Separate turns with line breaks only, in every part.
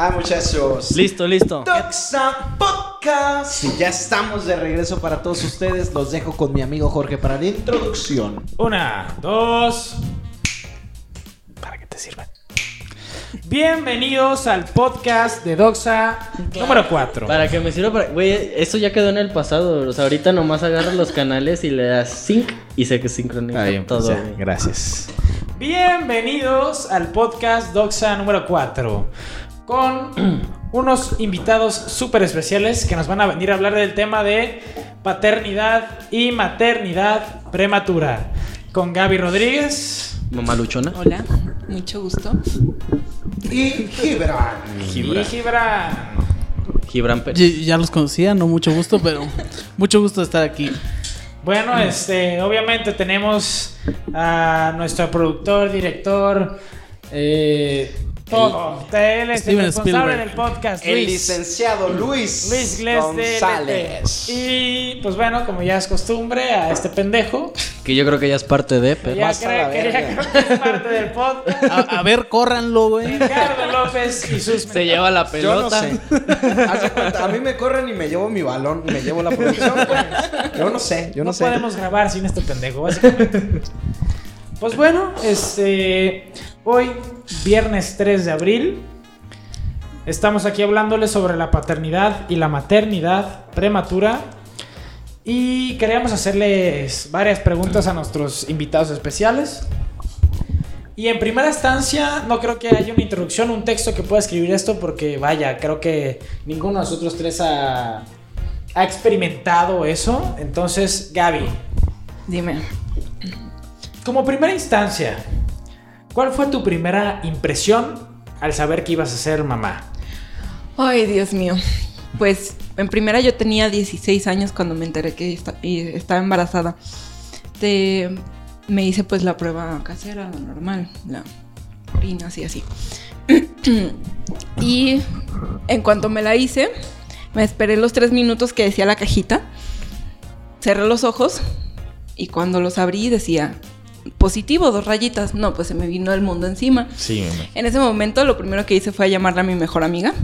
Ah, muchachos.
Listo, listo.
Doxa Podcast. Y ya estamos de regreso para todos ustedes. Los dejo con mi amigo Jorge para la introducción.
Una, dos. Para que te sirva. Bienvenidos al podcast de Doxa número 4.
Para que me sirva para. Güey, eso ya quedó en el pasado. O sea, ahorita nomás agarras los canales y le das sync y se que sincroniza todo. güey.
gracias. Bienvenidos al podcast Doxa número 4. Con unos invitados súper especiales que nos van a venir a hablar del tema de paternidad y maternidad prematura. Con Gaby Rodríguez
Mamaluchona.
Hola, mucho gusto.
Y Gibran.
y
Gibran.
Gibran.
Gibran Pérez.
Yo- yo Ya los conocía, no mucho gusto, pero mucho gusto de estar aquí. Mm.
Bueno, este, obviamente tenemos a nuestro productor, director, eh, todo. Él es el
Steven
responsable
Spielberg.
del podcast.
El
Luis.
licenciado Luis,
Luis Gleste
González.
Y pues bueno, como ya es costumbre a este pendejo,
Que yo creo que ya es parte de, pero.
ya
Pues vas a la
cree que, ya
verga.
creo que es parte del podcast.
A, a ver, córranlo, güey.
Ricardo López y sus
Se lleva la
Yo no
pelota.
sé. Haz de cuenta, a mí me corren y me llevo mi balón, me llevo la producción. pues. Yo no sé, yo no,
no
sé.
podemos grabar sin este pendejo, básicamente. pues bueno, este. Hoy, viernes 3 de abril, estamos aquí hablándoles sobre la paternidad y la maternidad prematura. Y queríamos hacerles varias preguntas a nuestros invitados especiales. Y en primera instancia, no creo que haya una introducción, un texto que pueda escribir esto, porque vaya, creo que ninguno de nosotros tres ha, ha experimentado eso. Entonces, Gaby,
Dime.
como primera instancia, ¿cuál fue tu primera impresión al saber que ibas a ser mamá?
Ay, Dios mío. Pues en primera yo tenía 16 años cuando me enteré que esta- y estaba embarazada. Te- me hice pues la prueba casera, lo normal, la orina, así, así. y en cuanto me la hice, me esperé los tres minutos que decía la cajita, cerré los ojos y cuando los abrí decía positivo, dos rayitas. No, pues se me vino el mundo encima.
Sí,
En ese momento lo primero que hice fue llamarla a mi mejor amiga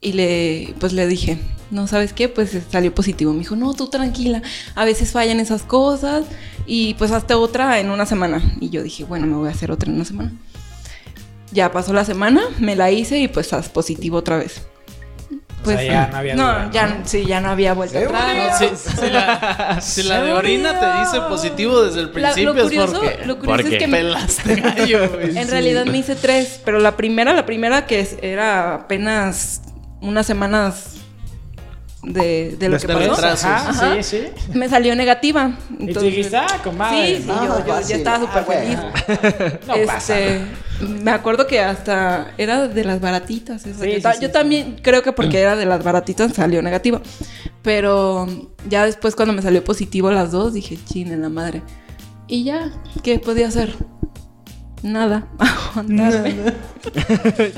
y le pues le dije, "No sabes qué, pues salió positivo." Me dijo, "No, tú tranquila, a veces fallan esas cosas y pues hazte otra en una semana." Y yo dije, "Bueno, me voy a hacer otra en una semana." Ya pasó la semana, me la hice y pues haz positivo otra vez. Pues,
sea, ya no había duda, ¿no?
ya sí, ya no había vuelta
Sí,
atrás.
Si, si la, si la de orina te dice positivo desde el
La-
principio
lo
es
curioso,
porque
lo curioso es que me-
pelaste gallo, güey.
En
Sí.
realidad me hice tres, pero la primera, la primera que es- era apenas unas semanas de, de lo que
Después de
pasó,
atrás.
Ajá.
sí, sí.
me salió negativa.
Y tú
Entonces-
dijiste, ah, comadre.
Sí, sí,
Ah,
yo, yo- yo
fácil.
estaba
Ah,
súper feliz.
bueno.
No pasa.
Este, me acuerdo que hasta era de las baratitas. esa.
Sí,
yo,
sí,
ta-
sí,
yo
sí.
también creo que porque era de las baratitas salió negativa. Pero ya después cuando me salió positivo las dos, dije, chin, en la madre. Y ya, ¿qué podía hacer? Nada, aguantarme.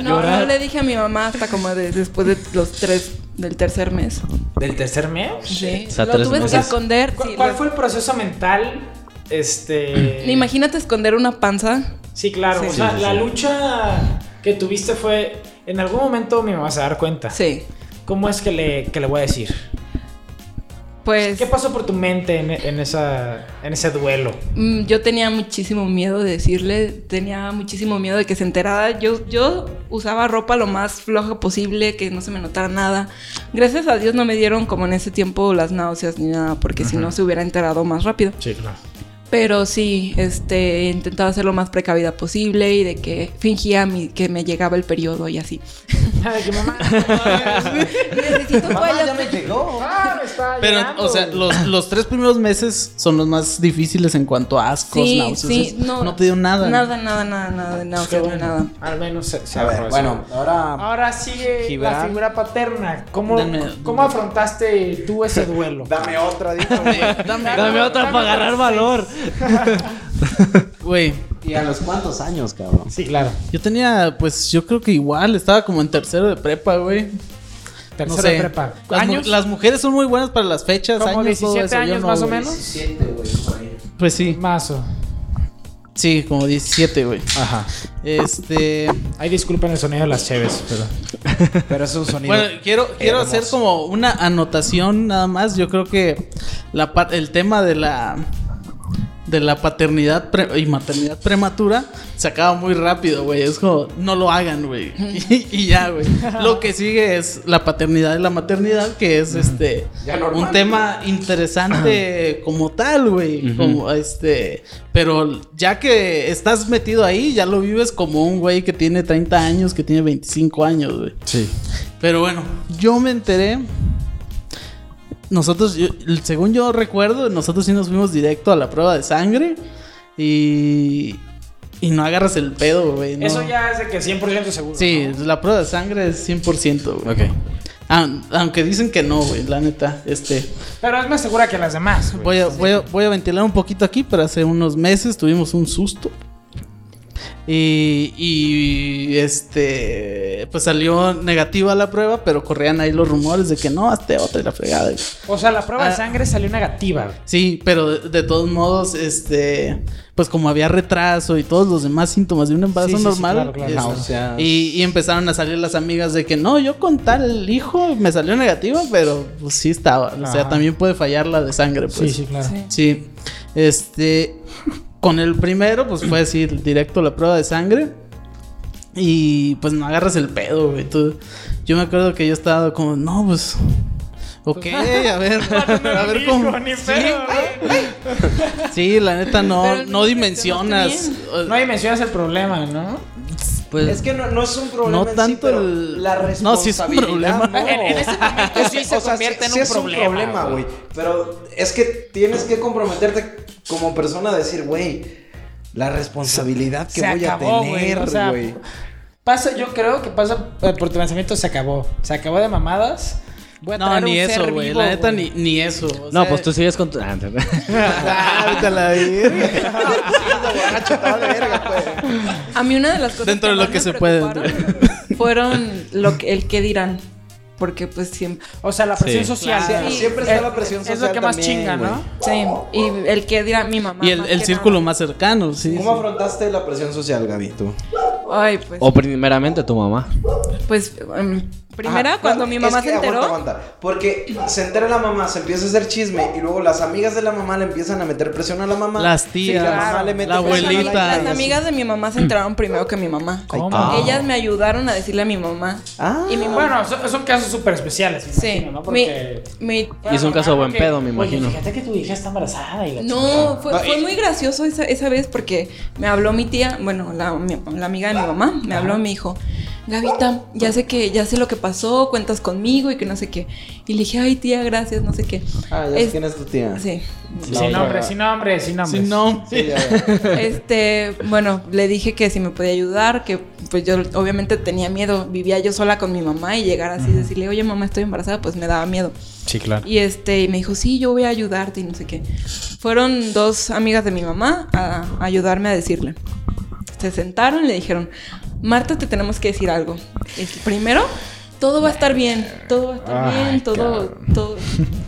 No, no le dije a mi mamá hasta como de- después de los tres, del tercer mes.
¿Del tercer mes?
Sí.
O sea,
lo
tres
tuve que
meses.
esconder.
¿Cu-
sí,
¿Cuál
lo-
fue el proceso mental? Este.
Imagínate esconder una panza
Sí, claro.
Sí.
o sea,
Sí, sí,
la
sí.
lucha que tuviste fue. En algún momento me vas a dar
Ah.
cuenta.
Sí.
¿Cómo es que le, que le voy a decir?
Pues
¿Qué pasó por tu mente en, en esa, en ese duelo?
mm, yo tenía muchísimo miedo de decirle, tenía muchísimo miedo de que se enterara. Yo, yo usaba ropa lo más floja posible, que no se me notara nada. Gracias a Dios no me dieron como en ese tiempo las náuseas ni nada, porque si no se hubiera enterado más rápido.
Sí, claro.
Pero sí, este, intentaba ser lo más precavida posible y de que fingía mi- que me llegaba el periodo y así.
De que mamá.
Necesito
Mamá, ya
toallas.
me llegó.
ah, me está
Pero,
llegando.
o sea, los, los tres primeros meses son los más difíciles en cuanto a ascos,
Sí,
náuseas.
sí, no.
te dio nada.
Nada, nada, nada, nada, de
Pues qué
náuseas,
bueno.
nada.
Al menos se, se
A ver,
ahorró
bueno,
eso.
ahora
Ahora sigue la
Gibran.
figura paterna. ¿Cómo,
Dame-
¿Cómo afrontaste tú ese duelo?
dame otra, dígame.
Dame otra para agarrar valor.
Güey,
¿Y a los cuántos años, cabrón?
Sí, claro.
yo tenía, pues, yo creo que igual, estaba como en tercero de prepa, güey.
Tercero de
No sé.
prepa.
Las, mu-
¿Años?
las mujeres son muy buenas para las fechas,
Como
años, todo
17
eso, yo
años
no,
más o
güey.
menos.
Siete, güey, por ahí.
Pues sí.
Mazo.
Pues Sí, como 17, güey.
Ajá.
Este.
Ahí disculpen el sonido de las cheves, pero.
Pero es un sonido.
Bueno, quiero, quiero hacer como una anotación nada más. Yo creo que la, pa- el tema de la de la paternidad pre- y maternidad prematura se acaba muy rápido, güey. Es como, no lo hagan, güey. Y, y ya, güey. Lo que sigue es la paternidad y la maternidad, que es este
Ya normal.
un tema interesante como tal, güey. Como este. Pero ya que estás metido ahí, ya lo vives como un güey que tiene 30 años, que tiene 25 años, güey.
Sí.
Pero bueno, yo me enteré. Nosotros, yo- según yo recuerdo, nosotros sí nos fuimos directo a la prueba de sangre y. Y no agarras el pedo, güey. ¿no?
Eso ya es de que 100% seguro.
Sí,
¿no?
la prueba de sangre es 100%, güey. Aun- Aunque dicen que no, güey, la neta. Este.
Pero es más segura que las demás. güey.
Voy a, voy, a, voy a ventilar un poquito aquí, pero hace unos meses tuvimos un susto. Y, y, este, pues salió negativa la prueba, pero corrían ahí los rumores de que no, hazte otra y la fregada.
O sea, la prueba de
Ah.
sangre salió negativa. güey.
Sí, pero de, de todos modos, este, pues como había retraso y todos los demás síntomas de un
Sí,
embarazo
sí, sí,
normal,
claro, claro.
este,
Náuseas.
y, y empezaron a salir las amigas de que no, yo con tal hijo me salió negativa, pero pues sí estaba. O sea,
Ajá.
también puede fallar la de sangre, pues.
Sí, sí, claro.
Sí.
Sí. Este. Con el primero, pues fue así, directo la prueba de sangre. Y pues no agarras el pedo, güey. Tú- yo me acuerdo que yo estaba como, no, pues. Ok, a ver, a ver cómo.
Ni
Sí,
pedo, güey.
sí, la neta no,
Pero
no
no
dimensionas.
No hay mencionas el problema, ¿no?
Pues
Es que no, no es un problema.
No
en sí,
tanto
pero
el-
La
No, sí es un
responsabilidad.
problema.
no.
En- en ese momento
Es
sí
que,
se
o sea,
convierte en
sí
un
es
problema,
güey. Pero es que tienes que comprometerte como persona a decir, güey, la responsabilidad que
Se
voy
acabó,
a
güey,
tener,
o sea,
güey.
Pasa, yo creo que pasa eh, por tu pensamiento se acabó. Se acabó de mamadas. Voy a
No,
traer
ni
un ser
eso, güey.
vivo,
La neta ni,
güey.
ni eso. o
No,
sea-
pues tú sigues con tu. Ah,
Ah, vete a la verga.
Borracho, te vale verga, pues. güey.
A mí una de las cosas
Dentro de lo
más
que
me
se puede, dentro.
preocuparon fueron lo que, el qué dirán. Porque pues siempre...
O sea, la presión
Sí.
social.
Claro,
Sí.
siempre está
Es-
la presión
Es lo
social
que más
también,
chinga,
güey.
¿no?
Sí, y el qué dirá mi mamá.
Y el,
más
el
que
círculo
nada.
más cercano, sí.
¿Cómo
sí.
afrontaste la presión social, Gaby, tú?
Ay, pues...
O primeramente tu mamá.
Pues em, primera,
Ajá,
cuando
claro,
mi mamá
Ah, es que
se enteró...
Aguanta, aguanta, porque se entera la mamá, se empieza a hacer chisme y luego las amigas de la mamá le empiezan a meter presión a la mamá.
Las
y
tías,
la, mamá le mete
la
presión a
abuelita.
hija y
Las
así.
amigas de mi mamá se enteraron primero que mi mamá.
¿Cómo?
Ah.
Ellas me ayudaron a decirle a mi mamá.
Ah.
y mi mamá...
Bueno, son, son casos súper especiales, me
sí.
imagino, ¿no? Porque...
mi, mi-
Y es un caso buen
Porque,
pedo, me
oye,
imagino.
fíjate que tu hija está embarazada y la chingada.
No, fue,
No,
fue
Ah, y-
muy gracioso esa, esa vez porque me habló mi tía, bueno, la, mi- la amiga de mi mamá, me habló y me dijo, Gavita, ya sé que, ya sé lo que pasó, cuentas conmigo y que no sé qué. Y le dije, ay tía, gracias, no sé qué.
Ah, ya sé
Es-
quién es tu tía.
Sí.
Sin
La
nombre,
otra.
sin nombre, sin nombre.
Sí, no.
Sí, ya, ya.
Este, bueno, le dije que si me podía ayudar, que pues yo obviamente tenía miedo, vivía yo sola con mi mamá y llegar así y decirle, oye mamá, estoy embarazada, pues me daba miedo.
Sí, claro.
Y este, y me dijo, sí, yo voy a ayudarte y no sé qué. Fueron dos amigas de mi mamá a a ayudarme a decirle. Se sentaron y le dijeron, Marta, te tenemos que decir algo. Este, primero, todo va a estar bien, todo va a estar
Ay,
bien, todo,
cabrón.
todo,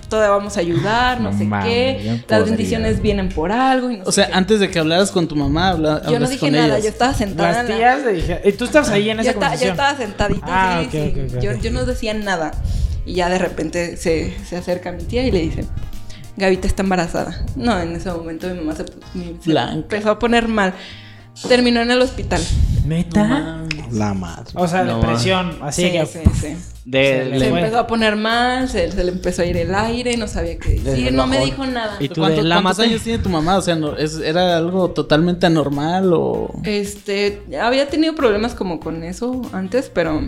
todo vamos a ayudar, no,
No
sé
mames, yo
qué.
podría.
Las bendiciones vienen por algo y no
O
sé
sea, antes de que hablaras con tu mamá, habla-
qué. Yo no
hablas
dije
con
nada,
ellas.
yo estaba sentada.
Las
en la-
tías le dijeron... Y tú estabas ahí en
yo,
esa
esta- yo
conversación.
estaba sentadita,
Ah,
sí,
ok,
sí.
ok, ok,
yo,
ok.
yo no decía nada. Y ya de repente se, se acerca mi tía y le dice, Gavita está embarazada. No, en ese momento mi mamá se, pu- mi- se
Blanca.
empezó a poner mal. Terminó en el hospital.
¿Neta?
La madre.
o sea,
No,
depresión. Así
Sí,
que...
sí, sí.
De,
Sí,
Se
le-
fue.
empezó a poner mal, se, se le empezó a ir el aire, no sabía qué
Desde
decir, no me
bajón.
dijo nada.
Y tú de
¿Cuánto-
la
¿Cuántos
mata.
años tiene tu mamá? O sea, no- es- ¿era algo totalmente anormal o...?
Este, había tenido problemas como con eso antes, pero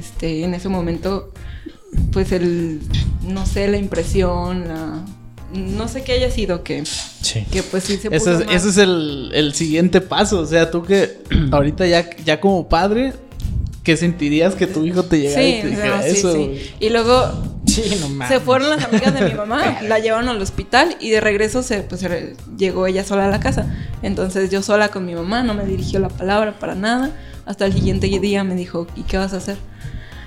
este, en ese momento, pues el, no sé, la impresión, la, no sé qué haya sido que,
Sí.
que pues sí se puso
Ese es,
mal.
ese es el, el siguiente paso. O sea, tú que ahorita ya, ya como padre, ¿qué sentirías que tu hijo te llegara y
Sí,
te
no,
dijera
sí,
eso? güey?
sí. Y luego
Sí, no mames.
Se fueron las amigas de mi mamá, la llevaron al hospital y de regreso se, pues, se re- llegó ella sola a la casa. Entonces yo sola con mi mamá, no me dirigió la palabra para nada. Hasta el siguiente día me dijo, ¿y qué vas a hacer?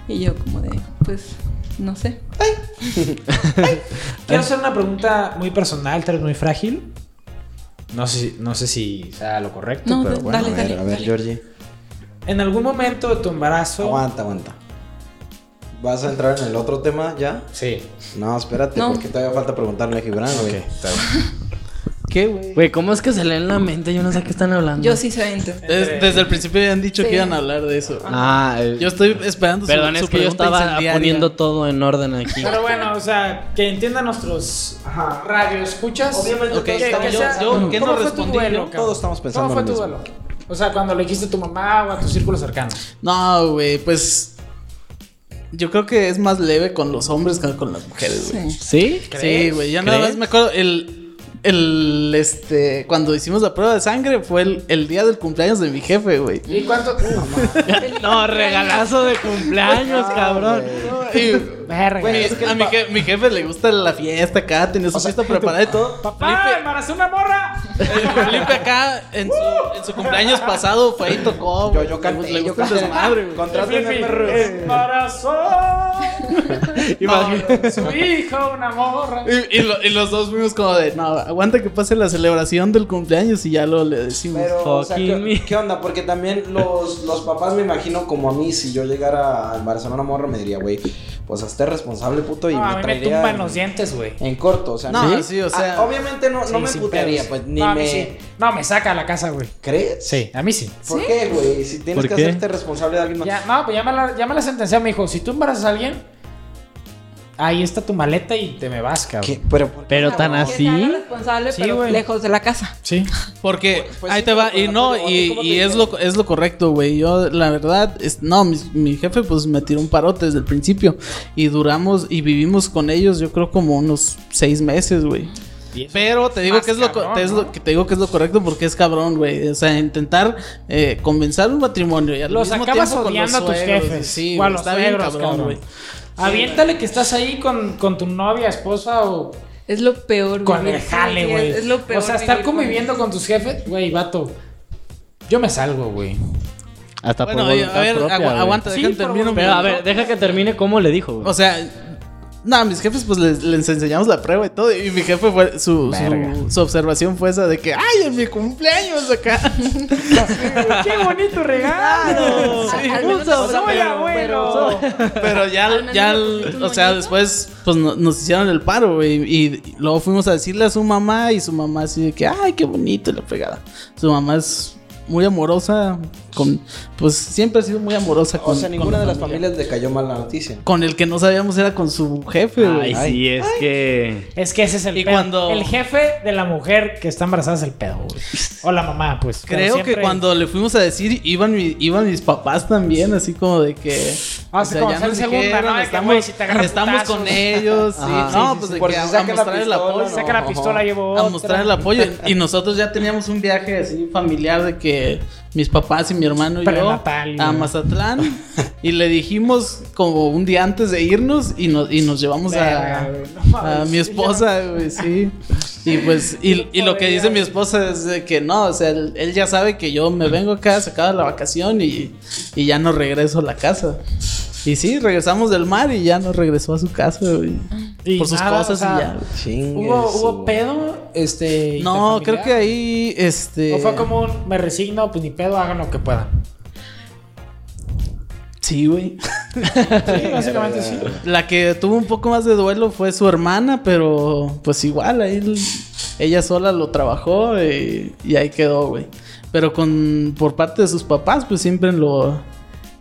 Y yo como de, pues, no sé.
Quiero hacer una pregunta muy personal, tal vez muy frágil. No sé, si- no sé si sea lo correcto,
No,
pero
no,
bueno.
a
Dale,
ver,
dale,
a ver,
dale.
Georgie.
En algún momento de tu embarazo.
Aguanta, aguanta. ¿Vas a entrar en el otro tema ya?
Sí.
No, espérate,
No.
porque todavía falta preguntarle a Gibran,
Ok,
güey.
está bien.
¿Qué, güey?
Güey, ¿cómo es que se leen la mente? Yo no sé qué están hablando.
Yo sí sé entro.
Des- desde el principio ya han dicho
Sí.
que iban a hablar de eso.
Ah, eh,
Yo estoy esperando su-
perdón,
su
es que yo
pregunta
estaba
incendiaria.
poniendo todo en orden aquí.
Pero bueno, o sea, que entiendan nuestros radio escuchas.
Obviamente
todos estamos- yo- yo- ¿qué no respondí yo?
Todos estamos pensando
¿Cómo
lo
fue tu
mismo.
duelo? O sea, cuando le dijiste a tu mamá o a tus círculos cercanos.
No, güey, pues. Yo creo que es más leve con los hombres que con las mujeres, güey.
Sí.
¿Sí?
Sí, güey. Ya nada
¿Crees?
más me acuerdo. El. El. Este. Cuando hicimos la prueba de sangre fue el, el día del cumpleaños de mi jefe, güey.
¿Y cuánto?
No, regalazo de cumpleaños, cabrón.
Y-
Verga.
mi- a mi, je- mi jefe le gusta la fiesta acá, tenía su fiesta preparada y todo.
¡Papá, embarazé una morra!
El Felipe acá en su, en su cumpleaños pasado fue y tocó.
Yo,
güey.
yo
Le
canté,
gusta- le
yo
gusta
canté.
el desmadre, güey.
Contraten a perros.
¡Embarazó!
Imagínate.
Su hijo, una morra.
Y, y lo- y los dos fuimos como de, no, aguanta que pase la celebración del cumpleaños y ya lo le decimos.
Pero, o sea,
Fucking
¿qué,
me.
qué onda? Porque también los, los papás me imagino como a mí, si yo llegara a embarazar a una morra, me diría, güey, pues hazte responsable, puto, y
No, a
me
mí me
traería
tumban
en-
los dientes, güey.
en corto, o sea,
No, sí, o sea-
Ah, obviamente no, no
Sí,
me
sin
putearía,
pedos.
pues ni
no, a mí
me
sí. No, me saca a la casa, güey.
crees.
Sí, a mí sí.
¿Por qué, güey? Si tienes
¿Por
que
qué?
hacerte responsable de alguien más.
Ya, no, pues ya me la, ya me la sentencia, me dijo, si tú embarazas a alguien, ahí está tu maleta y te me vas, cabrón.
¿Qué? Pero, ¿por qué?
Pero tan
Que se haga
así.
responsable,
Sí,
pero
güey.
lejos de la casa.
Sí.
Porque
pues
ahí
sí,
te
pero
va,
con
y
la
no,
prueba,
y,
¿cómo te
y es, lo, es lo correcto, güey. Yo, la verdad, es, no, mi, mi jefe pues me tiró un parote desde el principio y duramos y vivimos con ellos, yo creo, como unos seis meses, güey. Pero te digo
más
que es lo, co-
cabrón,
te es lo-
¿no?
que te digo que es lo correcto porque es cabrón, güey. O sea, intentar eh, comenzar un matrimonio y al
Los
mismo
acabas
tiempo con los
odiando a tus
suegros,
jefes.
Sí,
o a
güey,
los
está bien
suegros,
cabrón, güey.
Aviéntale que estás ahí con, con tu novia, esposa o
Pues
Es lo peor.
con
vivir
el jale,
sí,
güey.
Es, es lo peor.
O sea, estar
vivir con-
conviviendo con tus jefes, güey, vato. Yo me salgo, güey.
Hasta
Bueno,
por
oye,
voluntad
a ver,
propia,
agu-
güey.
aguanta,
Sí,
déjame
por
terminar un
Pero a
minuto.
ver, deja que termine cómo le dijo, güey.
O sea, no, mis jefes pues les, les enseñamos la prueba y todo. Y mi jefe fue, su,
Verga.
su, su observación fue esa de que, ay, en mi cumpleaños acá.
¡Qué bonito regalo!
Sí.
Al menos
Soy
no soy
Soy
abuelo.
abuelo.
Pero
Al
ya,
menos
ya,
le pusiste un
o sea,
moñito.
después pues no- nos hicieron el paro, güey. Y, y luego fuimos a decirle a su mamá y su mamá así de que, ay, qué bonito y la pegada. Su mamá es muy amorosa, con, pues siempre ha sido muy amorosa con
o sea,
con
ninguna
la
de las
familia.
familias le cayó mal la noticia.
Con el que no sabíamos era con su jefe, güey.
Ay, sí, es que.
Es que ese es el
Y
pedo.
cuando-
El jefe de la mujer que está embarazada es el pedo, güey. O la mamá, pues. pero
Creo
siempre-
que cuando le fuimos a decir, iban, mi- iban mis papás también, así como de que.
Ah, sí, como ser
nos
segunda, ¿no? De que,
estamos
güey, si te agarran
estamos
putazos.
con ellos. sí.
Ajá. Sí,
No,
sí,
pues
sí.
de
Porque
que
si
a, a
sacan la
mostrar el
pistola,
apoyo.
no.
Saca la pistola, llevo
A
otra.
mostrar el apoyo. Y nosotros ya teníamos un viaje así familiar de que mis papás y mi hermano y yo
Prenatal,
a
güey.
Mazatlán. y le dijimos como un día antes de irnos y nos, y nos llevamos
Verga,
a,
güey, no mames,
a mi
sí,
esposa, güey, sí. Y pues, y, y lo que dice mi esposa es de que no, o sea, él, él ya sabe que yo me vengo acá, se acaba la vacación y, y ya no regreso a la casa. Y sí, regresamos del mar y ya no regresó a su casa, güey.
Y
Por sus
nada,
cosas
o sea,
y ya. güey.
Chingue
¿Hubo,
su-
hubo pedo? Este.
No, creo que
hay
ahí, este...
O fue como un, me resigno, pues ni pedo, hagan lo que puedan.
Sí, güey.
Sí, básicamente sí.
La que tuvo un poco más de duelo fue su hermana, pero pues igual, ahí l- ella sola lo trabajó y, y ahí quedó, güey. Pero con por parte de sus papás, pues siempre en lo,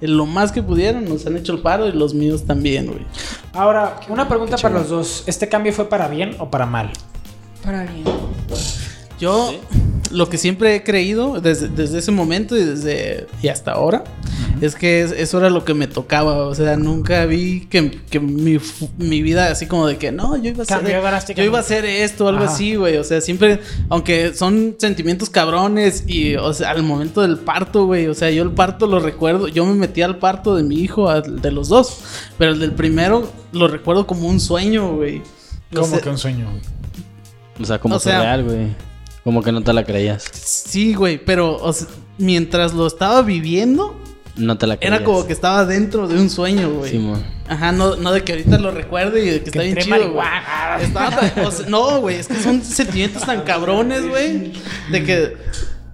en lo más que pudieron nos han hecho el paro y los míos también, güey.
Ahora, una pregunta para los dos. ¿Este cambio fue para bien o para mal?
Para bien.
Yo lo que siempre he creído desde, desde ese momento y desde y hasta ahora es que es- eso era lo que me tocaba. O sea, nunca vi que, que mi, fu- mi vida así como de que no, yo iba a
Cambió
hacer, yo
drásticamente".
iba a hacer esto o algo
Ajá.
así, güey. O sea, siempre, aunque son sentimientos cabrones y o sea, al momento del parto, güey. O sea, yo el parto lo recuerdo, yo me metí al parto de mi hijo, al- de los dos, pero el del primero lo recuerdo como un sueño, güey. O sea,
un sueño.
O sea, como
O sea-
surreal, güey. Como que no te la creías.
Sí, güey, pero o sea, mientras lo estaba viviendo,
No te la
Era
creías.
como que estaba dentro de un sueño, güey.
Simón.
Ajá, no, no de que ahorita lo recuerde y de que, está bien
entré
chido, güey.
marihuana.
Estaba tan- o sea, no, güey, es que son sentimientos tan cabrones, güey, de que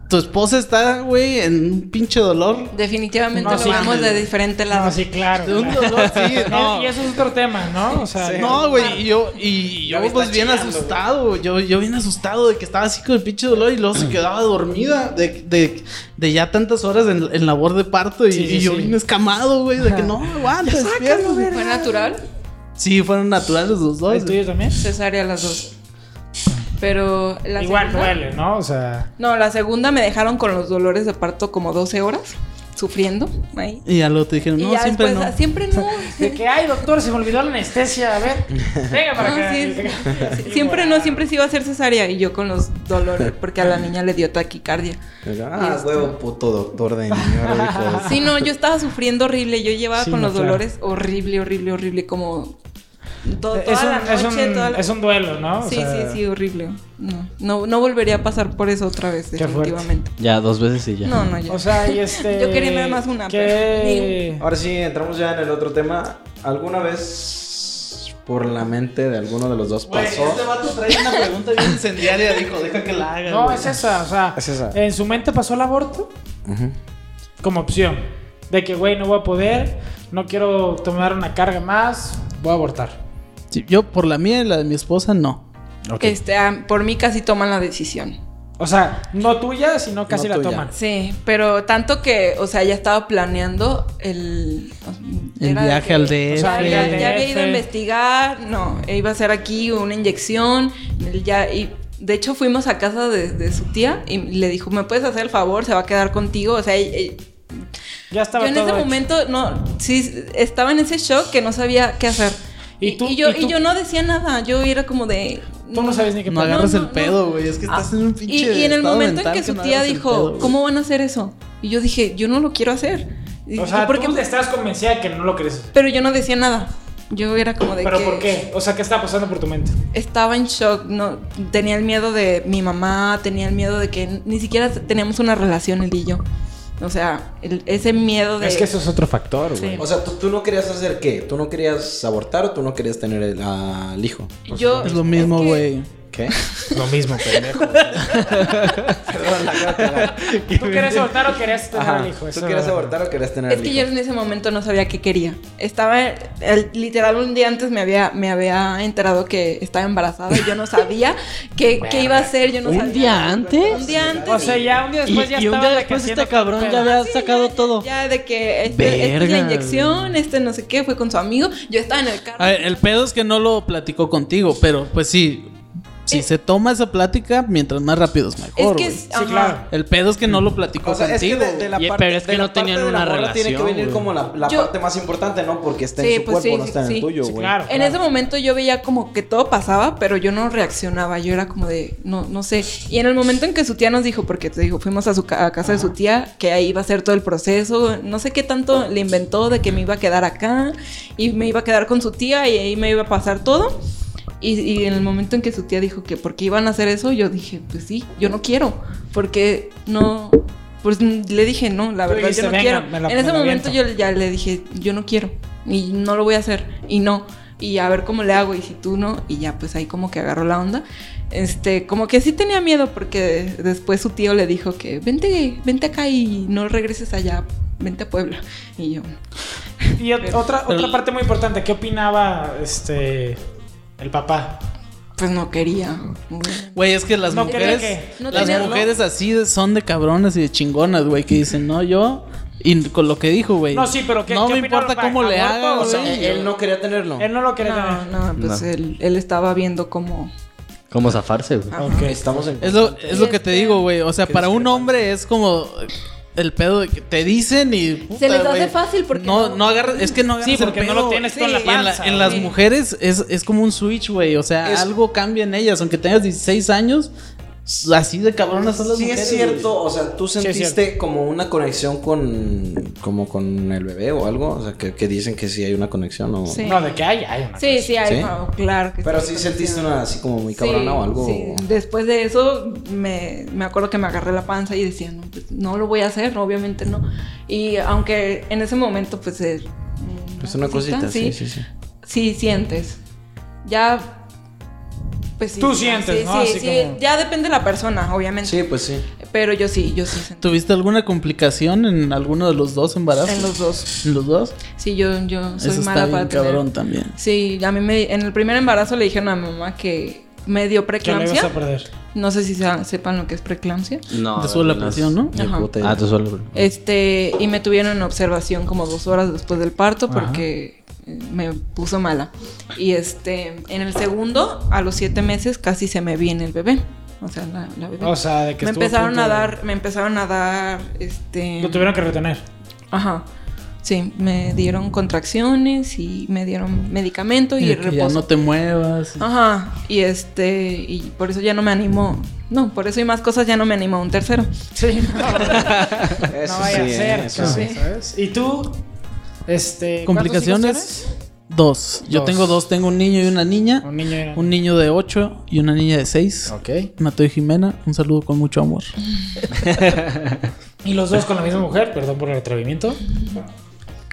tu esposa está, güey, en un pinche dolor.
Definitivamente
No,
lo
sí.
vemos de diferente lado.
No, sí, claro.
De un dolor, sí, no.
Y eso es otro tema, ¿no? O sea,
No, güey, y yo, Ah. y yo pues bien asustado, güey. yo, yo bien asustado de que estaba así con el pinche dolor y luego se quedaba dormida de, de, de ya tantas horas en, en labor de parto y,
Sí, sí,
y yo
sí.
bien escamado, güey, de que no, aguanta, despierta.
¿Fue natural?
Sí, fueron naturales los dos.
¿El
güey.
tuyo también?
Cesárea las dos. Pero la
Igual
segunda-
duele, ¿no? O sea,
No, la segunda me dejaron con los dolores de parto como 12 horas, sufriendo ahí.
Y ya luego te dijeron,
y
no,
ya
siempre
después, ah,
no.
siempre no.
de que, ay, doctor, se me olvidó la anestesia, a ver. Venga para
No,
acá.
Ah, sí, sí, siempre no, siempre se iba a hacer cesárea. Y yo con los dolores, porque a la niña le dio taquicardia.
Ah, huevo, puto doctor de niño.
Sí, no, yo estaba sufriendo horrible. Yo llevaba
Sí,
con
no,
los
claro.
dolores horrible, horrible, horrible, como to- toda
Eh, Es
la
un,
noche,
es, un,
toda la-
es un duelo, ¿no? O
Sí,
sea,
sí, sí, horrible. No, no, no volvería a pasar por eso otra vez,
fuerte.
definitivamente.
Ya, dos veces y ya.
No, no, ya.
O sea, y este.
Yo quería nada más una,
¿Qué?
Ahora sí, entramos ya en el otro tema. ¿Alguna vez por la mente de alguno de los dos
Güey,
pasó?
este vato trae una pregunta bien incendiaria, dijo, deja que la haga.
No,
güey.
es esa, o sea.
Es esa.
En su mente pasó el aborto
Ujú.
como opción. De que, güey, no voy a poder, no quiero tomar una carga más, voy a abortar.
Sí, yo, por la mía y la de mi esposa, no.
Este, ah, por mí casi toman la decisión.
O sea, no tuya, sino casi la
No tuya.
toman.
Sí, pero tanto que, o sea, ya estaba planeando el...
El
era de
viaje
que-
al DF.
o sea, ya, ya había ido a
DF.
investigar, no, e iba a hacer aquí una inyección, él ya, y de hecho fuimos a casa de, de su tía y le dijo, ¿me puedes hacer el favor? Se va a quedar contigo, o sea, y- y-
Ya
yo
estaba
en
todo
ese
hecho.
momento, no, sí, estaba en ese shock que no sabía qué hacer.
¿Y
Y,
tú-
y yo,
y tú-
y yo no decía nada, yo era como de...
Tú no sabes ni qué
No
pedo.
agarras
pues, no,
el
no.
pedo, güey. Es que
Ah,
estás en un
y-
pinche.
Y, en el
estado
momento en
mental
que su
no
tía
agarras el
dijo,
pedo, güey.
¿cómo van a hacer eso? Y yo dije, yo no lo quiero hacer. Y pues
O
dije,
sea,
"¿Por qué
tú
me-?"
estabas convencida de que no lo crees.
Pero yo no decía nada. Yo era como de
¿Pero
que
por qué? O sea, ¿qué estaba pasando por tu mente?
estaba en shock, no tenía el miedo de mi mamá, tenía el miedo de que ni siquiera teníamos una relación él y yo. O sea, el- ese miedo de
Es que eso es otro factor,
Sí.
güey.
O sea, ¿tú, tú no querías hacer qué? ¿Tú no querías abortar o tú no querías tener el, al hijo?
yo
Es lo mismo,
que-
güey.
¿Qué?
Lo mismo, pendejo.
Perdón, la cara pegada.
¿Tú querías abortar o querías tener
Ajá.
al hijo?
¿Tú
Eso-
querías abortar o querías tener
Es
al
que
hijo?
yo en ese momento no sabía qué quería. Estaba, el- literal, un día antes me había, me había enterado que estaba embarazada y yo no sabía qué, qué iba a hacer. Yo no
¿Un
sabía.
día antes?
Un día antes.
O sea, ya un día después
Y-
ya
y un
estaba
día
de que
después
haciendo
este cabrón
todo el
ya
pedo.
había sacado todo.
Ah, Ya de que este, esta es la
Verga,
inyección, este no sé qué, fue con su amigo. Yo estaba en el carro.
A ver, el pedo es que no lo platicó contigo, pero pues sí. Si
Eh.
se toma esa plática, mientras más rápido es
es
mejor.
que
güey.
es-
Sí,
ajá.
claro.
El pedo es que no lo platicó
O sea, es que
contigo.
de, de la
Y-
parte,
pero es que
de la
no
parte
tenían
de la
una
morra Tiene que
relación,
venir
güey.
como la, la
Yo-
parte más importante, ¿no? Porque está
Sí,
en su
pues sí,
cuerpo, no
sí,
está en el
sí.
tuyo,
Sí,
güey.
claro.
En
claro.
ese momento yo veía como que todo pasaba, pero yo no reaccionaba, yo era como de, no, no sé. Y en el momento en que su tía nos dijo, porque te digo, fuimos a, su ca- a casa de su tía, que ahí iba a ser todo el proceso, no sé qué tanto le inventó de que me iba a quedar acá y me iba a quedar con su tía y ahí me iba a pasar todo. Y, y en el momento en que su tía dijo que por qué iban a hacer eso, yo dije, pues sí, yo no quiero, porque no... Pues mm, le dije, no, la
Tú
verdad
dijiste,
yo no
"Venga,
quiero.
me la-
en
me
ese
la
momento
aviento.
yo ya le dije, yo no quiero y no lo voy a hacer y no y a ver cómo le hago y si tú no y ya pues ahí como que agarró la onda. Este, como que sí tenía miedo porque después su tío le dijo que vente, vente acá y no regreses allá, vente a Puebla. Y yo,
Y ot- otra, otra parte muy importante, ¿qué opinaba este el papá?
pues no quería.
Güey, es que las
No quería
mujeres.
que- No
las
tenerlo.
mujeres así de- son de cabronas y de chingonas, güey, que dicen, no, yo. Y con lo que dijo, güey.
No, sí, pero ¿qué-
No
qué opinó
me
el
importa
papá?
cómo le
¿Aborto
haga,
o sea, eh,
güey.
Él no quería tenerlo.
Él no lo quería
No,
tener.
no, pues
No.
Él, él estaba viendo cómo
¿Cómo zafarse, güey?
Ajá.
Ok.
Estamos en...
Es lo, es lo que te
este-
digo, güey. O sea, para un hombre es como el pedo de que te dicen y. puta,
les hace
güey.
fácil porque
No,
no-
no agarras. Es que no agarras.
Sí, porque
el
no
pedo,
lo tienes tú en la
güey. Y en,
panza,
en las
sí.
mujeres es, es como un switch, güey. O sea,
Es-
algo cambia en ellas. Aunque tengas 16 años, así de cabronas son las
Sí,
mujeres.
es cierto, o sea, tú
es
sentiste como una conexión con como con el bebé o algo, o sea, que, que dicen que sí hay una conexión o...
Sí.
No, de que hay, hay una.
Sí, sí, hay,
¿Sí?
no, claro. Que
Pero
sí,
sí
conexión.
sentiste una así como muy cabrona
Sí,
o algo.
sí. Después de eso, me, me acuerdo que me agarré la panza y decía, no, pues no lo voy a hacer, obviamente no. Y aunque en ese momento, pues es.
Es pues una cosita, sí, sí, sí.
sí sientes. Ya. Pues sí.
Tú sientes,
sí,
¿no?
Sí,
Así
sí.
como-
Ya depende de la persona, obviamente.
Sí, pues sí.
Pero yo sí, yo sí sentí.
¿Tuviste alguna complicación en alguno de los dos embarazos?
En los dos.
¿En los dos?
Sí, yo, yo soy mala
Eso está bien
para tener-
cabrón también.
Sí, a mí me, en el primer embarazo le dijeron a mi mamá que me dio
Que lo ibas a
preeclampsia.
perder.
No sé si sea- sepan lo que es preeclampsia.
No.
Te sube la presión, ¿no?
De
Ajá.
puta idea.
Ah, te sube la presión.
Este, y me tuvieron en observación como dos horas después del parto
Ajá.
porque eh, me puso mala. Y este, en el segundo, a los siete meses, casi se me viene el bebé. O sea, la, la bebé.
O sea, de que
me
estuvo
empezaron
punto
a
de-
dar, me empezaron a dar, este...
Lo tuvieron que retener.
Ajá. Sí, me dieron contracciones y me dieron medicamento y,
Y de que ya
reposo. Ah,
no te muevas.
Ajá, y este, y por eso ya no me animo. No, por eso y más cosas ya no me animo a un tercero. Sí.
Eso
no vaya
sí,
a ser,
eh, eso
cabrón,
sí.
¿sabes? Y tú, este.
¿Complicaciones?
¿cuántos hijos
Dos. Yo
Dos.
tengo dos. Tengo un niño y una
tienes?
niña.
Un niño. y una-
Un niño de ocho y una niña de seis.
Ok.
Mateo y Jimena, un saludo con mucho amor.
Y los dos con la misma mujer, perdón por el atrevimiento.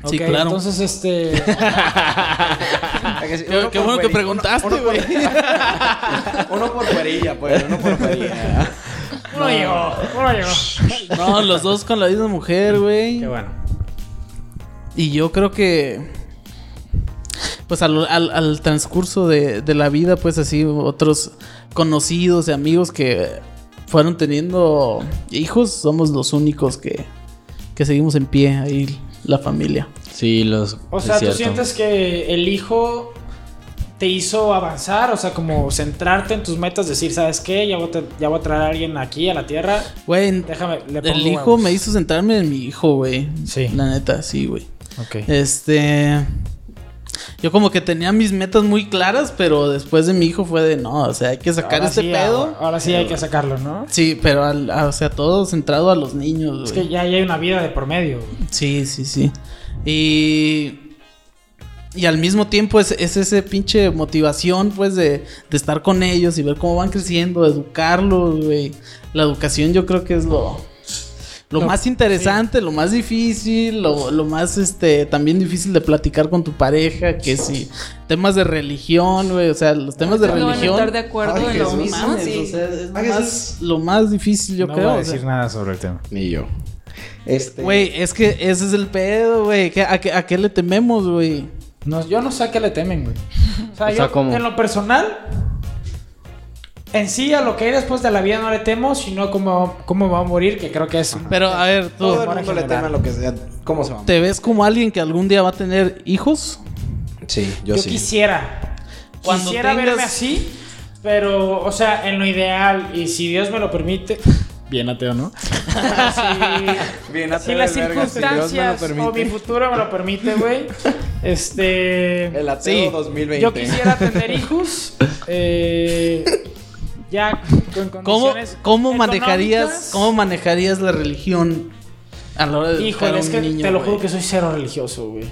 Sí,
Ok,
claro.
Entonces, este.
Ah,
Qué, qué bueno que preguntaste, güey.
Uno por perilla, pues, uno por perilla.
Uno llegó, uno llegó.
No, los dos con la misma mujer, güey.
Qué bueno.
Y yo creo que. Pues al, al- al transcurso de, de la vida, pues así, otros conocidos y amigos que fueron teniendo hijos, somos los únicos que, que seguimos en pie ahí, la familia.
Sí, los.
O
es
sea, ¿tú
cierto.
sientes que el hijo te hizo avanzar? O sea, como centrarte en tus metas, decir, ¿sabes qué? Ya voy a, tra- ya voy a traer a alguien aquí a la tierra.
Güey,
Déjame, le pongo
el hijo
huevos.
me hizo centrarme en mi hijo, güey.
Sí.
La neta, sí, güey.
Ok.
Este. Yo como que tenía mis metas muy claras, pero después de mi hijo fue de no, o sea, hay que sacar
Ahora
este
sí,
pedo.
Ahora, ahora sí hay que sacarlo, ¿no?
Sí, pero al, a- o sea, todo centrado a los niños, güey.
Es que ya, ya hay una vida de por medio. güey.
Sí, sí, sí. Y. Y al mismo tiempo es, es ese pinche motivación, pues, de, de estar con ellos y ver cómo van creciendo, educarlos, güey. La educación yo creo que es lo. Lo
Lo-
más interesante, lo más difícil, lo, lo más este también difícil de platicar con tu pareja, que si temas de religión, güey, o sea, los temas de
No van a estar
religión.
de acuerdo
Ay,
en lo
Jesús,
mismo.
mames,
sí.
o sea, es lo
Ah, que sí.
más, lo más difícil, yo
no
creo.
voy a
o sea.
decir nada sobre el tema.
Ni yo. Este.
Güey, es que ese es el pedo, güey. ¿Qué- ¿A qué, a qué le tememos, güey?
No, yo no sé a qué le temen, güey. O sea,
O sea,
yo
¿cómo?
en lo personal, en sí a lo que hay después de la vida no le temo, sino cómo, cómo va a morir, que creo que es...
Pero a ver, tú,
todo el
amor
mundo
en
le
general.
teme a lo que sea. ¿Cómo se va?
¿te ves como alguien que algún día va a tener hijos?
Sí,
Yo,
yo, sí.
quisiera.
Cuando
quisiera
tengas-
verme así, pero, o sea, en lo ideal, y si Dios me lo permite... Bien ateo, ¿no? si,
Bien ateo
si las
del verga, si Dios me lo
circunstancias o mi
permite.
futuro me lo permite, güey. Este...
El ateo
Sí,
2020.
Yo quisiera tener hijos. eh, ya con
¿Cómo,
condiciones
cómo manejarías,
económicas.
cóómo manejarías la religión a la hora de educar
Híjole,
a
es que
un niño,
te lo juro
güey?
que soy cero religioso, güey.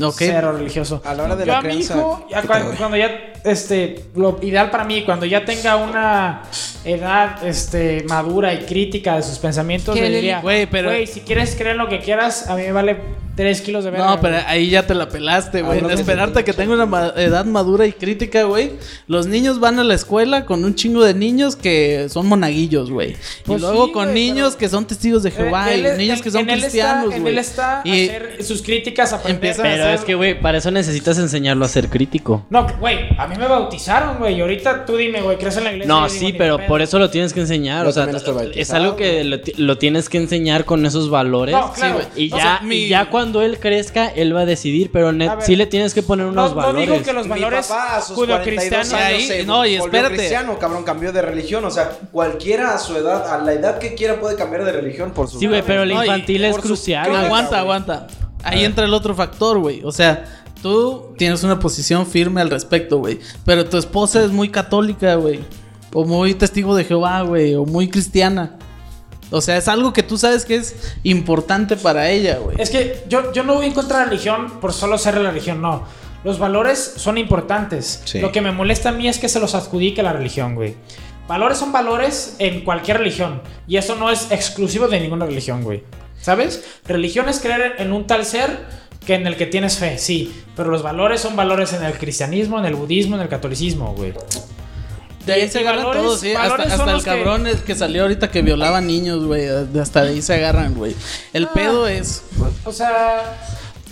Ok.
Cero religioso.
A la hora de
Yo
la
a mi
crianza,
hijo, ya
¿qué
cua-
te doy?
cuando, ya, este, lo ideal para mí, cuando ya tenga una edad, este, madura y crítica de sus pensamientos,
Que
le
le-
diría,
Güey, pero-
"Güey, si quieres creer lo que quieras, a mí me vale 3 kilos de verga.
No, pero ahí ya te la pelaste, güey.
Hablando
De
de-
Esperarte a que tenga una ma- edad madura y crítica, güey. Los niños van a la escuela con un chingo de niños que son monaguillos, güey.
Pues
y luego
sí,
con
güey,
niños
pero-
que son testigos de Jehová
Eh,
y
él-
niños
en-
que son
en él está-
cristianos,
en
güey.
él está
Y-
hacer sus críticas, aprender.
Empieza-
a
Pero
hacer-
es que, güey, para eso necesitas enseñarlo a ser crítico.
No, güey, a mí me bautizaron, güey. Y ahorita tú dime, güey, ¿crees en la iglesia?
No,
Yo digo,
sí,
ni de
pero
pedo.
por eso lo tienes que enseñar.
Yo
o sea,
también estoy bautizado,
es algo que lo, ti- lo tienes que enseñar con esos valores.
No, claro.
Sí, güey.
Y
O
ya,
sea, mi-
y ya cuando él crezca, él va a decidir, pero net,
A ver,
sí le tienes que poner unos
no, no
valores.
digo que los
Mi
valores
papá a sus 42
judio-cristianos.
años,
ahí,
se
no, y
volvió
espérate.
cristiano,
cabrón, cambió de religión. O sea, cualquiera a su edad, a la edad que quiera, puede cambiar de religión por su
Sí, güey, pero el
No, y
infantil es
por su-
crucial.
Claro,
aguanta,
güey.
aguanta. Ahí entra el otro factor, güey. O sea, tú tienes una posición firme al respecto, güey. Pero tu esposa es muy católica, güey. o muy testigo de Jehová, güey, o muy cristiana. O sea, es algo que tú sabes que es importante para ella, güey.
Es que yo, yo no voy en contra de la religión por solo ser la religión, no. Los valores son importantes.
Sí.
Lo que me molesta a mí es que se los adjudique la religión, güey. Valores son valores en cualquier religión. Y eso no es exclusivo de ninguna religión, güey. ¿Sabes? Religión es creer en un tal ser que en el que tienes fe, sí. Pero los valores son valores en el cristianismo, en el budismo, en el catolicismo, güey.
De ahí se
y
agarran
valores-
todos, sí. Hasta,
valores
hasta
son
el
los que-
cabrón el que... salió ahorita que violaba niños, güey. Hasta de ahí se agarran, güey. El
Ah.
pedo es.
O sea,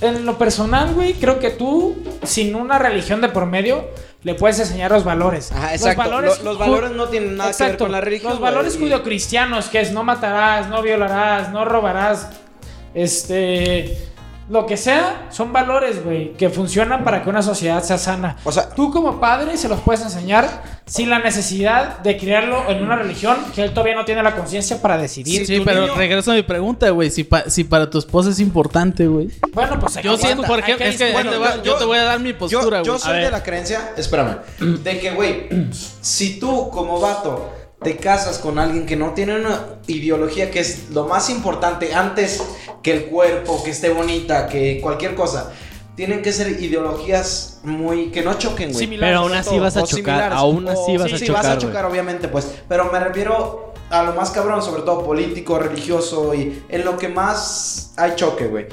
en lo personal, güey, creo que tú, sin una religión de por medio, le puedes enseñar los valores.
Ajá, exacto. Lo- Los valores, no tienen nada que ver
Exacto.
con la religión.
Los valores
güey.
judio-cristianos, que es no matarás, no violarás, no robarás, este... Lo que sea, son valores, güey, que funcionan para que una sociedad sea sana.
O sea-
tú como padre se los puedes enseñar sin la necesidad de criarlo en una religión que él todavía no tiene la conciencia para decidir.
Sí, pero regreso a mi pregunta, güey. Si, pa- si para tu esposa es importante, güey.
Bueno, pues hay
Yo
que-
siento,
hay
por
que
ejemplo, es que
discutir.
ahí te va- yo, te voy a dar mi
Yo-
postura,
Yo,
güey.
soy de la creencia, espérame, de que, güey, si tú como vato te casas con alguien que no tiene una ideología que es lo más importante antes que el cuerpo, que esté bonita, que cualquier cosa. Tienen que ser ideologías muy que no choquen, güey.
Similares.
Pero aún así vas a
O
chocar,
similares.
aún
O-
así vas
sí,
a
sí, vas a
chocar. güey.
chocar, obviamente, pues. Pero me refiero a lo más cabrón, sobre todo político, religioso y en lo que más hay choque, güey.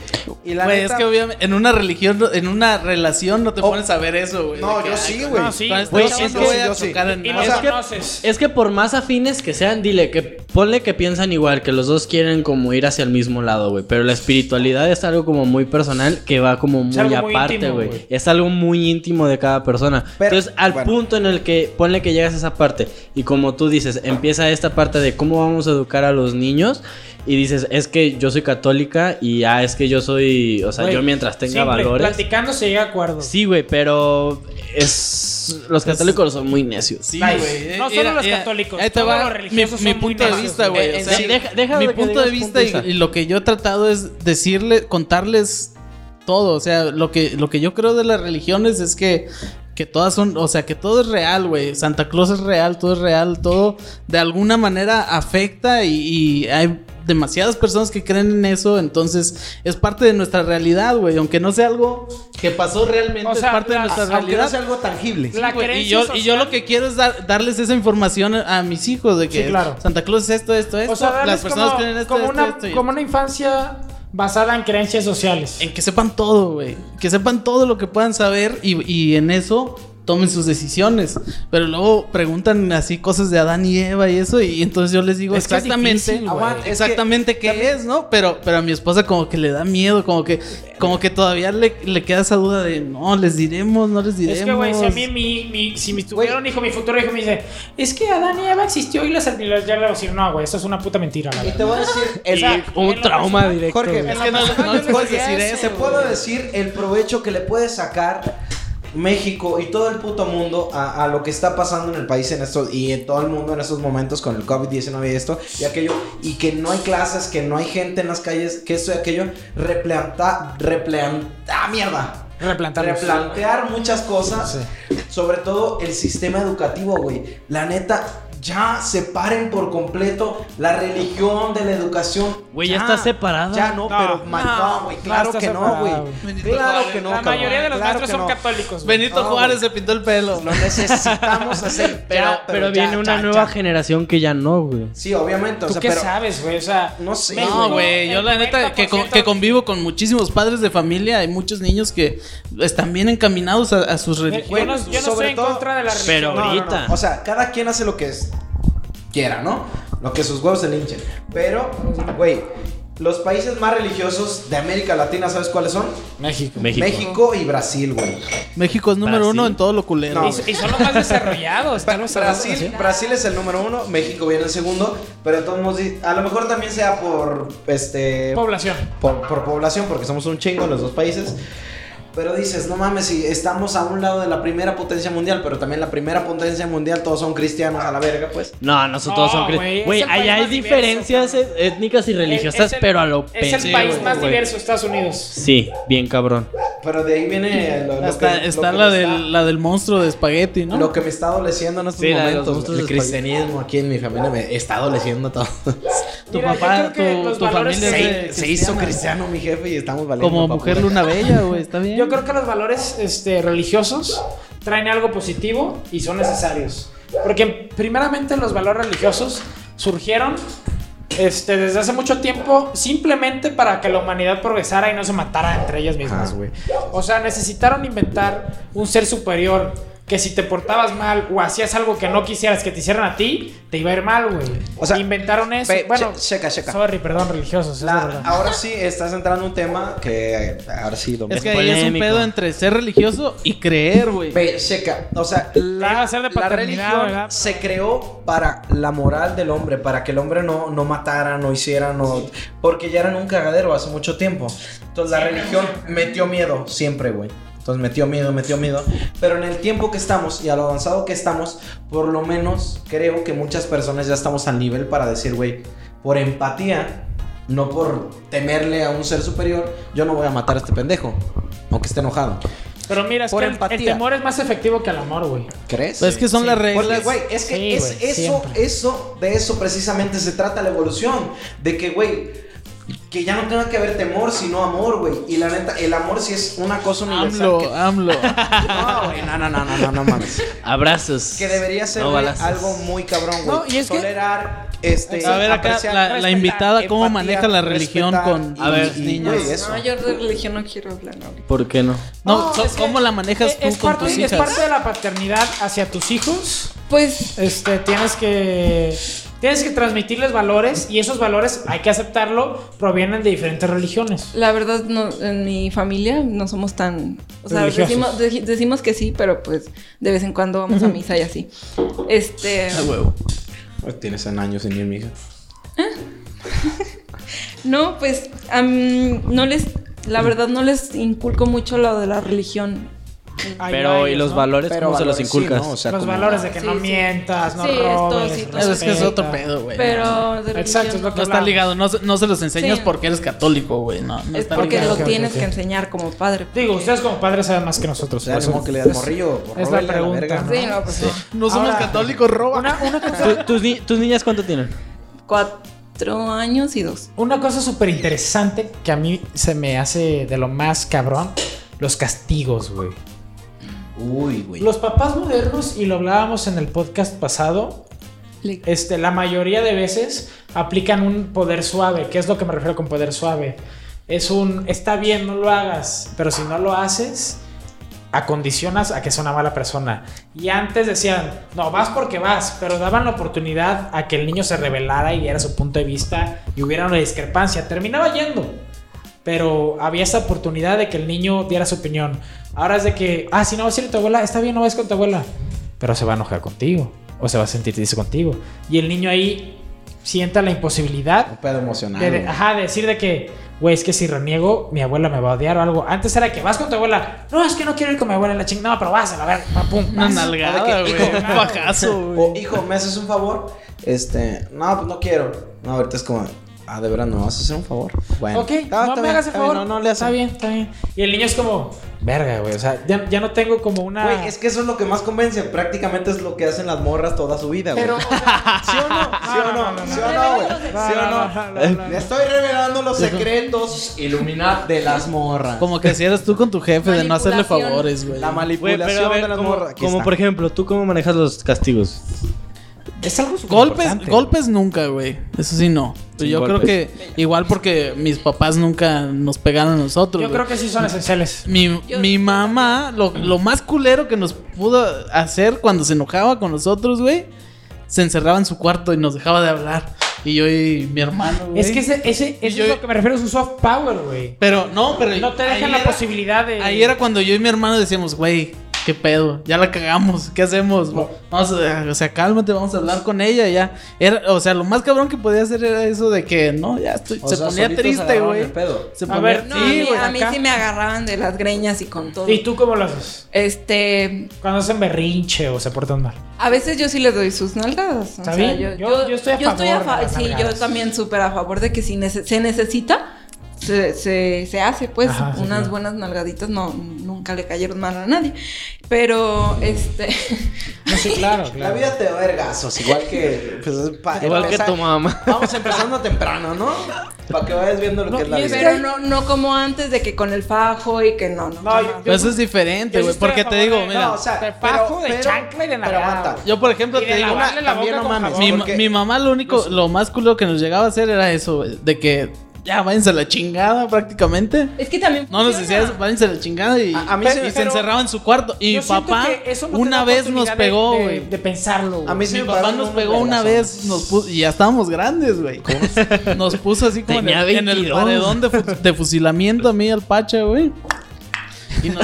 Y la
Güey, es
neta-
que obviamente en una religión, no- en una relación no te
Oh.
pones a ver eso, güey.
No,
de que,
yo
ay,
sí,
con-
güey.
No, sí,
con este
güey,
no
es
me
que-
voy a
yo sí.
chocar en
Y
nada.
los
sea,
conoces.
Es que por más afines que sean, dile que ponle que piensan igual, que los dos quieren como ir hacia el mismo lado, güey. Pero la espiritualidad es algo como muy personal que va como muy
algo muy
aparte,
íntimo,
güey.
güey.
Es algo muy íntimo de cada persona.
Pero-
Entonces, al
bueno.
punto en el que ponle que llegas a esa parte y como tú dices, empieza esta parte de cómo vamos a educar a los niños. Y dices, es que yo soy católica y ah, es que yo soy, o sea,
Güey,
yo mientras tenga
simple,
valores.
Platicando se llega a acuerdo.
Sí, güey, pero es los católicos son muy necios.
Sí,
Nice.
güey.
No solo los católicos,
Ahí te
todos
va
los
mi,
religiosos
mi
son muy
punto de
necios,
vista,
güey.
güey. O
Eh,
sea,
de- deja- deja
mi
de que
punto
digas
de
punto
vista
de
y,
vista.
y lo que yo he tratado es decirle, contarles todo. O sea, lo que, lo que yo creo de las religiones es que, que todas son, o sea, que todo es real, güey. Santa Claus es real, todo es real, todo de alguna manera afecta y, y hay demasiadas personas que creen en eso. Entonces, es parte de nuestra realidad, güey. Aunque no sea algo que pasó realmente,
O sea,
es parte
la-
de nuestra
Aunque no
realidad.
sea algo tangible.
La
Sí, güey, y,
creencia
yo,
social-
y yo lo que quiero es dar- darles esa información a, a mis hijos de que
Sí, claro.
Santa Claus es esto, esto, esto.
O sea, darles
las personas
como,
creen esto,
como
esto,
una,
esto y-
como una infancia basada en creencias sociales.
En que sepan todo, güey. Que sepan todo lo que puedan saber y, y en eso tomen sus decisiones. Pero luego preguntan así cosas de Adán y Eva y eso y entonces yo les digo
Es que es
exactamente,
difícil, güey.
Aguanta, es que
exactamente qué es, ¿no? Pero, pero a mi esposa como que le da miedo, como que, como que todavía le, le queda esa duda de no, les diremos, no les diremos.
Es que, güey, si a mí, mi, mi- si me tuviera un hijo, mi futuro hijo me dice, es que Adán y Eva existió y los servidores ya le voy a decir, no, güey, eso es una puta mentira, la
Y
verdad".
te voy a decir,
Y un trauma directo.
Jorge,
güey.
es
que no- no les puedes decir
Jorge,
eso,
Te
güey.
puedo decir el provecho que le puede sacar México y todo el puto mundo a, a lo que está pasando en el país en estos y en todo el mundo en estos momentos con el COVID-19 y esto y aquello y que no hay clases, que no hay gente en las calles, que esto y aquello replanta replanta ah, mierda.
Replantarnos.
Replantear muchas cosas, sobre todo el sistema educativo, güey. La neta, ya separen por completo la religión de la educación.
Güey, ya está separada.
Ya no,
No,
pero my
no,
God, güey.
no
Claro
está
que no,
separada,
güey.
güey.
Benito
Claro
Juárez.
que no,
La
cabrón.
mayoría de los
Claro
maestros
que
son
no.
católicos. güey.
Benito
No,
Juárez
güey.
se pintó el pelo.
Lo necesitamos hacer, pero,
Ya, pero,
pero ya,
viene una
ya,
nueva
ya.
generación que ya no, güey.
Sí, obviamente, o
¿Tú
sea,
qué
pero
sabes, güey? O sea,
no sé,
México,
No, güey, yo
el
la neta que, con-
90%
que convivo con muchísimos padres de familia, hay muchos niños que están bien encaminados a, a sus
Yo
religiones.
no, yo no estoy
sobre
en
todo-
contra de la religión.
Pero
No, no, no.
ahorita.
O sea, cada quien hace lo que es- quiera, ¿no? Lo que sus huevos se le hinchen. Pero, güey, los países más religiosos de América Latina, ¿sabes cuáles son?
México.
México.
y Brasil, güey.
México es número
Brasil.
uno en todo lo culero.
No.
Y, y son los más desarrollados. tal vez
Brasil,
algunos, ¿eh?
Brasil es el número uno, México viene el segundo, pero de todos modos, di- a lo mejor también sea por este
Población.
por, por población, porque somos un chingo en los dos países. Pero dices, no mames, si estamos a un lado de la primera potencia mundial, pero también la primera potencia mundial, todos son cristianos a la verga, pues.
No, nosotros
No,
son cre-
güey, es
Güey,
el país
allá hay
más diverso,
diferencias
cabrón.
et- étnicas y religiosas,
Es- es el-
pero a lo
Es el
pendejo,
país más
güey.
diverso, Estados Unidos.
Sí, bien cabrón.
Pero de ahí viene lo, lo
Está,
que-
está
lo que
la,
me
del,
está-
la del monstruo de espagueti, ¿no?
Lo que me está adoleciendo en estos
Sí, la de los
momentos.
monstruos
El
espagueti.
cristianismo aquí en mi familia me está adoleciendo todo.
Tu
Mira, yo
papá,
creo que
tu-
los
tu
valores
familia
que-
es de-
Se, se hizo cristiano mi jefe y estamos valiendo.
Como
pa'
mujer
pura
luna bella, güey, está bien.
Yo creo que los valores este, religiosos traen algo positivo y son necesarios. Porque primeramente los valores religiosos surgieron este, desde hace mucho tiempo simplemente para que la humanidad progresara y no se matara entre ellas mismas,
Ajá.
güey. O sea, necesitaron inventar un ser superior que si te portabas mal o hacías algo que no quisieras que te hicieran a ti, te iba a ir mal, güey.
O sea,
inventaron eso.
Ve,
bueno,
che- checa, checa.
sorry, perdón, religiosos, es
La-
la verdad.
ahora sí estás entrando en un tema que ahora sí lo
Es que
Es
ahí es un
polémico.
pedo entre ser religioso y creer, güey.
Ve, checa, o sea,
Iba
la,
a ser de
la
paternidad,
religión
¿verdad?
se creó para la moral del hombre, para que el hombre no, no matara, no hiciera, no... Porque ya eran un cagadero hace mucho tiempo. Entonces la religión metió miedo siempre, güey. Entonces metió miedo, metió miedo. Pero en el tiempo que estamos y a lo avanzado que estamos, por lo menos creo que muchas personas ya estamos al nivel para decir, güey, por empatía, no por temerle a un ser superior, yo no voy a matar a este pendejo, aunque esté enojado.
Pero mira, es
Por
que el- el
empatía.
temor es más efectivo que el amor, güey.
¿Crees?
Pues es que son las
Porque,
reglas.
güey, es que
Sí,
es
güey,
eso,
siempre.
eso, de eso precisamente se trata la evolución. De que, güey, que ya no tenga que haber temor, sino amor, güey. Y la neta, el amor sí es una cosa universal. que-
AMLO, AMLO.
No, güey, no, no, no, no, no, no mames.
Abrazos.
Que debería ser
No
güey,
balazos.
algo muy cabrón, güey.
No, y es que-
Tolerar, este.
A ver acá,
apreciar,
la, la
respetar,
invitada, ¿cómo
empatía,
maneja la religión
respetar
con
y-
A ver,
y-
niños?
güey, eso.
No, yo de religión no quiero hablar ahorita.
¿Por qué no?
No,
No,
so-
es que
¿cómo la manejas
Es-
tú
es
con
parte-
tus
Es parte de
hijas?
la paternidad hacia tus hijos.
Pues
Este, tienes que tienes que transmitirles valores y esos valores hay que aceptarlo provienen de diferentes religiones.
la verdad no, en mi familia no somos tan, o sea,
Religiosos.
decimos, deci- decimos que sí, pero pues de vez en cuando vamos a misa y así. Este,
A huevo.
Pues Tienes 100 años sin ir, mija.
no, pues a mí no les, la verdad no les inculco mucho lo de la religión.
Ahí va
Pero, ¿y
ellos,
los
¿no?
valores
Pero
cómo se los
valores sí,
inculcas?
¿no? O sea,
los
como-
valores de que
Sí,
no
sí.
mientras, no
Sí, es todo,
robes,
sí, todo.
Eso es que es
respeta.
otro pedo, güey.
Pero de religión,
Exacto, es lo
no.
que
No está
hablamos.
ligado, no, se- no se los enseñas
Sí.
porque eres católico, güey. No, no
es
está
porque
ligado.
lo
ok,
tienes
ok.
que enseñar como padre.
Digo,
porque-
ustedes como padres saben más que nosotros.
O sea,
por eso.
como que le das morrillo.
es la
róbele a
pregunta,
verga,
¿no?
Sí, no, pues no.
No somos
Ahora-
católicos, roba.
Una, una cosa
¿Tú- tus, ni- ¿Tus niñas cuánto tienen?
Cuatro años y dos.
Una cosa súper interesante que a mí se me hace de lo más cabrón, los castigos, güey.
Uy, güey.
Los papás modernos, y lo hablábamos en el podcast pasado,
Le-
este, la mayoría de veces aplican un poder suave. ¿Qué es lo que me refiero con poder suave? Es un, está bien, no lo hagas, pero si no lo haces, acondicionas a que sea una mala persona. Y antes decían, no, vas porque vas, pero daban la oportunidad a que el niño se rebelara y diera su punto de vista y hubiera una discrepancia. Terminaba yendo, pero había esa oportunidad de que el niño diera su opinión. Ahora es de que, ah, si no vas a ir a tu abuela, está bien, no vas con tu abuela, pero se va a enojar contigo o se va a sentir triste contigo. Y el niño ahí sienta la imposibilidad
Un pedo emocional.
de, de-
güey.
ajá, de decir de que, güey, es que si reniego, mi abuela me va a odiar o algo. Antes era que vas con tu abuela. No, es que no quiero ir con mi abuela en la chingada, pero vas a la verga. pa, Pum,
Una
vas.
nalgada,
¿De qué?
güey. Un bajazo,
O,
güey.
hijo, ¿me haces un favor? Este, no, pues no quiero. No, ahorita es como, ah, de verdad, ¿no vas a hacer un favor? Bueno,
Ok,
Está-
no
está
me
bien,
hagas el
está bien,
favor.
no, no le haces.
está bien, está bien. Y el niño es como, verga, güey. O sea, ya, ya no tengo como una.
Güey, es que eso es lo que más convence. Prácticamente es lo que hacen las morras toda su vida, güey.
Pero. Ah,
¿Sí o no? ¿Sí o no? ¿Sí o no, güey? ¿Sí o no? Le estoy revelando los secretos Illuminati de las morras.
Como que si eras tú con tu jefe de no hacerle
Manipulación.
favores, güey.
La
Güey,
manipulación
pero a ver,
de las
como,
morras. Aquí
como
está.
por ejemplo, ¿tú cómo manejas los castigos?
Es algo súper
Golpes,
importante.
golpes nunca, güey. Eso sí no.
Sin
Yo creo
golpes.
que igual porque mis papás nunca nos pegaron a nosotros.
Yo
güey.
creo que sí son esenciales.
Mi,
Yo-
mi mamá, lo, lo más culero que nos pudo hacer cuando se enojaba con nosotros, güey, se encerraba en su cuarto y nos dejaba de hablar. Y yo y mi hermano, güey.
Es que ese, ese,
Y
eso
yo-
es lo que me refiero, es un soft power, güey.
Pero no, pero.
No te dejan
ahí
la
era-
posibilidad de.
Ahí era cuando yo y mi hermano decíamos, güey, qué pedo, ya la cagamos, ¿qué hacemos? Vamos a, o sea, cálmate, vamos a hablar con ella, ya. Era, o sea, lo más cabrón que podía hacer era eso de que, no, ya estoy,
O
se
sea,
ponía
solitos
triste,
agarraron
güey.
el pedo.
Se
A
ponía-
ver,
No,
Sí,
a mí,
güey,
a mí
acá.
sí me agarraban de las greñas y con todo.
¿Y tú cómo lo haces?
Este,
Cuando hacen berrinche o se portan mal.
a veces yo sí les doy sus nalgadas. O
Está
sea,
bien. Yo- yo estoy a favor de
fa-
las
sí, yo
nalgadas.
también súper a favor de que si nece- se necesita, se, se- se hace, pues,
Ajá, sí,
unas
claro.
buenas nalgaditas no, nunca le cayeron mal a nadie. Pero, este,
No, sí, claro,
La
claro.
vida te da vergazos, igual que. pues, es pa-
Igual que
empezar-
tu mamá.
Vamos empezando temprano, ¿no? Para que vayas viendo lo
No,
que es la
y es
vida.
que-
pero no, no como antes de que con el fajo y que no, no.
No,
jamás.
yo-
Pero eso es diferente,
Yo sí
güey.
estoy a
Porque te
favor
digo,
de-
mira.
No, o sea,
de fajo, de
pero-
chancla y de
pero
nalgada.
aguanta.
yo, por ejemplo,
Y de
te digo.
lavarle la
también
boca
no
con
mames,
jabón.
Mi,
porque-
mi mamá lo único, lo más culo que nos llegaba a hacer era eso, güey, de que ya váyanse a la chingada prácticamente.
Es que también.
No nos
funciona.
decía eso, váyanse a la chingada y,
A- a mí
y
sí-
se
pero-
encerraba en su cuarto. Y
Yo
mi
siento
papá
que eso no te da
una vez nos
oportunidad de-
pegó,
de-
güey.
De, pensarlo, güey.
A mí sí
Mi
me
papá
pagaron
nos
un
pegó una
vergazo.
vez, nos puso, y ya estábamos grandes, güey. Nos puso así como en
Tenía
el, en el
22.
paredón de, fu- de fusilamiento a mí y al Pacha, güey. Y nos,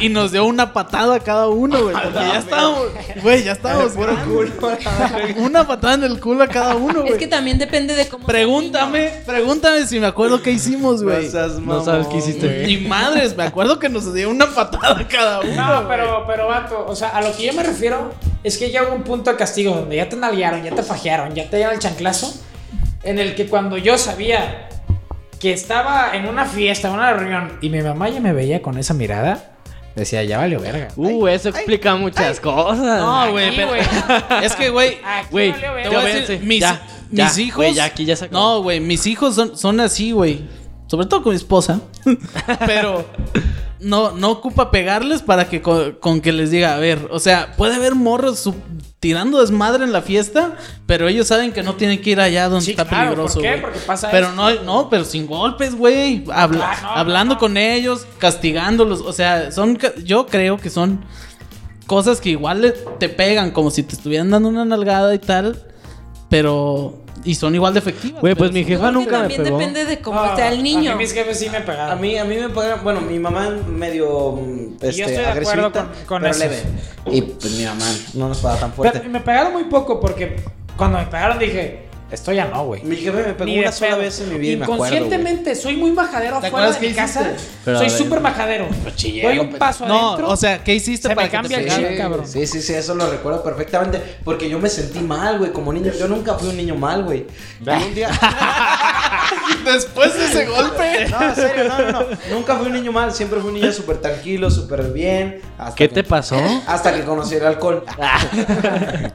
y nos dio una patada a cada uno, güey. Porque ya estábamos, güey, ya estábamos. grandes. Una patada en el culo a cada uno, güey.
Es que también depende de cómo. sea el niño.
Pregúntame, pregúntame si me acuerdo qué hicimos, güey.
No sabes qué hiciste.
Ni madres, me acuerdo que nos dio una patada cada uno.
No, pero, pero vato, o sea, a lo que yo me refiero es que llega un punto de castigo donde ya te nalguearon, ya te fajearon, ya te dieron el chanclazo, en el que cuando yo sabía que estaba en una fiesta, en una reunión, y mi mamá ya me veía con esa mirada, decía, ya valió verga.
Uh, eso explica muchas cosas.
No, güey,
Aquí,
pero-
güey.
es que, güey,
Aquí
Güey,
valió
te
te
verga.
voy a
Véanse,
decir, mis,
ya,
mis
ya,
hijos.
güey, ya aquí ya se acabó.
No, güey, mis hijos son, son así, güey. Sobre todo con mi esposa. Pero no, no ocupa pegarles para que co- con, que les diga, a ver, o sea, puede haber morros su- tirando desmadre en la fiesta, pero ellos saben que no tienen que ir allá donde
Sí,
está
claro,
peligroso.
¿por qué?
güey.
Porque pasa
pero
esto,
no, no, pero sin golpes, güey. Habla-
Ah, no,
hablando
no, no.
con ellos, castigándolos. O sea, son ca- yo creo que son cosas que igual le- te pegan, como si te estuvieran dando una nalgada y tal, pero. Y son igual de efectivas.
Güey,
pero
pues mi
sí.
Yo
jefa
creo que
nunca me
también
pegó.
depende de cómo
Ah,
sea el
A
niño.
mí mis jefes sí me
A
pegaron.
mí, a mí me pagaron, bueno, mi mamá medio mm, este,
estoy de acuerdo
agresivita,
con- con
pero
eso.
leve. Y pues mi mamá no nos pagaba tan fuerte.
Pero me pegaron muy poco porque cuando me pegaron dije, esto ya no, güey.
mi jefe me pegó
Ni de
una sola
pedo.
vez en mi vida y me acuerdo. güey.
Inconscientemente soy muy majadero
¿Te
afuera
acuerdas
de mi
qué
casa.
Pero
soy
adentro.
súper majadero. Doy un paso
No,
adentro.
o sea, ¿qué hiciste
se me
para que
cambia
te
el
pegaran?
chip. cabrón.
Sí, sí, sí, eso lo recuerdo perfectamente. Porque yo me sentí mal, güey, como niño. Yo nunca fui un niño mal, güey. Y un día.
Después de ese golpe.
No, en serio, no, no, no. Nunca fui un niño mal. Siempre fui un niño súper tranquilo, súper bien. hasta
¿Qué
que-
te pasó?
Hasta que conocí el alcohol.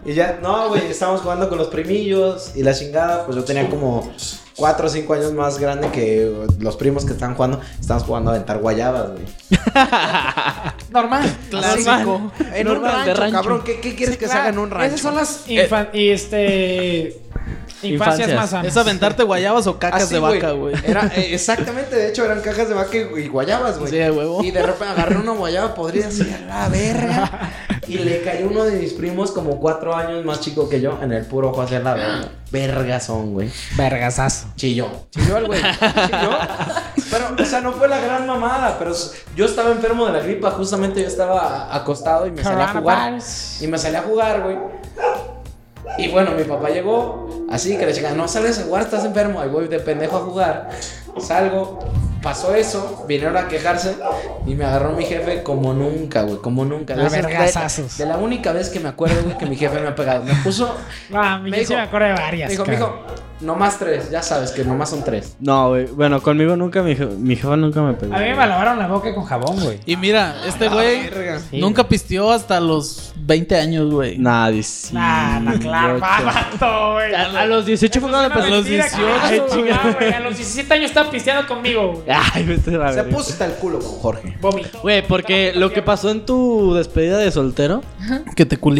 y ya, no, güey, estábamos jugando con los primillos y la chingada, pues yo tenía como 4 o 5 años más grande que los primos que estaban jugando. Estábamos jugando a aventar guayabas, güey.
normal.
Clásico.
En un
Normal, de
rancho,
rancho.
cabrón, ¿qué, qué quieres que se haga en un rancho?
Esas son las infan- y este, infancias
Eh. Infancias.
más sanas.
Es aventarte guayabas o cacas
Así,
de vaca, güey.
Era, eh, exactamente, de hecho eran cajas de vaca y, y guayabas, güey.
Sí, de huevo.
Y de repente agarré una guayaba podrida así a la verga. Y le cayó uno de mis primos como cuatro años más chico que yo en el puro ojo hacia la verga. Vergazón, güey.
Vergasazo.
Chilló. Chilló el güey. Chilló. Pero, o sea, no fue la gran mamada, pero s- yo estaba enfermo de la gripa. Justamente yo estaba acostado y me salí a jugar.
Coronavirus.
Y me salí a jugar, güey. Y bueno, mi papá llegó así que le chica, no sales a jugar, estás enfermo. Ahí voy de pendejo a jugar. Salgo, pasó eso, vinieron a quejarse y me agarró mi jefe como nunca, güey, como nunca.
A
esas-
vergazazos.
de la única vez que me acuerdo, güey, que mi jefe me ha pegado. Me puso,
No, a mí
Me
yo sí
dijo-
me acuerdo de varias.
me dijo,
cabrón.
mijo, nomás tres, ya sabes que nomás son tres.
No, güey. Bueno, conmigo nunca, mi, je- mi jefa nunca me pegó.
A mí me lavaron la boca con jabón, güey.
Y mira, este güey
Sí.
nunca pisteó hasta los 20 años, güey.
Nah, 18.
Nah, nah, Ah, claro, vato, güey.
A, a pues, los 18 fue cuando
Una
me pegó.
mentira,
mentira, los
cabrón,
18,
su mamá,
güey.
güey. A los 17 años estaba pisteando conmigo, güey.
Ay, me estoy la
Se
verga.
puso hasta el culo con Jorge.
Vomitó.
Güey, porque lo que pasó en tu despedida de soltero.
Que te culiaste.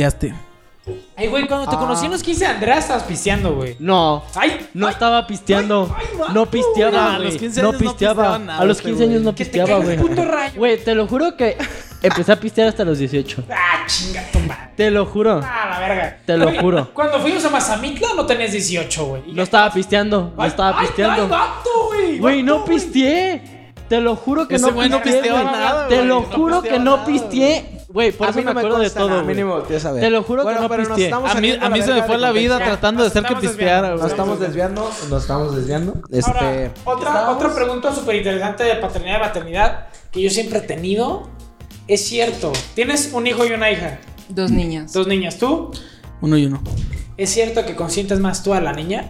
Ay, güey, cuando te conocí en los 15, Andrea estabas pisteando, güey.
No.
Ay,
No estaba pisteando.
ay, vato,
No
güey.
pisteaba,
A los
güey.
15
No
años no pisteaba
pisteaba.
nada,
A los
este
15 años
güey.
no
que te cae
pisteaba,
un
güey.
puto rayo.
Güey, te lo juro que empecé a pistear hasta los 18.
Ah, chinga tu madre.
Te lo juro.
Ah, la verga.
Te lo
Güey,
juro.
Cuando fuimos a Mazamitla no tenías 18, güey.
No estaba pisteando. No
Ay,
estaba
ay,
pisteando.
Ay, vato, güey.
Güey, no
vato, güey.
pisteé. Te lo juro que
Ese
no
güey
pisteé.
no pisteaba
güey.
nada,
Te
güey.
lo
No
juro que
pisteaba
no
nada,
pisteé. Güey, por
A
eso
mí no
me acuerdo de
consta nada,
todo,
a mí ni me
güey.
voltees a ver.
Te lo juro que
Bueno,
no
pero nos
pisteé.
estamos
A mí,
saliendo
a mí
la
se me
verga
fue
de
la vida
contexto.
tratando de hacer que
Estamos
pisteara,
Nos
güey.
estamos desviando, nos estamos desviando. Este,
Ahora, otra,
¿estábamos?
otra pregunta súper interesante de paternidad y maternidad que yo siempre he tenido. Es cierto, tienes un hijo y una hija,
Dos niñas.
dos niñas. ¿Tú?
Uno y uno.
¿Es cierto que consientes más tú a la niña?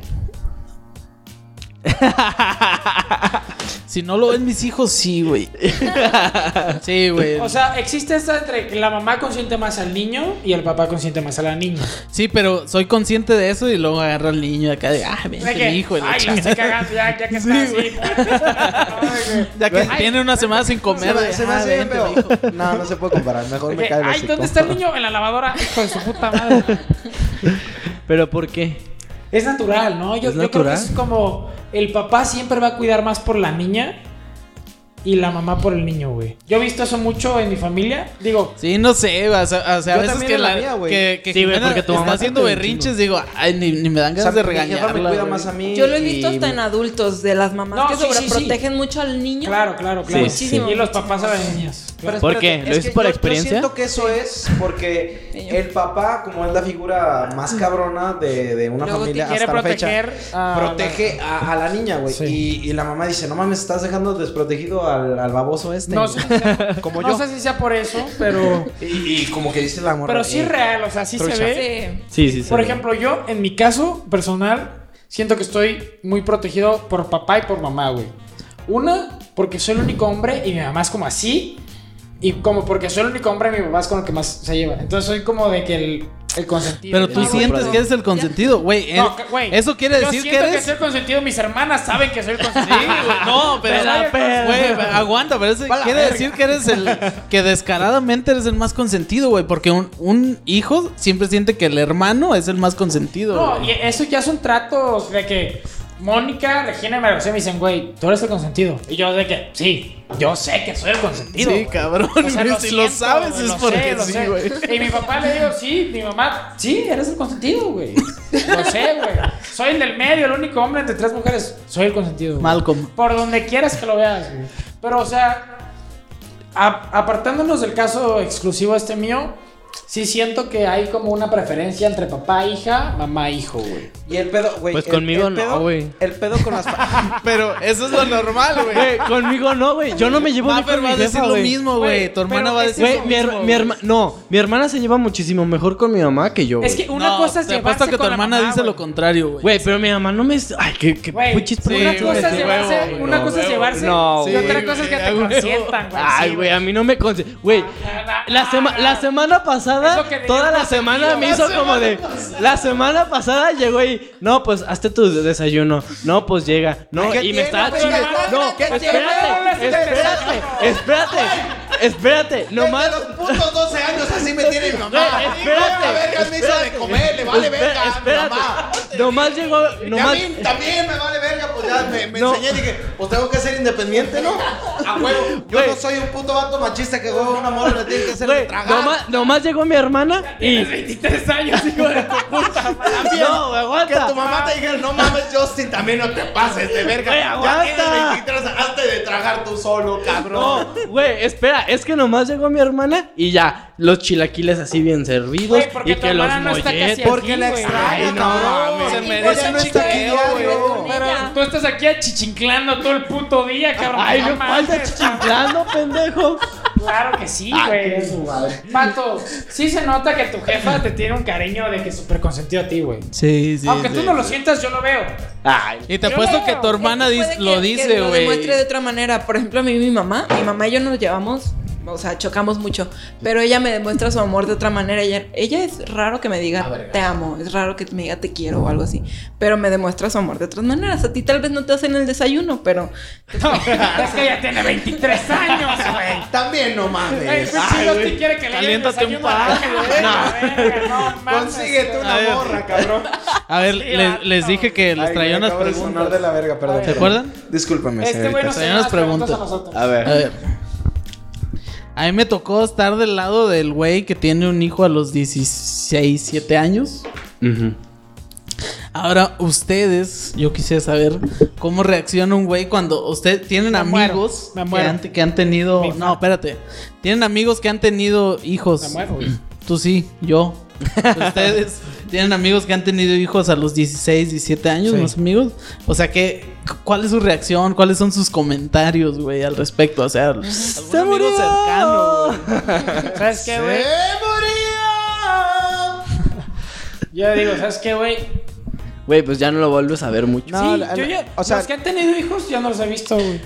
Si no lo ven mis hijos, sí, güey. Sí, güey.
O sea, existe esta entre que la mamá consiente más al niño y el papá consiente más a la niña.
Sí, pero soy consciente de eso y luego agarro al niño de acá de, ah,
De
ven,
que,
mi hijo. y la
Ay, la
chingada".
estoy cagando ya, ya que está así. Ay, güey.
Ya que tiene una semana sin comer.
me-
de,
me
"Ah,
hace
vente,
feo.
mi hijo".
No, no se puede comparar. Mejor me
Que,
cae el
Ay,
hocico.
¿dónde está el niño? En la lavadora. Hijo de su puta madre.
¿Pero por qué?
Es natural, ¿no? Yo,
Es
yo creo que
natural.
es como el papá siempre va a cuidar más por la niña y la mamá por el niño, güey. Yo he visto eso mucho en mi familia. Digo,
Sí, no sé, o sea, o sea, a
Yo
veces
también
que
en la
la,
mía, güey.
que, que
Sí, güey,
Jimena
porque tu mamá
está haciendo
canta un
berrinches, digo, ay, ni, ni me dan
O sea,
ganas de
mi jefa me
regañarla.
cuida
güey.
más a mí.
Yo lo he visto
y-
hasta en adultos, de las mamás
No,
que
sí, sí, sí.
sobreprotegen mucho al niño.
claro, claro, claro.
Sí, sí.
Y los papás a las niñas.
Pero
Claro.
¿Por
espérate,
qué?
es
¿Lo dices
que
por
yo-
experiencia?
Yo siento que eso es porque el papá, como es la figura más cabrona de, de una
Luego te
familia
Mm. Quiere
hasta la fecha,
proteger
Ah,
a
protege a, a la niña, güey.
Sí.
Y, y la mamá dice, no mames, estás dejando desprotegido al, al baboso este.
No sé, si sea-
Como
no
yo.
sé si sea por eso, pero,
Y, y como que dice la morra.
pero sí
eh,
es real, o sea, sí se
Trucha.
ve.
Sí.
Sí, sí, sí.
Por ejemplo, yo, en mi caso personal, siento que estoy muy protegido por papá y por mamá, güey. Una, porque soy el único hombre y mi mamá es como así. Y como porque soy el único hombre, mi papá es con el que más se lleva. Entonces soy como de que el, el consentido.
Pero tú
No, güey,
sientes
no.
que eres el consentido, güey.
No,
eh,
que- güey,
Eso quiere
yo
decir que
siento que
eres.
soy el consentido. Mis hermanas saben que soy el consentido.
Sí, güey, No, pero
Pero la
la-
perra.
güey, aguanta, pero eso
Pa' la
quiere
verga.
decir que eres el que descaradamente eres el más consentido, güey, porque un, un hijo siempre siente que el hermano es el más consentido.
No,
güey.
y eso ya son tratos de que Mónica, Regina y María José me dicen, güey, tú eres el consentido. Y yo de que, sí, yo sé que soy el consentido.
Sí,
güey".
cabrón.
O sea,
si
siento,
lo sabes
güey,
es
lo sé,
porque
lo
sí,
sé.
güey.
Y mi papá le digo, sí, mi mamá, sí, eres el consentido, güey. Lo sé, güey. Soy el del medio, el único hombre entre tres mujeres. Soy el consentido. güey.
Malcolm.
Por donde quieras que lo veas, güey. Pero, o sea, a- apartándonos del caso exclusivo este mío, sí siento que hay como una preferencia entre papá, e hija, mamá, hijo, güey.
Y el pedo, güey.
Pues
el-
conmigo
el
no,
pedo-
güey.
El pedo con las... fa-
Pero eso es lo normal, güey.
Güey, conmigo no, güey. Yo no me llevo bien
Maffer
con mi
va a decir
jefa,
lo
güey.
mismo,
Güey,
güey. Tu hermana
pero
va a
es
decir
Güey,
lo
mi, her-
mismo,
mi
güey.
herma- no, mi hermana se lleva muchísimo mejor con mi mamá que yo.
Es
güey.
que una
No,
cosa es
te apuesto
llevarse
que tu
con la
hermana
mamá,
dice lo
güey.
contrario, güey.
Güey, pero mi mamá no me. Ay, qué, qué
Güey,
puchis
sí,
una
problemas,
cosa es
güey,
llevarse,
huevo,
una
no,
cosa es
huevo.
llevarse
No,
y otra
güey,
cosa es que
a
te
huevo.
consientan, güey.
Ay,
sí,
güey, a mí no me conce... Güey, la, sema- la semana pasada,
Eso que
toda la
digas,
semana me
la
hizo
semana
como de... La semana pasada llegó y... No, pues, hazte tu desayuno. No, pues, llega. No,
¿qué
y
tiene,
me estaba
güey?
chingando.
¿Qué
No,
tiene?
espérate,
Hablas de
espérate, espérate, espérate. Nomás...
Desde los putos 12 años así me tiene mi mamá.
Güey, espérate,
Una verga me hizo de
espérate.
comer, le vale verga a mi
Espérate,
mamá.
nomás llegó...
Y a
Nomás...
mí también me vale verga, pues ya me, me
No.
enseñé y dije, pues tengo que ser independiente, ¿no? A huevo. Yo
Güey.
no soy un puto vato machista que huevo una morra le tiene que hacer
Güey,
tragar.
nomás, nomás llegó mi hermana y...
23 años, hijo de tu puta madre.
No, güey, aguanta.
Tu mamá te dijo, no mames, Justin, también no te pases de verga.
Güey,
ya tienes
aguanta.
23, hazte de tragar tú solo, cabrón.
No, güey, espera, es que nomás llegó mi hermana y ya, los chilaquiles así bien servidos
Güey, porque
y
tu
que los
hermana no está
molletes.
casi
Por-
Porque la
güey.
extraña,
Ay, no
cabrón.
Ah,
mames.
Se
Y
merece
ella
un
no está aquí
chiqueo,
diario.
güey.
Pero
Ella.
tú estás aquí achichinclando todo el puto día, cabrón.
Ay, no
mames,
falta chichiflando, pendejo.
Claro que sí, güey. Pato, sí se nota que tu jefa te tiene un cariño de que súper consentido a ti, güey.
Sí, sí.
Aunque
sí.
tú no lo sientas, yo lo veo.
Ay,
Y te
Yo
apuesto
lo
Pues que
veo.
tu hermana
Es que
dis-
puede
lo
que- que
dice,
Lo
güey.
demuestre de otra manera. Por ejemplo, a mí mi mamá, mi mamá y yo nos llevamos, o sea, chocamos mucho, pero ella me demuestra su amor de otra manera. Ella, ella es raro que me
Ah,
diga te amo, es raro que me diga te quiero o algo así, pero me demuestra su amor de otras maneras. A ti tal vez no te hacen el desayuno, pero
es que ella tiene 23 años, güey.
También no
Ey, pues,
mames.
si no te quiere que le lleven
Caliéntate un
desayuno a la verga, No, mames,
Consíguete
güey.
una morra, cabrón.
A ver,
Sí,
les,
vato.
les dije que les
Ay,
traía
me
unas
acabo de sonar
preguntas.
de la verga, perdón.
¿Se
perdón.
acuerdan?
Discúlpame,
Este güey
señorita.
nos
Señoras
hace más preguntas
preguntas.
a nosotros.
A
A
ver.
ver. A mí me tocó estar del lado del güey que tiene un hijo a los 16, 7 años. Ahora, ustedes, yo quisiera saber cómo reacciona un güey cuando ustedes tienen
Me muero,
amigos
me muero.
Que, han, que han tenido.
Mi fa-
No, espérate. Tienen amigos que han tenido hijos.
Me muero, güey.
Tú sí, yo. Ustedes tienen amigos que han tenido hijos a los 16, 17 años,
Sí.
más amigos. O sea, que, ¿cuál es su reacción? ¿Cuáles son sus comentarios, güey, al respecto? O sea, algún amigo
murió!
cercano. güey.
¿Sabes qué,
"¡Eh,
güey? Yo digo, ¿sabes qué, güey?
Güey, pues ya no lo vuelves a ver mucho.
No,
sí,
la-
yo
la-
ya,
o sea-
los que han tenido hijos ya no los he visto, güey.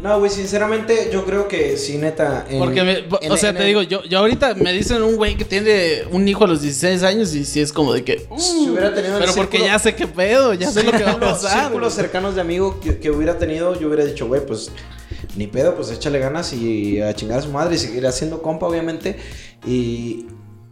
No, güey, sinceramente yo creo que sí, neta. en-
Porque, me-
en-
o sea,
en
te
el-
digo, yo, yo ahorita me dicen un güey que tiene un hijo a los 16 años y sí es como de que. uh,
Si hubiera tenido el
pero porque
círculo-
ya sé qué pedo, ya sé lo que va a
Los
pasar.
círculos cercanos de amigo que, que hubiera tenido, yo hubiera dicho, güey, pues ni pedo, pues échale ganas y a chingar a su madre y seguir haciendo compa, obviamente. Y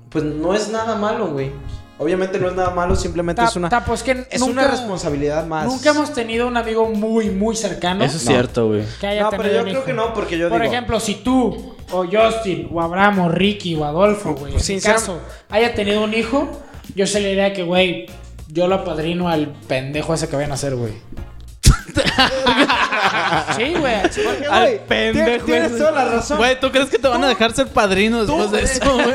pues no es nada malo, güey. Obviamente no es nada malo, simplemente
Ta-
es una,
ta, pues que
es
nunca,
una responsabilidad más.
nunca hemos tenido un amigo muy, muy cercano.
Eso es cierto, güey.
que haya
No, pero yo
tenido un
creo
hijo.
que no, porque yo
Por
digo.
ejemplo, si tú, o Justin, o Abraham, o Ricky, o Adolfo, güey, en mi
sinceram-
caso, haya tenido un hijo, yo se le diría que, güey, yo lo apadrino al pendejo ese que vayan a hacer, güey. sí, güey.
Al pendejo.
Tienes
ese.
toda la razón.
Güey, ¿tú crees que te van a dejar ser padrino después de eso, güey?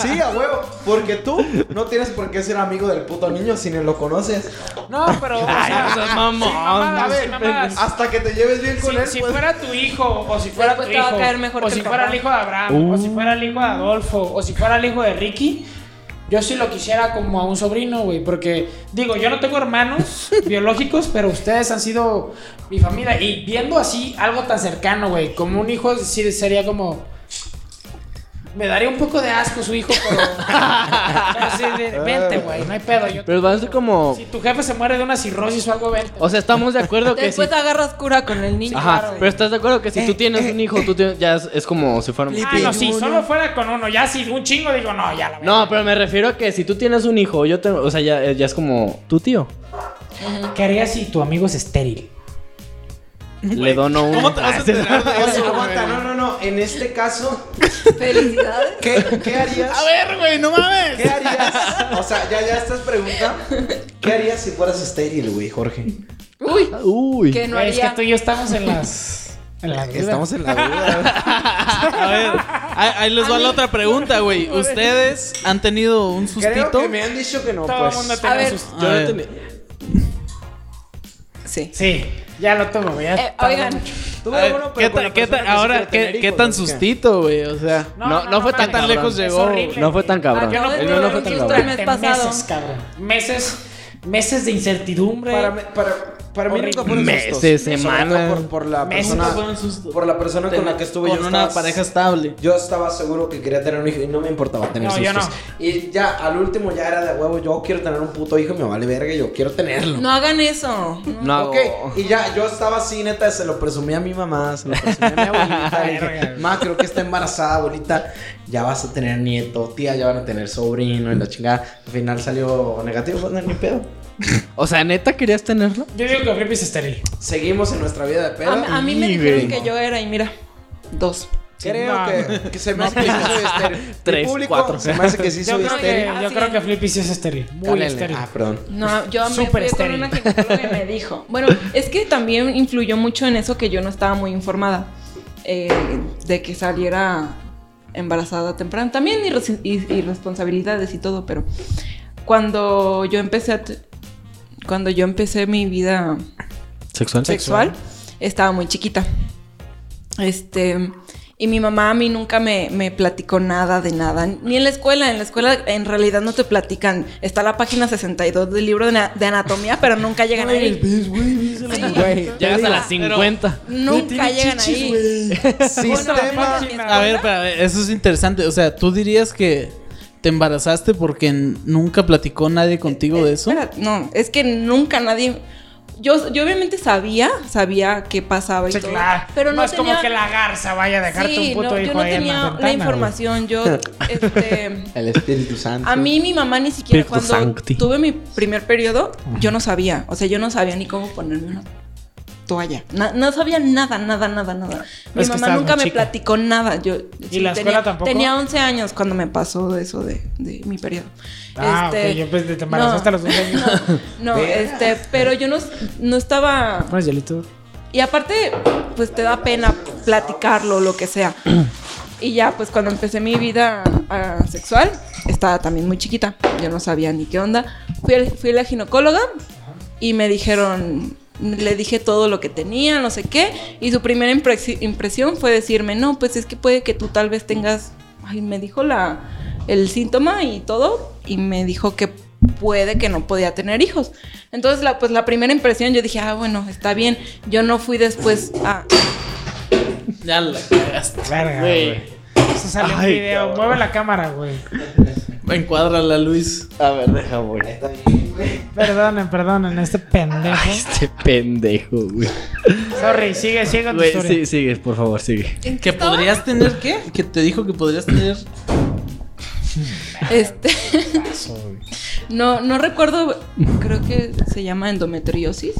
Sí, a huevo. Porque tú no tienes por qué ser amigo del puto niño si ni lo conoces.
No, pero. o
Ay,
sea,
no seas mamón.
sí, mamadas,
A
sí,
ver,
mamadas.
hasta que te lleves bien con
Si,
él,
si
pues,
fuera tu hijo, o si fuera tu
Después te va a
hijo,
caer mejor
o
que
si
el
fuera el
papá.
hijo de Abraham, o si fuera el hijo de Adolfo, o si fuera el hijo de Ricky, yo sí lo quisiera como a un sobrino, güey, porque digo, yo no tengo hermanos biológicos, pero ustedes han sido mi familia y viendo así algo tan cercano, güey, como un hijo sí sería como me daría un poco de asco su hijo, pero, pero sí, de- vente, güey, no hay pedo. Yo
Pero va a ser como.
si tu jefe se muere de una cirrosis o algo, vente.
O sea, estamos de acuerdo que si.
Después agarras cura con el niño.
Ajá,
claro,
pero estás de acuerdo que si tú tienes un hijo, tú tienes- ya es, es como si fuera un.
Ah, no, si solo fuera con uno, ya si un chingo digo, no, ya la
No, pero me refiero a que si tú tienes un hijo, yo tengo, o sea, ya, ya es como tu tío.
¿Qué harías si tu amigo es estéril?
Le dono un. Ah,
¿Cómo te vas a enterar de
Oye,
eso,
aguanta,
güey?
no, no, no. En este caso,
güey. Felicidades.
¿qué, qué harías?
A ver, güey, no mames.
¿Qué harías? O sea, ya, ya estás pregunta. ¿Qué harías si fueras estéril, güey, Jorge?
Uy,
Uy.
que no
Güey, es que
haría.
tú y yo estamos en las. pues En la duda.
en la duda.
A ver, ahí, ahí les va la otra pregunta, güey. ¿Ustedes han tenido un
Creo
sustito?
que me han dicho que no,
Todo
pues.
el mundo
A
tiene
ver.
sus.
A
Yo no
ver.
tenía-
Sí.
Sí, ya lo tengo, güey. ya
Eh,
tardo
oigan,
mucho.
Tuve
A ver,
uno, pero
¿qué
con
ta-
la
qué ta-
persona que sí
ahora,
quiere
¿qué,
tener
qué
hijos,
tan
es que-
sustito, güey? O sea, no, no, fue tan, tan
cabrón.
lejos
Es
llegó.
horrible.
No fue tan cabrón.
Yo no
El
pude
mío no fue tan
dormir
durante
cabrón.
el mes
durante
pasado.
Meses, cabrón. Meses, meses de incertidumbre.
Para, mí- para, para mí nunca fueron
Meses,
sustos. Sobre todo
semanas.
Por, por la
Meses
persona,
fueron sustos.
por la persona con la que estuve
Con
yo
una
estaba-
pareja estable.
Yo estaba seguro que quería tener un hijo y no me importaba tener
No, yo
sustos.
no.
Y ya, al último ya era de huevo, yo quiero tener un puto hijo, me vale verga, yo quiero tenerlo.
No hagan eso.
No hago-
Ok, y ya yo estaba así, neta, se lo presumí a mi mamá, se lo presumí a mi abuelita. le dije, Ma, creo que está embarazada, abuelita. Ya vas a tener nieto, tía, ya van a tener sobrino y la chingada. Al final salió negativo, pues no, ni pedo.
O sea, neta querías tenerlo.
Yo digo que Felipe es estéril.
Seguimos en nuestra vida de pedo.
A, a mí me
Sí,
dijeron
güey.
que yo era y mira, dos.
Creo
No.
que, que se me hace que sí
pues,
soy estéril. Mi
Tres,
público
cuatro.
Se me hace que sí
Yo
soy
creo, que,
estéril.
Ah,
yo
sí.
creo que Felipe sí es estéril. Muy
Cállenle.
estéril.
Ah, perdón.
No, yo me
Súper
fui con
estéril.
una ginecóloga y me dijo. Bueno, es que también influyó mucho en eso que yo no estaba muy informada eh, de que saliera embarazada temprano. También irres- y- irresponsabilidades y todo, pero cuando yo empecé a t- cuando yo empecé mi vida
Sexual.
sexual, estaba muy chiquita. Este, y mi mamá a mí nunca me, me platicó nada de nada, ni en la escuela. En la escuela en realidad no te platican. Está la página 62 del libro de, na- de anatomía, pero nunca llegan ahí.
Llegas a las 50.
Nunca llegan ahí.
Sistema.
Bueno,
A ver, pero a ver, eso es interesante. O sea, ¿tú dirías que te embarazaste porque n- nunca platicó nadie contigo de eso?
Espera, no, es que nunca nadie... Yo, yo obviamente sabía, sabía qué pasaba y
Sí,
todo,
claro.
pero no
es
tenía-
como que la garza vaya a dejarte
Sí,
un puto
no,
hijo
yo no
ahí en
tenía
la
la,
ventana.
información, yo este
El Espíritu Santo.
A mí mi mamá ni siquiera
Espíritu
cuando
Sancti.
tuve mi primer periodo, yo no sabía, o sea, yo no sabía ni cómo ponerme una toalla. Na- no sabía nada, nada, nada, nada. Mi
Es que
mamá
estabas
nunca
muy
me
chica.
platicó nada. Yo sí,
la escuela
tenía,
tampoco?
Tenía 11 años cuando me pasó eso de, de mi periodo.
Ah,
Este,
ok, yo pues te embarazaste
no,
a los 12 años.
No, este, pero yo no, no estaba
¿Pones hielito?
y aparte, pues te da pena platicarlo, lo que sea. Y ya, pues cuando empecé mi vida ah, sexual, estaba también muy chiquita. Yo no sabía ni qué onda. Fui, al- fui a la ginecóloga y me dijeron, le dije todo lo que tenía, no sé qué. Y su primera impresi- impresión fue decirme, no, pues es que puede que tú tal vez tengas... Ay, me dijo la, el síntoma y todo. Y me dijo que puede que no podía tener hijos. Entonces, la, pues la primera impresión yo dije, ah, bueno, está bien. Yo no fui después a,
Ya la cagaste.
Verga,
Güey.
güey. Eso sale un
Ay,
video. Mueve la cámara, güey.
Encuádrala, Luis.
A ver, deja volar.
Está bien, güey.
Perdonen, perdonen, este pendejo.
Ay, este pendejo, güey.
Sorry, sigue, sigue con tu
Güey,
historia.
sí, sigue, por favor, sigue.
¿En qué
¿Que
estaba?
podrías tener qué? Que te dijo que podrías tener.
Este. no, no recuerdo, creo que se llama endometriosis,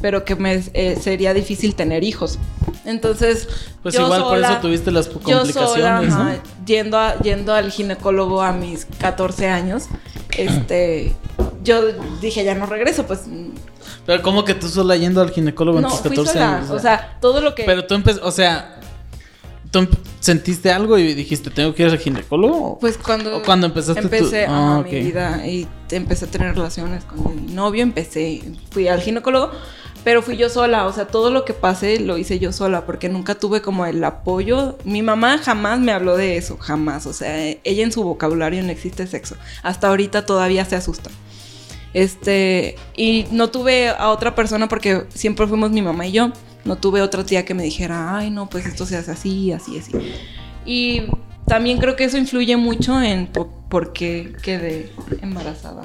pero que me eh, sería difícil tener hijos. Entonces,
Pues
yo
igual por
sola-
eso tuviste las
yo
complicaciones,
sola, ajá,
¿no?
yendo, a- yendo al ginecólogo a mis 14 años, este, yo dije, ya no regreso, pues
Pero como que tú sola yendo al ginecólogo en
no,
tus
fui
14
sola.
años.
O sea, todo lo que...
Pero tú empezaste, o sea, tú em- sentiste algo y dijiste, tengo que ir al ginecólogo.
Pues cuando,
¿O cuando empezaste tú?
empecé
Ah,
ajá,
ok.
mi vida y te- empecé a tener relaciones con mi novio, empecé, fui al ginecólogo, pero fui yo sola, o sea, todo lo que pasé lo hice yo sola porque nunca tuve como el apoyo. Mi mamá jamás me habló de eso, jamás, o sea, eh, ella en su vocabulario no existe sexo. Hasta ahorita todavía se asusta. Este, y no tuve a otra persona porque siempre fuimos mi mamá y yo. No tuve otra tía que me dijera, ay, no, pues esto se hace así, así, así. Y también creo que eso influye mucho en po- por qué quedé embarazada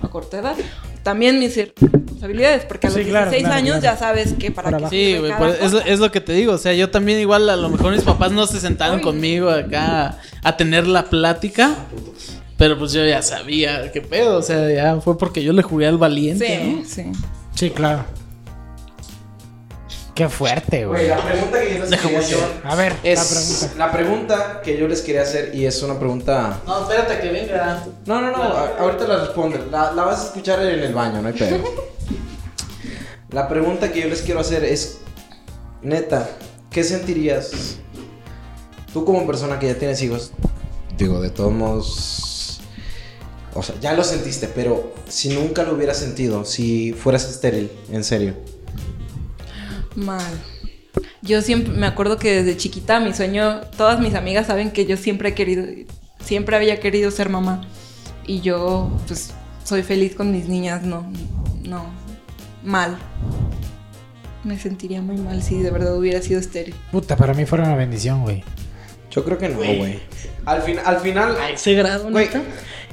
a corta edad. También mis responsabilidades, porque a los
Sí, claro,
16
claro,
años
claro.
ya sabes que para,
Para
qué
abajo.
Sí,
sirve
güey,
cada
por- es, lo-
cosa.
es lo que te digo. O sea, yo también igual a lo mejor mis papás no se sentaron
Uy.
conmigo acá a tener la plática. Pero pues yo ya sabía qué pedo. O sea, ya fue porque yo le jugué al valiente,
Sí,
¿no?
sí.
Sí, claro. Qué fuerte,
Güey,
güey.
la pregunta que yo les quería hacer
A ver,
es.
la
La pregunta que yo les quería hacer y es una pregunta.
No, espérate que venga.
No, no, no, a- ahorita la respondo. La, la vas a escuchar en el baño, no hay pedo. La pregunta que yo les quiero hacer es, neta, ¿qué sentirías tú como persona que ya tienes hijos? Digo, de todos modos, o sea, ya lo sentiste, pero si nunca lo hubieras sentido, si fueras estéril, en serio.
Mal. Yo siempre, me acuerdo que desde chiquita mi sueño, todas mis amigas saben que yo siempre he querido, siempre había querido ser mamá. Y yo, pues, soy feliz con mis niñas, no, no, mal. Me sentiría muy mal si de verdad hubiera sido estéril.
puta, para mí fue una bendición, güey.
Yo creo que no, güey. Al, fin- al final,
Ese grado,
güey,
neta.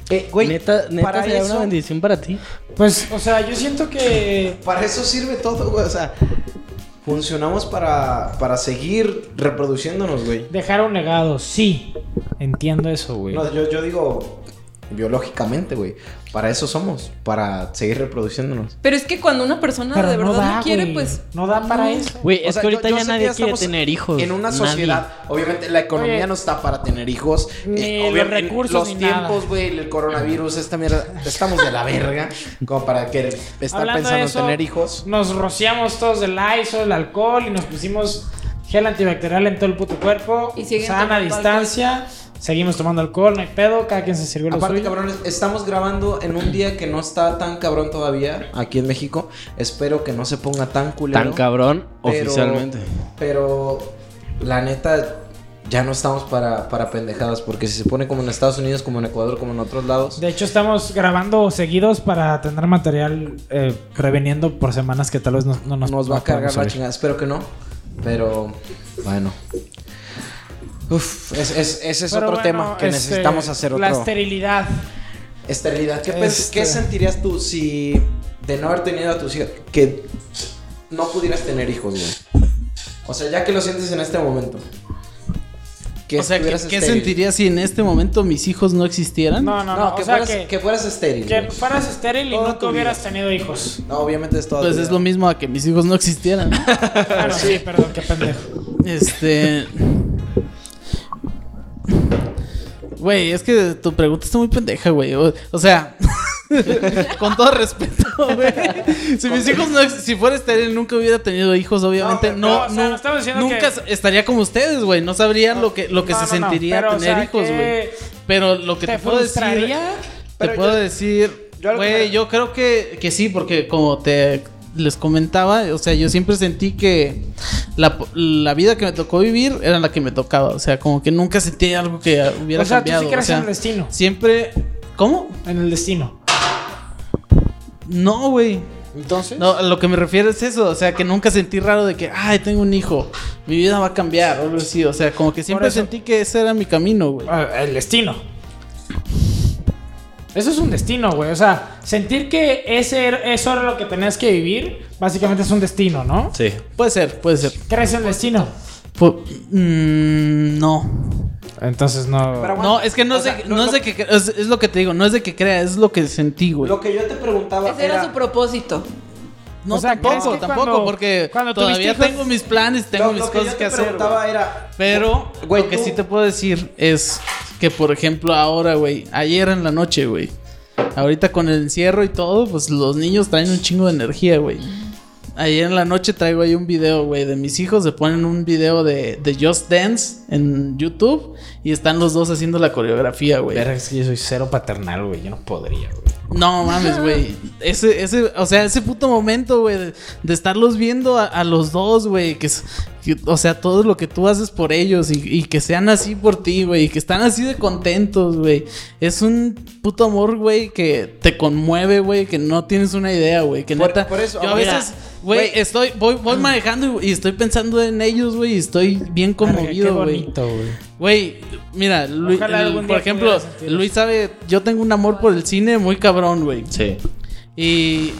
eh, güey,
neta, neta
para
sería
eso-
una bendición para ti.
Pues, o sea, yo siento que.
Para eso sirve todo, güey. O sea, funcionamos para, para seguir reproduciéndonos, güey.
Dejar un legado, sí. Entiendo eso, güey.
No, yo, yo digo biológicamente, güey. Para eso somos, para seguir reproduciéndonos.
Pero es que cuando una persona
Pero
de verdad no,
da,
quiere,
güey.
pues.
No da para
no.
eso.
Güey,
O
es
sea,
que
yo-
ahorita
yo
ya
sé que
nadie quiere
estamos
tener hijos.
En una
nadie.
sociedad, obviamente la economía
Oye.
no está para tener hijos.
Ni los
obviamente,
recursos
Los
ni
tiempos, güey, el coronavirus, esta mierda. Estamos de la verga como para que estar
Hablando de
pensando
eso,
en tener hijos.
Nos rociamos todos del ISO, el alcohol y nos pusimos gel antibacterial en todo el puto cuerpo.
Y siguen
sana
tomando
distancia. Seguimos tomando alcohol, no hay pedo. Cada quien se sirvió lo
Aparte,
suyo.
cabrones, estamos grabando en un día que no está tan cabrón todavía aquí en México. Espero que no se ponga tan culero.
Tan cabrón,
Pero-
oficialmente.
Pero la neta, ya no estamos para, para pendejadas. Porque si se pone como en Estados Unidos, como en Ecuador, como en otros lados.
De hecho, estamos grabando seguidos para tener material eh, preveniendo por semanas que tal vez no, no nos,
nos va
no
a cargar
podemos
la
subir.
chingada. Espero que no. Pero bueno. Uf, es- es- ese es
Pero
otro
bueno,
tema que
este,
necesitamos hacer
La
otro.
esterilidad.
Esterilidad. ¿Qué, pens-
Este-
qué sentirías tú si de no haber tenido a tus hijos, que no pudieras tener hijos, güey? O sea, ya que lo sientes en este momento.
o sea, ¿qué,
estuvieras
qué
estéril.
sentirías si en este momento mis hijos no existieran?
No, no,
¿Eh? No,
no.
que,
o sea,
fueras,
que,
que... fueras estéril.
que
güey.
fueras estéril y
Toda
nunca
tu
hubieras
vida.
tenido hijos.
No, obviamente es todo.
Pues es lo mismo a que mis hijos no existieran. ¿no?
Claro, Ah, sí, perdón, qué pendejo.
Este. Güey, es que tu pregunta está muy pendeja, güey. O, o sea, con todo respeto, güey. Si mis hijos no. ex- Si fuera estéril, nunca hubiera tenido hijos, obviamente.
No, pero,
No,
o sea,
no-
no estamos diciendo
Nunca
que-
estaría como ustedes, güey. No sabrían lo que, lo que
No,
se
no, no,
sentiría
pero, o
tener
sea,
hijos,
que-
güey. Pero lo que te,
¿Te
puedo decir.
frustraría?
Te
Pero
puedo
yo-
decir.
yo algo
Güey,
que-
yo creo que, que sí, porque como te les comentaba, o sea, yo siempre sentí que la, la vida que me tocó vivir era la que me tocaba. O sea, como que nunca sentí algo que hubiera
O sea, tú
cambiado.
sí crees
o sea,
en el destino.
Siempre. ¿Cómo?
En el destino.
No, güey.
Entonces.
No, a lo que me refiero es eso, o sea, que nunca sentí raro de que, ay, tengo un hijo, mi vida va a cambiar, o algo así, o sea, como que siempre
eso-
sentí que ese era mi camino, güey.
Ah, El destino. Eso es un destino, güey. O sea, sentir que ese er- eso era lo que tenías que vivir, básicamente es un destino, ¿no?
Sí.
Puede ser, puede ser.
¿Crees en el destino?
Pu- mm, no.
Entonces no.
No, es que no
o
sé,
sea,
no, es de que cre- es, es lo que te digo, no es de que crea, es lo que sentí, güey.
Lo que yo te preguntaba
Ese era su propósito.
No,
O sea,
tampoco,
¿crees que
tampoco,
cuando-
porque
cuando tuviste
todavía
hijos-
tengo mis planes, tengo
lo-
mis
lo que yo
cosas
te
que hacer.
preguntaba
güey.
era,
Pero
Güey,
lo que
tú-
sí te puedo decir es que, por ejemplo, ahora, güey, ayer en la noche, güey, ahorita con el encierro y todo, pues los niños traen un chingo de energía, güey. Ayer en la noche traigo ahí un video, güey, de mis hijos. Se ponen un video de, de Just Dance en YouTube y están los dos haciendo la coreografía, güey.
Verga, es que yo soy cero paternal, güey. Yo no podría, güey.
No mames, güey. Ese, ese, o sea, ese puto momento, güey, de, de estarlos viendo a, a los dos, güey, que, es- que- o sea, todo lo que tú haces por ellos y, y que sean así por ti, güey, y que están así de contentos, güey. Es un puto amor, güey, que te conmueve, güey, que no tienes una idea, güey, que
Por-
neta.
por eso,
yo a
mira,
veces, güey, estoy, voy, voy manejando y, y estoy pensando en ellos, güey, y estoy bien conmovido,
Verga, qué
güey.
bonito, güey.
Güey, mira, Lu-
Ojalá
el-
algún día
por ejemplo,
pudiera sentir eso.
Luis sabe, yo tengo un amor por el cine muy cabrón, güey.
Sí.
Y,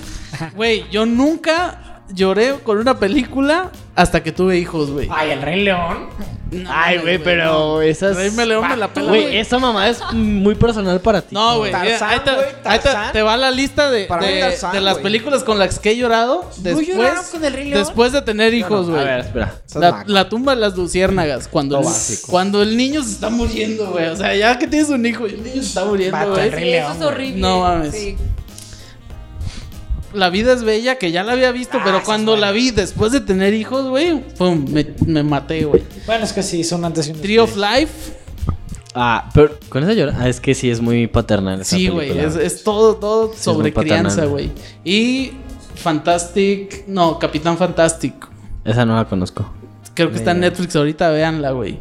güey, yo nunca lloré con una película hasta que tuve hijos, güey.
Ay, el Rey León.
No,
Ay, güey, pero esas.
Rey León me la pela,
Güey,
güey.
esa mamá es muy personal para ti.
No, güey.
Tarzán,
mira, Ahí, te,
güey,
ahí te-
Tarzán.
te va la lista de,
Para mí
de-
Tarzán,
de las
güey.
películas con las que he llorado
lloraron
después,
con el Rey León?
después de tener hijos,
A
güey.
ver, espera.
Estás
La,
naco.
la tumba de las luciérnagas, cuando el,
básico.
cuando el niño se está muriendo, güey. O sea, ya que tienes un hijo y el niño se está muriendo,
Vato, el
güey.
Rey
Sí, eso
León,
es
güey.
horrible.
No mames.
Sí.
La vida es bella, que ya la había
Ah,
visto,
esa
pero
es
cuando
buena.
la vi después de tener hijos, güey, pum, me, me maté, güey.
Bueno, es que sí, son antes y un
Tree of
después.
Life,
Ah, pero con esa llora. Ah, es que sí, es muy paternal. esa
sí, güey,
película.
es, es todo, todo
es muy
sobre crianza,
paternal.
güey. Y Fantastic, no, Capitán Fantastic,
Esa no la conozco.
creo que está en Netflix ahorita, véanla, güey.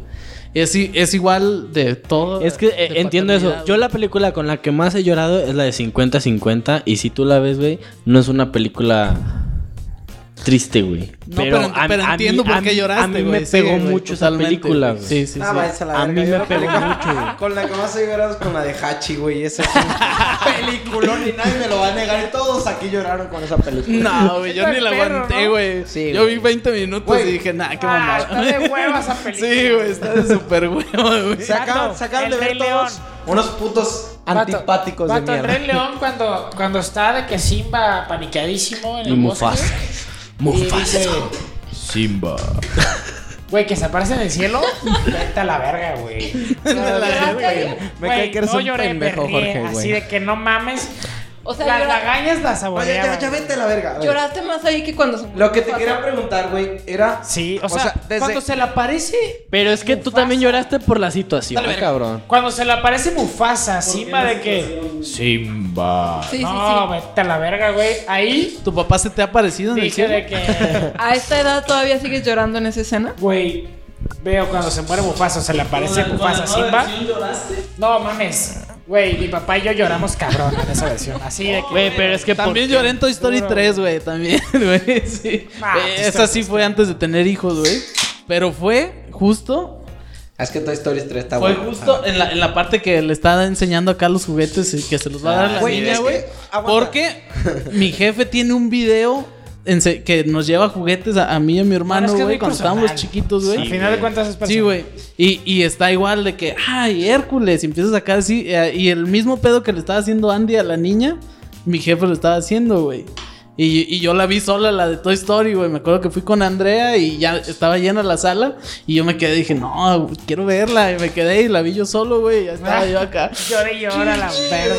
Es, i- es igual de todo.
Es que eh,
de
entiendo eso.
paternidad,
Yo
güey.
la película con la que más he llorado es la de 50-50. Y si tú la ves, güey, no es una película triste, güey.
No, pero, ent- pero entiendo
mí-
por qué
mí-
lloraste,
A mí
güey.
me
Sí,
pegó
güey,
mucho esa
totalmente,
película,
güey.
güey.
Sí, sí,
Ah,
sí.
váyanse la
A
verga.
mí
Yo
me
la
pegó
película-
mucho, güey.
Con la que más he llorado es con la de Hachi, güey. Esa es un peliculón y nadie me lo va a negar. Y todos aquí lloraron con esa película.
No, güey, yo
Está
ni la
el perro,
aguanté,
¿no?
güey.
Sí,
yo
güey.
vi 20 minutos
Güey.
y dije, nah, qué
Ah,
mamada.
está de hueva esa película.
Sí, güey, está de súper hueva, güey.
Se acaban,
Vato,
se acaban de
el
ver
Rey
todos
León.
unos putos
Vato,
antipáticos
vato,
de
el Rey
mierda.
León cuando, cuando está de que Simba paniqueadísimo en
Y
el bosque.
Mufasa.
Mufasa.
Simba.
Güey, que se aparece en el cielo. Vete a la verga, güey.
la verga, güey. Me
Güey,
cae que eres
no
un
lloré, me
pendejo,
rié,
Jorge, güey.
Así de que no mames.
O sea,
las
llora-
lagañas
Oye, ya,
las saboreaban.
ya vete a la verga. A ver,
Lloraste más ahí que cuando se murió
Lo que te
Mufasa.
quería preguntar, güey, era.
Sí, o, sea,
desde-
cuando se le aparece
Pero es que tú también lloraste por la situación, cabrón.
Cuando se le aparece Mufasa, Simba de que.
Sí, sí, sí.
No, vete a la verga, güey. Ahí
¿Tu papá se te ha parecido en el
dije
cielo?
de que.
A esta edad todavía sigues llorando en esa escena.
Güey, veo cuando se muere Mufasa, se le aparece Mufasa, Simba. No mames. Güey, mi papá y yo lloramos cabrón en esa versión. Así de que.
Güey, pero es que por-
También lloré en Toy Story
Duro.
3, güey, también, güey, sí.
Ah,
Eh,
Toy
esa sí fue antes de tener hijos, güey. Pero fue justo,
Es que Toy Story 3 está
fue
buena.
justo en la, en la parte que le estaba enseñando acá los juguetes y que se los va a dar a la
Güey, es
niña,
que-
güey.
aguanta.
Porque mi jefe tiene un video ense- que nos lleva juguetes a, a mí y a mi hermano,
es que es
güey,
muy
cuando
personal.
estábamos chiquitos, güey.
Al final de cuentas es
Sí,
personal.
güey. Y, y está igual de que, ay, Hércules, y empieza a sacar así. eh, Y el mismo pedo que le estaba haciendo Andy a la niña, mi jefe lo estaba haciendo, güey. Y, y yo la vi sola, la de Toy Story, güey. Me acuerdo que fui con Andrea y ya estaba llena la sala. Y yo me quedé, dije, no, quiero verla. Y me quedé y la vi yo solo, güey. Ya estaba Ah, yo acá.
Ah, Llora y llora la verga.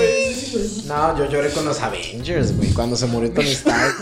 No, yo lloré con los Avengers, güey, cuando se murió Tony Stark.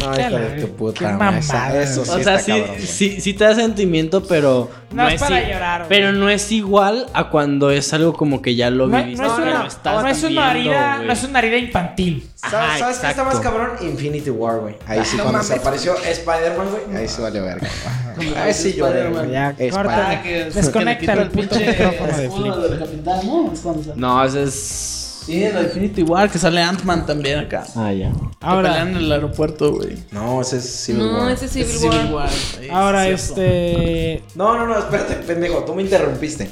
No, hija de tu
Qué
puta
mamada,
madre. esa- Eso sí
O sea,
está
sí,
cabrón, güey.
sí, sí te da sentimiento, pero
No es para
i-
llorar, güey.
Pero no es igual a cuando es algo como que ya lo
No, no es
viviste. que lo
una,
estás
no es una
viviendo,
herida,
güey.
no es una herida infantil.
¿Sabes,
Ajá,
¿sabes qué está
exacto.
más cabrón? Infinity War, güey. Ahí sí, cuando se apareció Spider-Man, güey. Ahí se vale verga. Ahí sí lloré, güey.
Ya,
Spider-Man.
córtale. Desconecta el pinche micrófono de Flick.
No, ese es.
Sí, la Infinity War, que sale Ant-Man también acá.
Ah, ya.
Ahora.
Ahora-
en el aeropuerto, güey.
No, ese es Civil
No,
War.
ese es Civil
Es
War.
Civil War, sí,
Ahora,
es cierto.
este.
No, no, no, espérate, pendejo, tú me interrumpiste.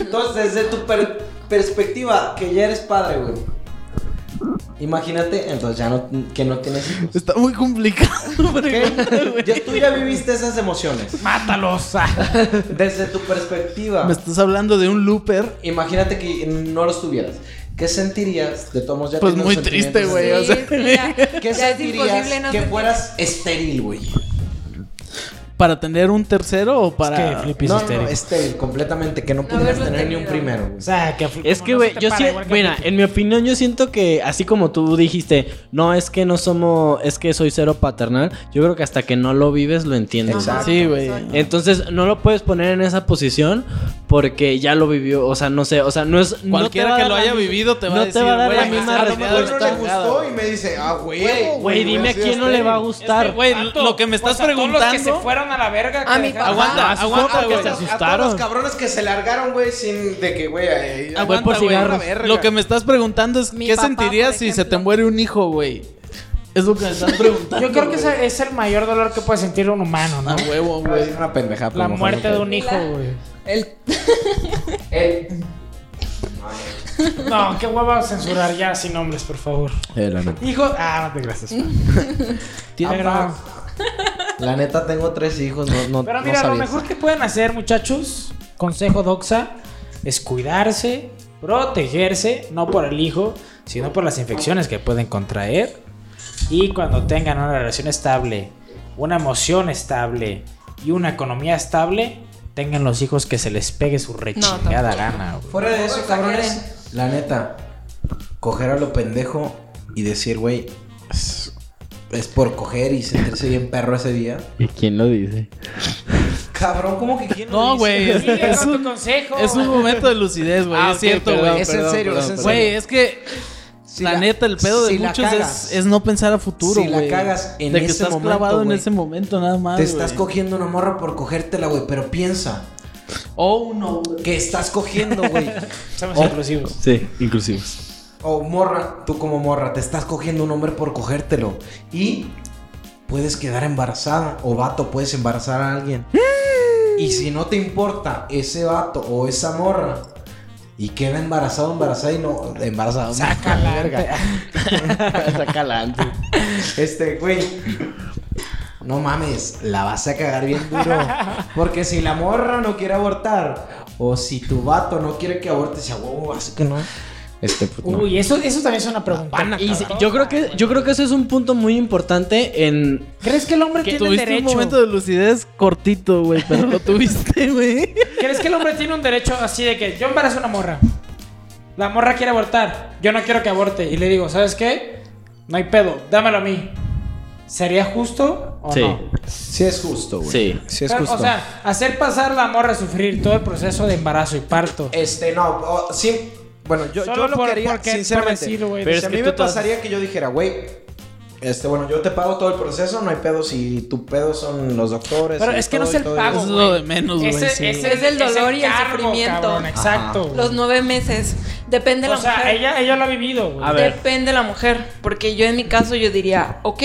Entonces, desde tu per- perspectiva, que ya eres padre, güey. Imagínate, entonces ya no, que no tienes hijos.
Está muy complicado, pregunta,
¿Qué?
güey.
Ya- tú ya viviste esas emociones.
¡Mátalos! Ah,
Desde tu perspectiva,
Me estás hablando de un looper.
imagínate que no los tuvieras. ¿Qué sentirías? De todos modos, ya
Pues
tienes
muy
los
triste,
sentimientos
güey,
de-
o sea.
es que ya-
¿Qué
ya es
sentirías
imposible no
que
sentir-
fueras estéril, güey?
¿Para tener un tercero o para.? Ah,
que flip. Piso
No, no,
estéril.
no, estéril, completamente, que no
No
pudieras
haberlo
tener ni un
tenido.
primero, güey.
O sea, que.
Es que, güey, yo sí, mira, en mi opinión, yo siento que así como tú dijiste, no es que no somos, es que soy cero paternal, yo creo que hasta que no lo vives lo entiendes.
Exacto.
Sí, güey.
Entonces no lo puedes poner en esa posición porque ya lo vivió, o sea, no sé, o sea, no es... no te
Cualquiera
va a
que
dar
lo
la
haya
misma-
vivido te va
no
a
te
decir.
va a dar
"Güey,
la misma
a lo mejor
respuesta.
no le gustó".
y me dice, ah, huevo,
Güey, dime a quién no le va a gustar.
Es que, Este, güey, lo que me estás
Los que se
preguntando.
fueron a la verga.
A
que
mi
dejaron-
papá.
Aguanta,
Ah, sí,
aguanta,
porque
güey.
se
A todos los
asustaron.
cabrones que se largaron, güey, sin de que, güey, eh,
Ah, Voy
Aguanta,
por
güey.
cigarros.
Lo que me estás preguntando es
Mi
qué
papá,
sentirías
por
si se te
ejemplo.
muere un hijo, güey. Es lo que me estás preguntando.
Yo creo que
güey.
ese es el mayor dolor que puede sentir un humano, ¿no?
A huevo,
iba a
güey.
decir Ah, una pendejada. pero
La
mejor
muerte
no
de un hijo, güey.
El-
Eh,
No, qué hueva censurar ya sin nombres, por favor.
eh, la, neta.
Hijo. Ah, no te gracias. Pero,
La neta, tengo tres hijos, no, no,
pero
no
mira, lo
sabía.
mejor que pueden hacer, muchachos, consejo doxa, es cuidarse, protegerse, no por el hijo, sino por las infecciones que pueden contraer. Y cuando tengan una relación estable, una emoción estable y una economía estable, tengan los hijos que se les pegue su rechingada gana, güey.
Fuera de eso, cabrones, la neta, coger a lo pendejo y decir, güey, es, es por coger y sentirse bien perro ese día.
¿Y quién lo dice?
Cabrón, ¿cómo que quién lo
No,
dice?
güey. es-
Sigue
Es
con tu
un
consejo.
Es un momento de lucidez, güey.
Ah,
es
ok,
cierto,
perdón,
güey.
es en serio, es en serio.
Güey, es que.
Si
la,
la-
neta, el pedo de
si la
muchos
cagas.
es, es no pensar a futuro,
Si
güey.
la cagas en
de que
ese
estás
momento,
clavado en
güey.
ese momento, nada más.
Te estás
güey.
cogiendo una morra por cogértela, güey, pero piensa
Oh, no, güey.
que estás cogiendo, güey.
Somos inclusivos.
Sí, inclusivos.
O morra, tú como morra, te estás cogiendo un hombre por cogértelo. Y puedes quedar embarazada. O vato, puedes embarazar a alguien. Y si no te importa ese vato o esa morra. Y queda embarazado, embarazada y no. Embarazada. Sácala, verga. Sácala antes. Este, güey. No mames, la vas a cagar bien duro. Porque si la morra no quiere abortar, o si tu vato no quiere que aborte, se huevo, así que no. Este, pues, no.
Uy, eso, eso también es una pregunta.
Y si- yo creo que yo creo que eso es un punto muy importante en
¿Crees que el hombre tiene el
Tuviste
derecho?
un momento de lucidez cortito, güey, pero lo tuviste, güey.
¿Crees que el hombre tiene un derecho así de que yo embarazo a una morra? La morra quiere abortar. Yo no quiero que aborte. Y le digo, ¿sabes qué? No hay pedo, dámelo a mí. ¿Sería justo o
Sí.
no?
Sí es justo, güey.
Sí.
Sí es
Pero,
justo.
O sea, hacer pasar a la morra a sufrir todo el proceso de embarazo y parto.
Eh,
este, no, o- sí. Bueno, yo,
Solo
yo lo
por-
quería,
porque-
sinceramente.
por decir, güey,
si
Pero es
a
que
mí
tú
me
te has-
pasaría que yo dijera, güey, este, bueno, yo te pago todo el proceso, no hay pedo si tu pedo son los doctores. y
Pero es que no
pues, todo,
es el
y todo, y
pago,
Eso es
eso.
lo de menos, güey. sí, güey.
Es el dolor y el sufrimiento.
cabrón, exacto.
los nueve meses. Depende de
o
la
sea,
mujer.
ella, ella lo ha vivido, güey.
A ver.
Depende de la mujer, porque yo en mi caso yo diría, ok,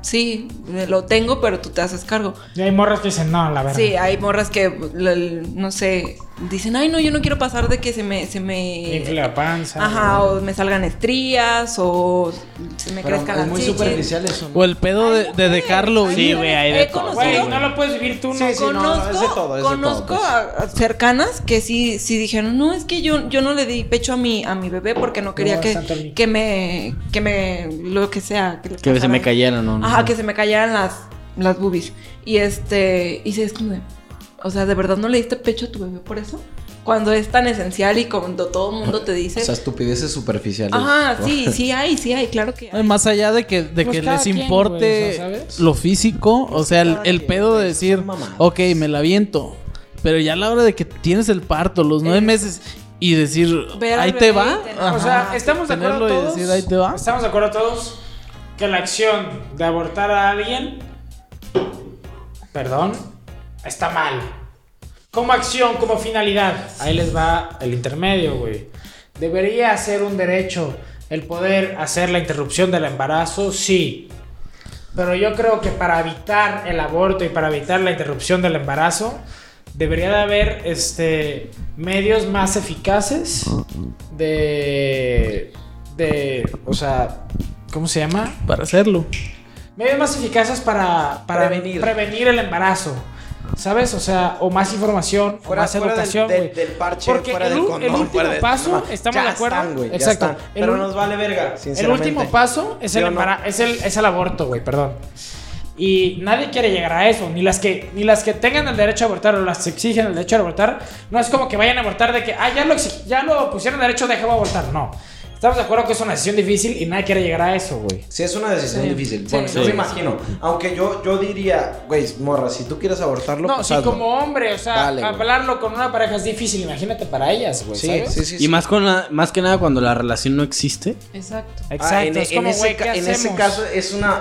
sí, lo tengo, pero tú te haces cargo.
Y hay morras que dicen, no, la verdad.
Sí, hay morras que, l- l- no sé, dicen, ay, no, yo no quiero pasar de que se me... Se
Me
me
infla la panza.
Ajá, o me salgan estrías, o se me
Pero
crezcan
es
las
muy
chichis.
superficial eso. ¿no?
O el pedo de, de dejarlo, güey.
Sí, güey, hay de
He
todo,
conocido-
Güey, no lo puedes vivir tú, no.
Sí, sí, no, no,
conozco,
es de todo, es de
conozco
todo, pues.
a- a cercanas que sí, sí dijeron, no, es que yo, yo no le di pecho a mi, a mi bebé porque no quería
No,
que,
santo mí.
que me, que me, lo que sea. le
que se
pasara".
me cayeran, ¿no?
Ajá, que se me cayeran las, las boobies. Y este, y sí, es como de, o sea, ¿de verdad no le diste pecho a tu bebé por eso? Cuando es tan esencial y cuando todo el mundo te dice...
O sea, estupideces superficiales.
Ajá, sí, sí hay, sí hay, claro que
Ay,
hay.
Más allá de que, de
Pues
que
cada
les
quien, güey, o
importe
sea, ¿sabes?
lo físico, o sea, el,
cada
el
quien,
pedo de
güey,
decir,
son mamadas.
ok, me la viento, pero ya a la hora de que tienes el parto, los
Eh.
nueve meses, y decir,
Ver al
ahí
bebé
te va. ah,
y tener-
ajá,
O sea, estamos de acuerdo
tenerlo y
todos.
decir, ahí te va.
Estamos de acuerdo todos que la acción de abortar a alguien, perdón, está mal. Como acción, como finalidad. Ahí les va el intermedio, güey. ¿Debería ser un derecho el poder hacer la interrupción del embarazo? Sí. Pero yo creo que para evitar el aborto y para evitar la interrupción del embarazo, debería de haber este, medios más eficaces de, de... O sea, ¿cómo se llama?
para hacerlo.
Medios más eficaces para, para
Prevenir.
prevenir el embarazo. ¿Sabes? O sea, o más información, o
Fuera,
más
fuera del-
educación,
del,
güey.
del parche,
Porque
fuera
el,
del
u-
condón,
el último
fuera de-
paso,
no,
¿estamos de
ya
acuerdo?
están, güey, ya
Exacto.
están.
El
Pero
ul-
nos vale verga,
El
sinceramente.
último paso es el,
Yo no.
embara- es, el, es el aborto, güey, perdón. Y nadie quiere llegar a eso, ni las que ni las que tengan el derecho a abortar o las que exigen el derecho a abortar, no es como que vayan a abortar de que, ah, ya lo, exi- ya lo pusieron derecho, déjame abortar, no. Estamos de acuerdo que es una decisión difícil y nadie quiere llegar a eso, güey.
Sí, es una decisión
Sí.
difícil.
Sí.
Bueno, yo
Sí.
me imagino. Aunque yo, yo diría, güey, morra, si tú quieres abortarlo,
No,
pues
sí,
hazlo.
como hombre, o sea,
Dale, güey.
hablarlo con una pareja es difícil, imagínate para ellas, güey,
Sí,
¿sabes?
sí, sí.
Y
sí.
más, con la- más que nada cuando la relación no existe.
Exacto.
Exacto,
Ah, en,
es
en
como,
ese,
güey, ¿qué
ca- en ese
hacemos?
caso es una.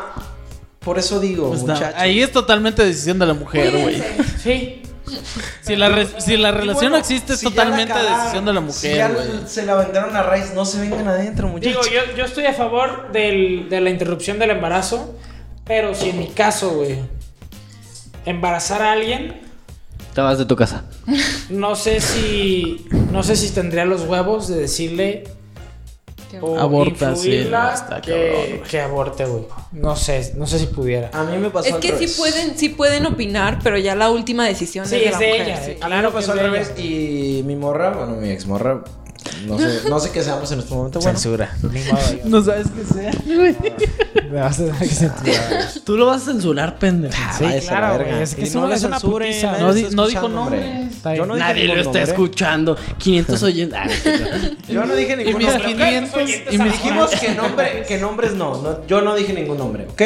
Por eso digo,
Pues, no,
muchachos.
ahí es totalmente decisión de la mujer, güey.
Sí.
Si la, re- si la relación
Bueno,
existe, es
si ya la
totalmente
cagaron,
decisión de la
Si ya
mujer, güey.
se la aventaron a raíz, no se vengan adentro,
Digo,
muchachos.
yo, yo estoy a favor del- de la interrupción del embarazo, pero si en mi caso, güey, embarazar a alguien,
Te vas de tu casa.
no sé si, no sé si tendría los huevos de decirle o
Aborta, sí,
influirla
no, está cabrón,
que,
güey.
que aborte, güey. No sé, no sé si pudiera.
A mí me pasó
Es
al
que sí
revés.
pueden, sí pueden opinar, pero ya la última decisión
Sí,
es de
es
la
de
mujer.
ella. eh.
sí.
A mí me pasó al
Es de
revés. Y mi morra, bueno, mi ex morra, no sé, no sé qué seamos en este momento. Bueno,
Censura. Ni modo, yo.
No sabes qué sea, güey.
Me vas a tener que censurar.
Tú lo vas a censurar, pendejo.
Ah,
Sí,
váyase a la
claro,
verga.
güey, es que
Y
es una-
le
es una
censuren,
putiza.
nadie
No
está
di- no dijo
escuchando, hombre.
nombres.
Está bien.
Yo no dije
Nadie lo
ningún
está
nombre.
escuchando. 500 oyentes. Ah,
Yo no dije
Y
ningún
mis
nombre.
500 y mis
Dijimos que, nombre, que nombres no, no, Yo no dije ningún nombre, ¿ok?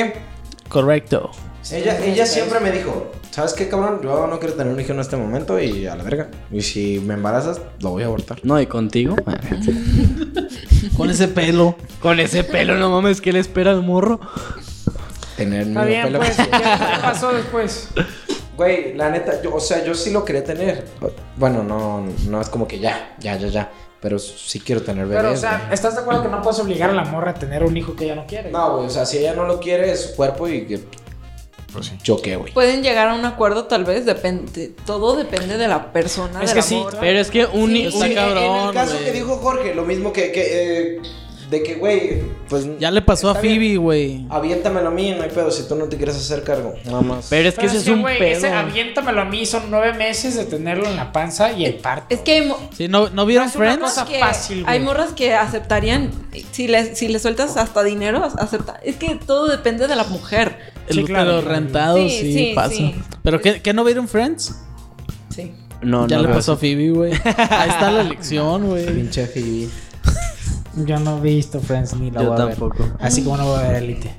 Correcto.
Ella, ella siempre me dijo, ¿sabes qué, cabrón? Yo no quiero tener un hijo en este momento y a la verga. Y si me embarazas, lo voy a abortar.
No, y contigo.
Con ese pelo.
Con ese pelo, no mames, ¿qué le espera al morro?
Tener
Está
medio
bien,
pelo.
pues, ¿qué qué pasó después?
Güey, la neta, yo, o sea, yo sí lo quería tener. Bueno, no, no es como que ya, ya, ya, ya. Pero sí quiero tener bebés.
Pero, o sea,
güey.
¿estás de acuerdo que no puedes obligar a la morra a tener un hijo que ella no quiere?
No, güey, o sea, si ella no lo quiere, es su cuerpo y que... Yo qué, güey.
Pueden llegar a un acuerdo, tal vez, depende. Todo depende de la persona.
Es
del
que sí,
amor.
Pero es que un,
Sí,
un-
Está cabrón,
en el caso
güey.
que dijo Jorge, lo mismo que... que eh, de que, güey, pues...
Ya le pasó a
está bien.
Phoebe, güey.
Aviéntamelo a mí, no hay pedo. Si tú no te quieres hacer cargo, nada más.
Pero es que
Pero
ese es un
güey,
pedo.
ese aviéntamelo a mí, son nueve meses de tenerlo en la panza y el parto.
Es que hay, mo-
Sí, ¿no, ¿no vieron
Es una
Friends?
cosa-
que
fácil, güey.
hay morras que aceptarían. Si le, si le sueltas hasta dinero, acepta. Es que todo depende de la mujer.
El
Sí, claro.
útero rentado, sí,
Sí, sí,
pasa.
sí.
¿Pero qué, qué no vieron Friends?
Sí.
No,
ya
no,
le
no.
pasó a Phoebe, güey. Ahí está la lección, güey.
Pinche Phoebe.
Yo no he visto Friends ni la
Yo
voy a ver.
tampoco.
Así como no voy a ver Elite.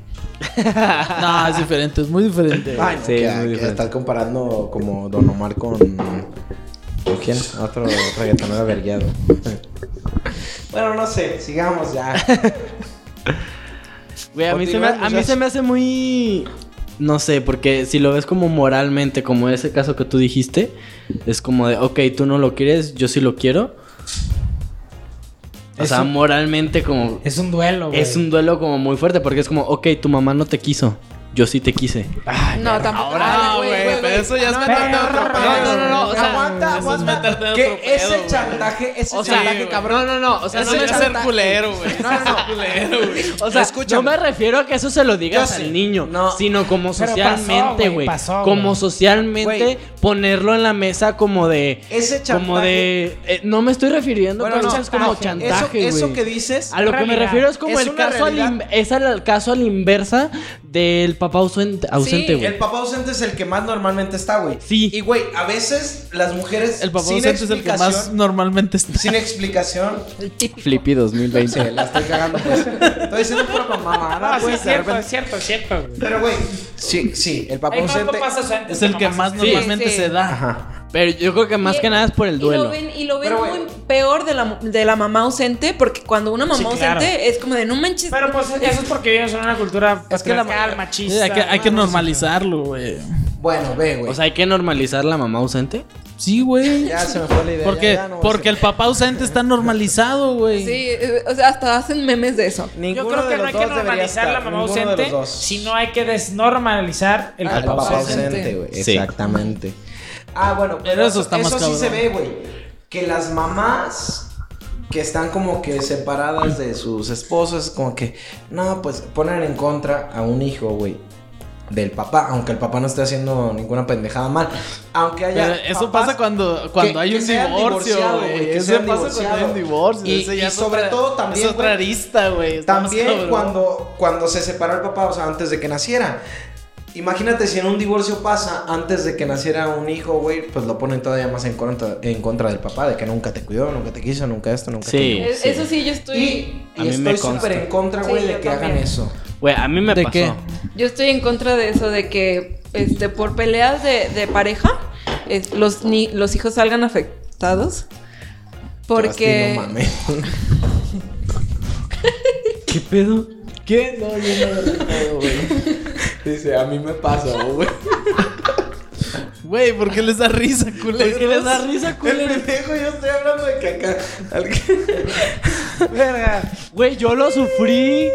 No, es diferente, es muy diferente.
Ay, no,
Sí,
que,
es muy
que
diferente.
estar comparando como Don Omar con... ¿Con quién? Otro reggaetonero averiado. bueno, no sé. Sigamos ya.
Güey, a mí, se me,
Continuemos,
a mí se me hace muy... No sé, porque si lo ves como moralmente, como ese caso que tú dijiste, es como de, ok, tú no lo quieres, yo sí lo quiero. O
Es
sea,
un-
moralmente como...
Es un duelo, güey.
Es un duelo como muy fuerte, porque es como, ok, tu mamá no te quiso, yo sí te quise.
no, tampoco.
Ahora,
Ay,
güey,
güey, güey.
pero eso ya es
No,
meterte a otro
no,
pedo.
no, no, no, o sea,
Eso
aguanta,
es
aguanta.
meterte a
que
otro pedo,
ese
güey.
chantaje, ese
O sea,
chantaje,
güey.
cabrón.
no, no, o
Eso ya es ser culero, güey. No, no, no. culero, güey.
O sea, no me refiero a que eso se lo digas
Yo sí.
al niño,
No.
sino como
Pero
socialmente,
pasó, güey,
güey.
pasó,
Como
güey.
socialmente
Güey.
ponerlo en la mesa como de
Ese chantaje.
como de eh, no me estoy refiriendo,
Bueno,
pero
no,
eso es como
chantaje.
chantaje,
eso, eso
güey.
que dices...
a lo que me
realidad.
refiero es como
Es
el
una
caso al
realidad.
in- es al caso a la inversa del papá ausente,
Este,
ausente, güey.
Eh, El papá ausente es el que más normalmente está, güey.
Sí.
Y, güey, a veces las mujeres.
El papá
sin
ausente es el que más
explicación-
normalmente está.
Sin explicación.
El típico.
Flippy 2020.
Sí, la estoy cagando, pues. Estoy diciendo pura mamada,
Ah, sí,
güey.
es
de
cierto,
repente-
es cierto, es cierto, güey.
Pero, güey, sí, sí, el papá
Hay más
ausente.
papás ausentes
Es el que
mamás
más
ausentes.
normalmente
sí.
se da.
Ajá.
Pero yo creo que más
Y-
que nada es por el
Y
duelo.
lo ven, y lo ven
Pero,
muy peor de la, de la mamá ausente, porque cuando una mamá
Sí, claro.
ausente es como de no manches.
Pero pues eso es porque vivimos en una cultura
Es que la-
patriarcal, machista.
hay que, hay que
no, no sé.
normalizarlo, güey.
Bueno, ve, güey.
O sea, hay que normalizar la mamá ausente.
Sí, güey.
Ya se me fue la idea.
Porque,
ya, ya no voy a
porque el papá ausente está normalizado, güey.
Sí, eh, o sea, hasta hacen memes de eso.
Ninguno
Yo creo
de
que no
los
hay
dos
que
debería
normalizar la
estar,
mamá
ninguno de
ausente,
los dos.
sino hay que desnormalizar el
Ah,
papá ausente.
ausente, güey.
Sí.
Exactamente. Ah, bueno,
Pero eso está más
sí
cabrón.
se ve, güey. Que las mamás que están como que separadas de sus esposos, como que, no, pues ponen en contra a un hijo, güey. Del papá, aunque el papá no esté haciendo ninguna pendejada mal. Aunque haya.
Pero eso
papás
pasa cuando, cuando
que-
hay
que
un
sean divorciado,
divorcio,
güey,
güey.
que
Eso
sean
pasa cuando hay
divorciado.
un divorcio.
Y-
Eso
y
es
sobre todo también,
Es otra
güey,
arista, güey. Está Pues más
También
cabrón.
cuando, cuando se separó el papá, o sea, antes de que naciera. Imagínate si en un divorcio pasa antes de que naciera un hijo, güey, pues lo ponen todavía más en contra, en contra del papá, de que nunca te cuidó, nunca te quiso, nunca esto, nunca
Sí.
aquello.
Es-
sí.
Eso sí, yo
Y,
estoy.
A
y
mí me
estoy
consta.
súper en contra, güey,
Sí,
de
yo
que hagan
también.
eso.
Güey, a mí me
¿De
pasó.
qué?
Yo estoy en contra de eso, de que este, por peleas de, de pareja, es- los, ni, los hijos salgan afectados. Porque.
Basti, no mames.
¿Qué pedo?
¿Qué? No, yo no lo creo, güey. Dice, a mí me pasa, güey.
Güey, ¿por qué les da risa, culero?
¿Por qué les da risa,
El
culero?
pendejo, yo estoy hablando de que acá. al que-
Verga.
Güey, yo lo sufrí.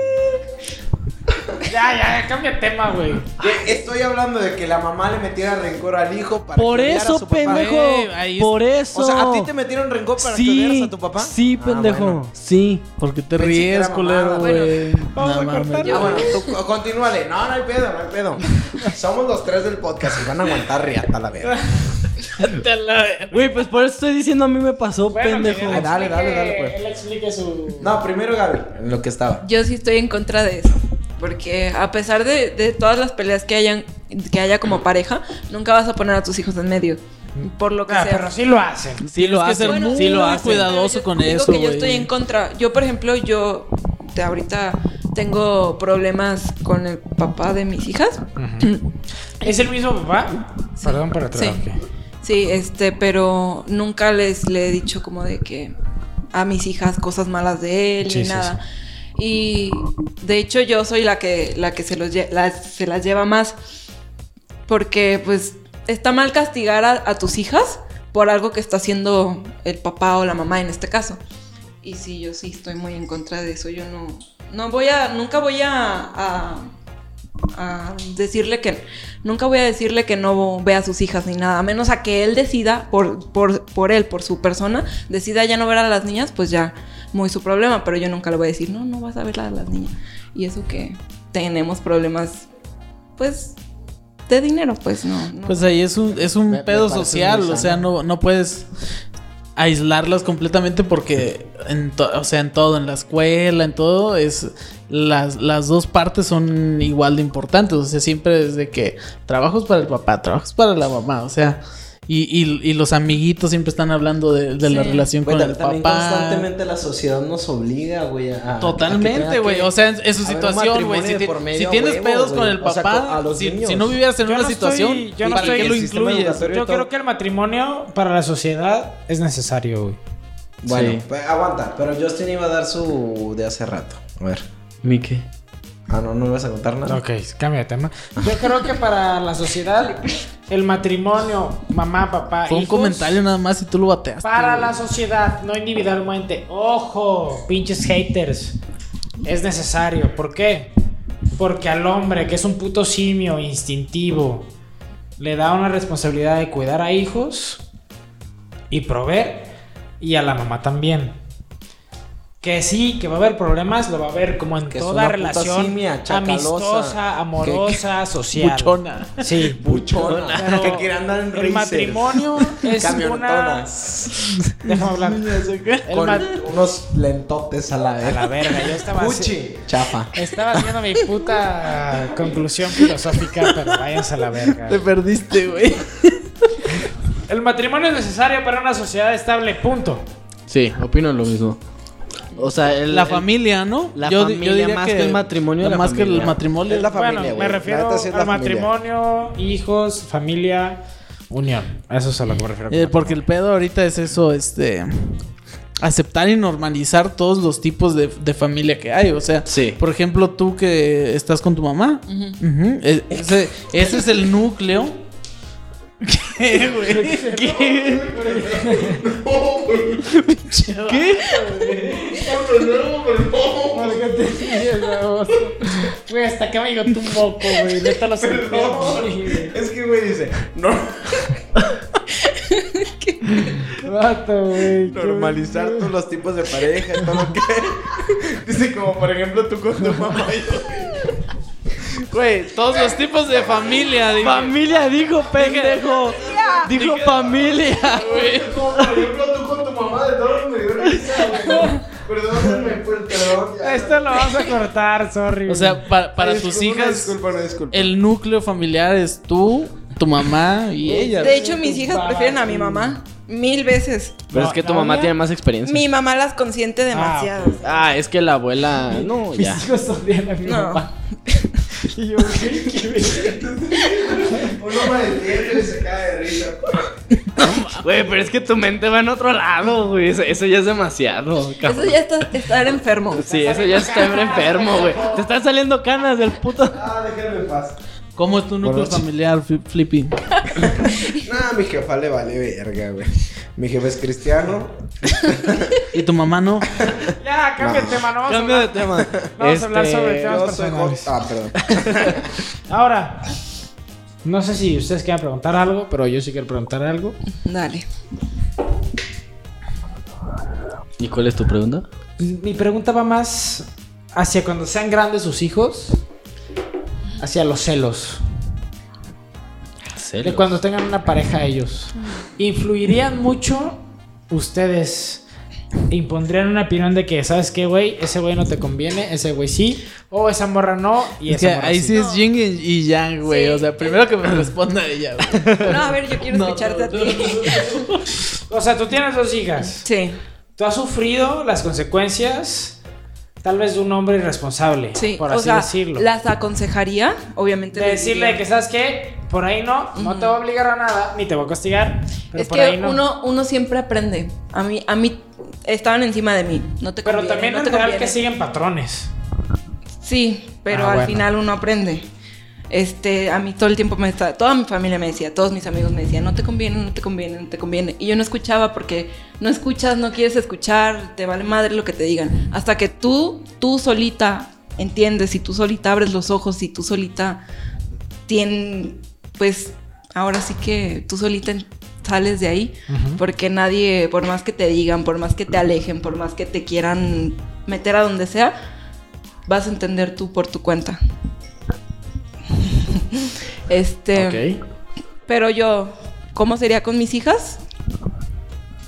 Ya, ya, ya, cambia tema, güey.
que Estoy hablando de que la mamá le metiera rencor al hijo para
Por
que odiara a
eso,
su papá.
pendejo.
Güey, Eh, ahí es-
Por eso.
O sea, ¿a ti te metieron rencor para que
sí,
odiaras a tu papá?
Sí,
Ah,
pendejo.
bueno.
Sí.
¿Por qué te
Pensé que
ríes,
era
culero,
mamada,
güey?
Vamos
No
a
mames.
cortarlo.
Ah, bueno, tú co- continúale. No, no hay pedo, no hay pedo. Somos los tres del podcast y van a aguantar riata la verga.
Güey, pues por eso estoy diciendo a mí me pasó, pendejo.
ya. Dale, dale, dale, pues.
Él explique su.
No, primero Gaby, en lo que estaba.
Yo sí estoy en contra de eso. Porque a pesar de, de todas las peleas que hayan que haya como pareja, nunca vas a poner a tus hijos en medio. Por lo que
Ah,
sea.
pero sí lo hacen.
Sí lo
Tienes que
hacen,
ser
bueno,
muy
sí lo hacen.
cuidado. cuidadoso
Yo
con
digo
eso,
que yo
güey.
estoy en contra. Yo, por ejemplo, yo de ahorita tengo problemas con el papá de mis hijas.
¿Es el mismo papá? Perdón para atrás.
Sí. Sí, este, pero nunca les le he dicho como de que a mis hijas cosas malas de él
Sí,
ni
sí,
nada. Y de hecho yo soy la que la que se los lle- las- se las lleva más porque pues está mal castigar a, a tus hijas por algo que está haciendo el papá o la mamá en este caso. Y sí, yo sí estoy muy en contra de eso. Yo no no voy a nunca voy a, a a decirle que nunca voy a decirle que no vea a sus hijas ni nada, a menos a que él decida por, por, por él, por su persona, decida ya no ver a las niñas, pues ya muy su problema, pero yo nunca le voy a decir, no, no vas a ver a las niñas. Y eso que tenemos problemas, pues, de dinero, pues no. no.
Pues ahí es un, es un
Me- me
pedo
parece
social,
muy
o sea,
sano.
no, no puedes aislarlas completamente porque, en to- o sea, en todo, en la escuela, en todo, es las, las dos partes son igual de importantes, o sea, siempre desde que trabajos para el papá, trabajos para la mamá, o sea, y, y- y los amiguitos siempre están hablando de, de la
Sí.
relación con el papá.
la sociedad nos obliga, güey, a.
Totalmente, güey. O sea, en, en su
haber un
situación,
matrimonio
güey. Si,
de
ti-
por medio,
si tienes
huevo,
pedos con
güey.
el
O sea,
papá,
a los
si,
niños.
si no vivieras en una situación,
estoy- yo no
¿para
estoy-
qué lo
el sistema
incluyes?
educatorio
Yo
y todo.
creo que el matrimonio para la sociedad es necesario, güey.
Bueno,
Sí.
pues, aguanta, pero Justin iba a dar su de hace rato. A ver.
¿Mi qué?
Ah, no, no me vas a contar nada.
Ok, cambia de tema. Yo creo que para la sociedad, el matrimonio, mamá, papá,
Fue un
Ah, hijos,
comentario nada más y tú lo bateaste.
Para
güey.
la sociedad, no individualmente. Ojo, pinches haters. Es necesario. ¿Por qué? Porque al hombre, que es un puto simio instintivo, le da una responsabilidad de cuidar a hijos y proveer, y a la mamá también. Que sí, que va a haber problemas, lo va a haber como en
Que es
toda
una puta
relación
simia, chacalosa.
amistosa, amorosa, social.
Buchona.
Sí,
Buchona.
Pero
que quiere andar en
El
racers.
matrimonio es una
Camionetonas.
Déjame hablar. El
Con
mat-
unos lentotes a la
A
verga.
la verga, yo estaba haci-
Gucci. Chapa.
Estaba haciendo mi puta conclusión filosófica, pero váyanse a la verga.
Te perdiste, güey.
El matrimonio es necesario para una sociedad estable, punto.
Sí, opino lo mismo. O sea, el-
La
el-
familia, ¿no?
la familia, más que el matrimonio, la
Más que el
familia.
matrimonio.
Es la familia,
bueno,
güey.
me
La
refiero
neta sí es la
al
familia.
matrimonio, hijos, familia, unión. Eso es a lo que me refiero.
Eh, porque el pedo ahorita es eso, este. Aceptar y normalizar todos los tipos de, de familia que hay. O sea,
Sí.
por ejemplo, tú que estás con tu mamá. ujú, e- ese, ese es el núcleo ¿Qué, güey? ¿Qué? ¿Qué?
Güey, hasta que me llegó tu moco, güey. Neta lo sentí. güey.
Es que, güey, dice, no,
Vato, güey. qué-
normalizar todos los tipos de pareja, todo lo que. Dice, como por ejemplo tú con tu mamá. y yo.
Güey, todos los tipos de familia, dije.
Familia dijo, pendejo. Dijo familia.
güey.
Como por ejemplo tú con tu mamá, de todos me dio risa, güey. Perdóname por el terror. ya.
Esto lo vamos a cortar, sorry.
O
güey.
sea, pa- para
Disculpa,
tus hijas,
Disculpa, no, disculpa.
el núcleo familiar es tú, tu mamá y ella.
De hecho, mis hijas
papá,
prefieren a
sí.
mi mamá mil veces.
Pero
No,
es que tu
la
mamá
mía-
tiene más experiencia.
Mi mamá las consiente demasiado.
Ah, es que la abuela. No,
Mis
ya.
hijos odian a mi
No.
papá. Y yo, güey, qué verga.
Uno me detiene y se cae de risa.
Güey, pero es que tu mente va en otro lado, güey. Eso, eso ya es demasiado.
Eso
cabrón.
ya está estar enfermo.
Sí, eso ya está enfermo, güey. Te están saliendo canas del puto.
Ah, déjame en paz.
¿Cómo es tu núcleo
Buenas noches.
familiar, Fli- Flippy?
Nah, mi jefa le vale verga, güey. Mi jefe es cristiano.
¿Y tu mamá no?
Ya, cambia el tema, no vamos a
Cambio de
hablar.
tema.
Vamos a hablar sobre temas
Yo soy hot.
personales.
Ah, perdón.
Ahora, no sé si ustedes quieren preguntar algo, pero yo sí quiero preguntar algo.
Dale.
¿Y cuál es tu pregunta?
Mi pregunta va más hacia cuando sean grandes sus hijos, hacia los celos. De
¿Serio?
cuando tengan una pareja ellos. ¿Influirían mucho ustedes? ¿Impondrían una opinión de que, sabes qué, güey? Ese güey no te conviene, ese güey sí, o esa morra no, y
Es
esa
que
morra
ahí sí es Jing y y Yang, güey.
Sí.
O sea, primero que me responda ella, güey.
No, a ver, yo quiero
No,
escucharte a
no,
ti.
O sea, tú tienes dos hijas.
Sí,
Tú has sufrido las consecuencias, tal vez de un hombre irresponsable,
sí.
por
o
así
sea,
decirlo.
las aconsejaría, obviamente.
De
les
decirle
diría.
que, ¿sabes qué? Por ahí no, no te voy a obligar a nada, ni te voy a castigar, pero
Es
por
que
ahí no.
uno, uno siempre aprende. A mí, a mí estaban encima de mí. No te
pero
conviene,
también
no
es
te
real
conviene.
que siguen patrones.
Sí, pero
Ah,
al
bueno.
final uno aprende. Este, a mí todo el tiempo me está, toda mi familia me decía, todos mis amigos me decían, no te conviene, no te conviene, no te conviene. Y yo no escuchaba porque no escuchas, no quieres escuchar, te vale madre lo que te digan. Hasta que tú, tú solita entiendes, y tú solita abres los ojos, y tú solita tien, pues ahora sí que tú solita en- sales de ahí, porque nadie, por más que te digan, por más que te alejen, por más que te quieran meter a donde sea, vas a entender tú por tu cuenta. este, pero yo, ¿cómo sería con mis hijas?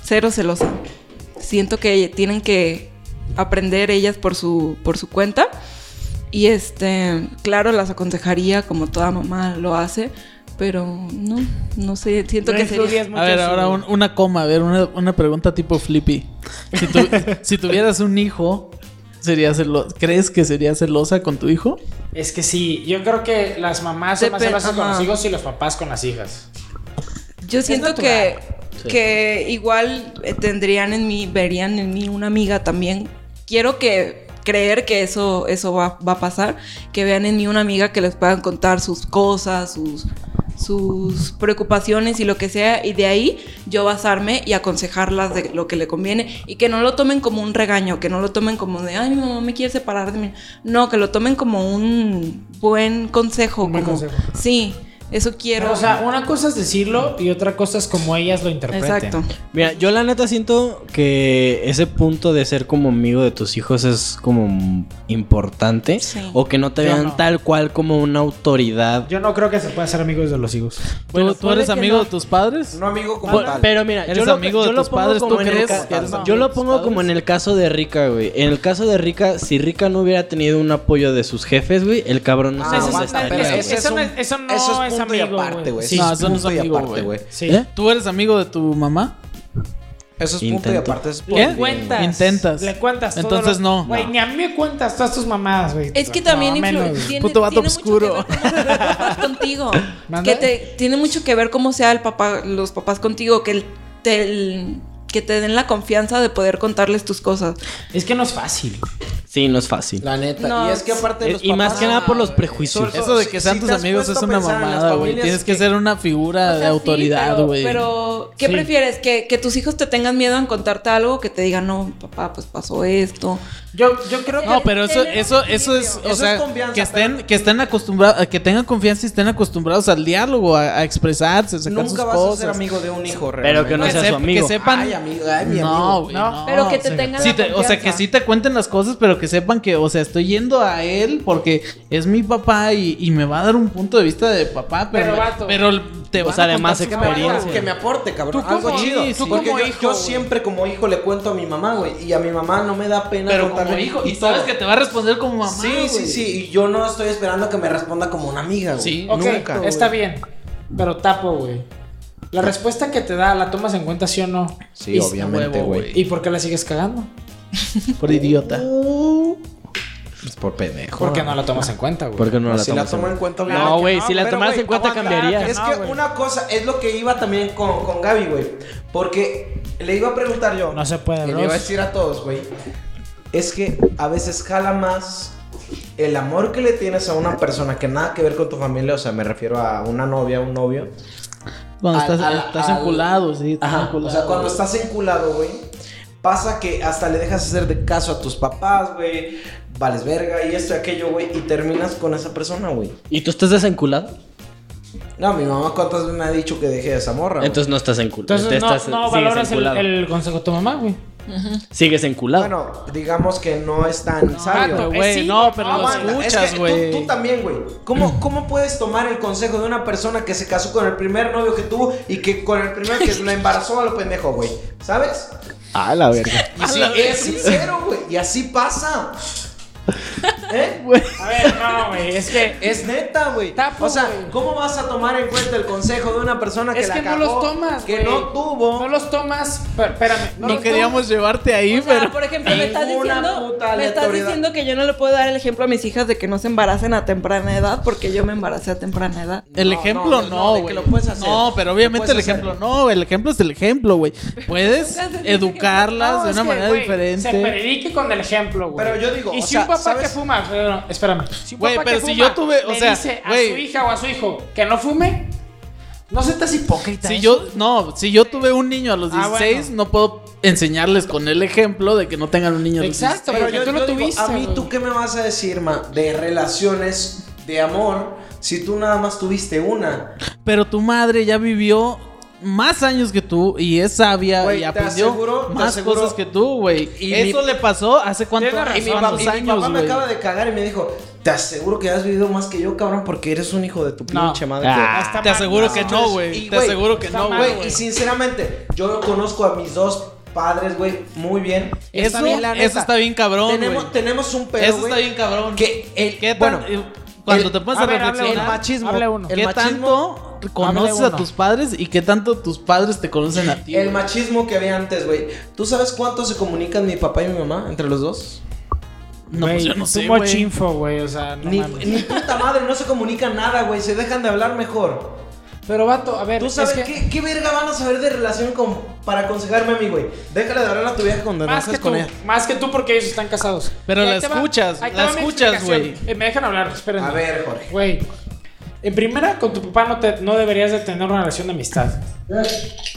Cero celosa. Siento que tienen que aprender ellas por su, por su cuenta. Y este, claro, las aconsejaría como toda mamá lo hace, pero no, no sé, siento
No
que sería...
influyes mucho
A ver,
su-
ahora un- una coma, a ver, una, una pregunta tipo Flippy. Si, tu- si tuvieras un hijo, sería celo- ¿crees que sería celosa con tu hijo?
Es que sí, yo creo que las mamás son más
Depe-
celosas con
ajá.
los hijos y los papás con las hijas.
Yo siento que, que igual eh, tendrían en mí, verían en mí una amiga también. Quiero que creer que eso, eso va, va a pasar, que vean en mí una amiga que les puedan contar sus cosas, sus, sus preocupaciones y lo que sea, y de ahí yo basarme y aconsejarlas de lo que le conviene y que no lo tomen como un regaño, que no lo tomen como de, ay, mi mamá me quiere separar de mí. No, que lo tomen como un buen consejo.
Un buen
como,
consejo.
Sí, eso quiero.
o sea, una cosa es decirlo y otra cosa es como ellas lo interpreten.
Exacto.
Mira, yo la neta siento que ese punto de ser como amigo de tus hijos es como m- importante.
Sí.
O que no te
Yo
vean
no.
tal cual como una autoridad.
Yo no creo que se pueda ser amigos de los hijos.
¿Tú, tú eres amigo de tus padres?
No amigo como
Por-
tal.
pero mira, yo
¿Eres
lo,
amigo de
yo lo
tus
pongo
padres?
como
¿Tú
en el
crees
ca-
que eres
Yo
amigo de
lo
tus
pongo como en
padres?
el caso de Rica, güey. En el caso de Rica, si Rica no hubiera tenido un apoyo de sus jefes, güey, el cabrón no
Ah,
sé si se
aguanta,
estaría.
espera,
es-
güey.
eso no es- eso no
eso
es
punto y
amigo,
aparte,
güey.
güey.
Sí.
Eso
No,
es
eso no es
punto y
amigo,
aparte, güey.
güey.
Sí.
¿Eh?
¿Tú eres amigo de tu mamá?
Eso es punto y
Intento.
aparte. es
Le
¿Qué?
cuentas.
¿Eh? Intentas.
Le cuentas todo
Entonces
lo-
no.
Güey,
No.
ni a mí me cuentas todas tus mamadas, güey.
Es que
No,
también
menos,
influye.
güey.
Tiene,
Puto vato
tiene mucho que
oscuro.
ver cómo se ve el papá contigo.
¿Mande?
que te, tiene mucho que ver cómo sea el papá, los papás contigo, que el- te, el- que te den la confianza de poder contarles tus cosas.
Es que no es fácil.
Sí, no es fácil.
La neta.
No,
y es que aparte de los
Eh, Y más
papás-
que nada por los
güey.
prejuicios.
Eso de que
Si-
sean
si
tus
te has
amigos es
puesto a
una
pensar en las
mamada, güey.
familias
Tienes que
que-
ser una figura
O sea,
de
sí,
autoridad,
pero-
güey.
Pero, ¿qué
Sí.
prefieres? ¿Que, que tus hijos te tengan miedo en contarte algo, que te digan, no, papá, pues pasó esto.
Yo, yo creo que.
No, pero eso,
Tener
eso, eso es,
equilibrio.
o
Eso
sea,
es confianza,
que estén,
pero-
que estén acostumbrados, que tengan confianza y estén acostumbrados al diálogo, a, a expresarse, a sacar sus
Nunca vas a
cosas.
ser amigo de un hijo,
Pero que no
Que
sea
sep-
su amigo.
Que sepan,
Ay, amigo, ay, mi
no,
amigo.
güey,
No.
no.
Pero que te tengan
Sí
la
te- o sea, que
confianza.
sí te cuenten las cosas, pero que sepan que, o sea, estoy yendo a él porque es mi papá y, y me va a dar un punto de vista de papá, pero,
Pero,
me-
vato.
pero te
O
vas
sea,
a contar
además
sus
Que me aporte,
experiencia.
Que me aporte, cabrón.
Tú como-
Algo
sí,
chido.
sí.
Porque
como
yo,
hijo,
yo
güey.
siempre como hijo le cuento a mi mamá, güey. Y a mi mamá no me da pena
Pero
contarle
como hijo, y
todo.
sabes que te va a responder como mamá.
Sí, sí,
güey.
sí. Y yo no estoy esperando que me responda como una amiga, güey.
Sí.
Ok,
Nunca. güey.
está bien. Pero tapo, güey. La respuesta que te da, ¿la tomas en cuenta sí o no?
Sí, obviamente,
huevo,
güey.
güey.
¿Y por qué la sigues cagando?
Por idiota.
Pues por pendejo.
Porque no la tomas en cuenta, güey.
Porque
Pues
no la
Pues si la
tomas en
tomo en cuenta,
No, güey, si la
pero,
tomaras
güey,
en cuenta
aguanta.
cambiaría.
Es
No,
que
güey.
una cosa, es lo que iba también con, con Gaby, güey. Porque le iba a preguntar yo.
No se puede,
Y
bros.
le iba a decir a todos, güey. Es que a veces jala más el amor que le tienes a una persona que nada que ver con tu familia. O sea, me refiero a una novia, un novio.
Cuando
Al-
estás,
al-
estás
al-
enculado, sí. estás
Ajá,
enculado,
o sea, cuando
güey.
estás enculado, güey, pasa que hasta le dejas hacer de caso a tus papás, güey, vales verga y esto y aquello, güey, y terminas con esa persona, güey.
¿Y tú estás desenculado?
No, mi mamá cuántas veces me ha dicho que deje a esa morra. güey?
Entonces no estás enculado.
Entonces no,
estás,
no
sigues
valoras el,
enculado.
el consejo de tu mamá, güey.
Sigues enculado.
bueno, digamos que no es tan sabio.
Pero,
Eh,
güey,
sí,
no, pero lo
Aguanta, es
escuchas,
que
güey.
Tú, tú también, güey. ¿Cómo, ¿Cómo puedes tomar el consejo de una persona que se casó con el primer novio que tuvo y que con el primero que lo embarazó a lo pendejo, güey? ¿Sabes?
A la verga.
Y sí, es sincero, güey. Y así pasa. ¿Eh?
A ver, no, güey. Es que
Es neta, güey.
Tapo,
o sea,
güey.
¿cómo vas a tomar en cuenta el consejo de una persona que
es
la
que no
cagó,
los tomas,
que
güey.
no tuvo
No los tomas, per- espérame.
No
no-
queríamos llevarte ahí,
O sea,
pero.
por ejemplo, me estás,
Ninguna
diciendo,
puta
me estás
aleatoriedad.
diciendo que yo no le puedo dar el ejemplo a mis hijas de que no se embaracen a temprana edad porque yo me embaracé a temprana edad.
El
No,
ejemplo
no, no,
no,
de que
güey.
lo puedes hacer.
No, pero obviamente
Lo
el
puedes
ejemplo no, el ejemplo es el ejemplo, güey. Puedes
Nunca se dice
educarlas
No,
de
es
una
que,
manera
güey, Se
diferente.
predique con el ejemplo, güey.
Pero yo digo,
Y
o
si
sea,
un papá
¿sabes?
que fuma, no, no, espérame. Si un
Güey,
papá
pero
que
si
fuma
yo tuve- o
le
sea,
dice a su
güey.
hija o a su hijo que no fume, no se te hace hipócrita.
Si
eso?
yo, no, si yo tuve un niño a los
Ah,
16,
bueno.
no puedo enseñarles con el ejemplo de que no tengan un niño a los
Exacto, pero
Pero
que
yo,
tú lo
yo digo,
tuviste.
a mí,
güey.
¿tú qué me vas a decir, ma? De relaciones, de amor, si tú nada más tuviste una.
16. Pero tu madre ya vivió más años que tú y es sabia
Güey,
y
te
aprendió
aseguro- te
más
aseguro-
cosas que tú, güey.
Y
Eso
mi-
le pasó hace cuánto,
Tienes
Y mi,
razón,
pa-
cuántos
Ah, y mi papá
años,
me
güey.
acaba de cagar y me dijo, te aseguro que has vivido más que yo, cabrón, porque eres un hijo de tu
No.
pinche madre.
Ah,
Está
Te
mal,
aseguro que no,
Y,
güey. Te
güey,
aseguro que
está
no,
mal,
güey.
Güey, y sinceramente, yo conozco a mis dos padres, güey, muy bien.
Eso,
Está bien, la
eso
neta.
está bien cabrón, güey.
Tenemos, tenemos un pedo,
Eso
güey,
está bien cabrón.
Que el,
¿Qué tan-
bueno,
eh, cuando
el-
te pones
a
a,
ver, hable
el
uno.
reflexionar,
machismo.
Hable uno.
El
¿qué
machismo,
tanto conoces a
uno.
tus padres y qué tanto tus padres te conocen a ti?
el
güey?
machismo que había antes, güey. ¿Tú sabes cuánto se comunican mi papá y mi mamá entre los dos?
No, pues
Güey,
yo no sé,
tú
güey.
mochinfo, güey, o sea, no
ni,
mames.
ni puta madre, no se comunican nada, güey. Se dejan de hablar mejor.
Pero vato, a ver,
¿Tú
es
sabes
que-
qué, qué verga van a saber de relación con, para aconsejarme a mí, güey? Déjale de hablar a tu vieja cuando
Más
enojes
que,
con
tú,
ella.
más que tú porque ellos están casados.
Pero
Y ahí
la
te va-
escuchas,
ahí te
la
va mi
escuchas,
explicación.
güey.
Eh, me dejan hablar, espérenme.
A ver, Jorge.
Güey, en primera, con tu papá no, te, no deberías de tener una relación de amistad.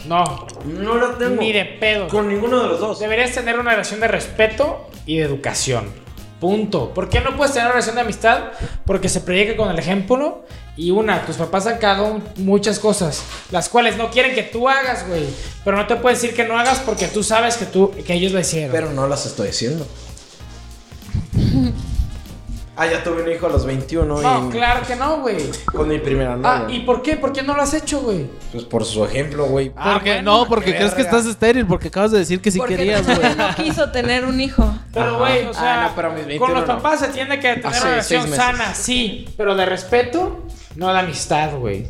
No,
No lo tengo.
ni de pedo.
Con ninguno de los dos.
Deberías tener una relación de respeto y de educación. Punto. ¿Por qué no puedes tener una relación de amistad? Porque se predica con el ejemplo. Y una, tus papás han cagado muchas cosas, las cuales no quieren que tú hagas, güey. Pero no te puedes decir que no hagas porque tú sabes que, tú, que ellos lo hicieron.
Pero no las estoy diciendo. Ah, ya tuve un hijo a los 21
no,
y
claro que no, güey.
con mi primera novia.
Ah, ¿y por qué? ¿Por qué no lo has hecho, güey?
Pues por su ejemplo, güey.
Porque no, porque crees que
Ah, verga.
estás estéril, porque acabas de decir que sí
porque
querías,
tu
güey.
mamá no quiso tener un hijo.
Pero, güey, o sea,
Ah, no, pero a mis 21
con los
no.
papás se tiene que tener
Hace
una relación
seis meses.
sana, sí, pero de respeto, no de amistad, güey.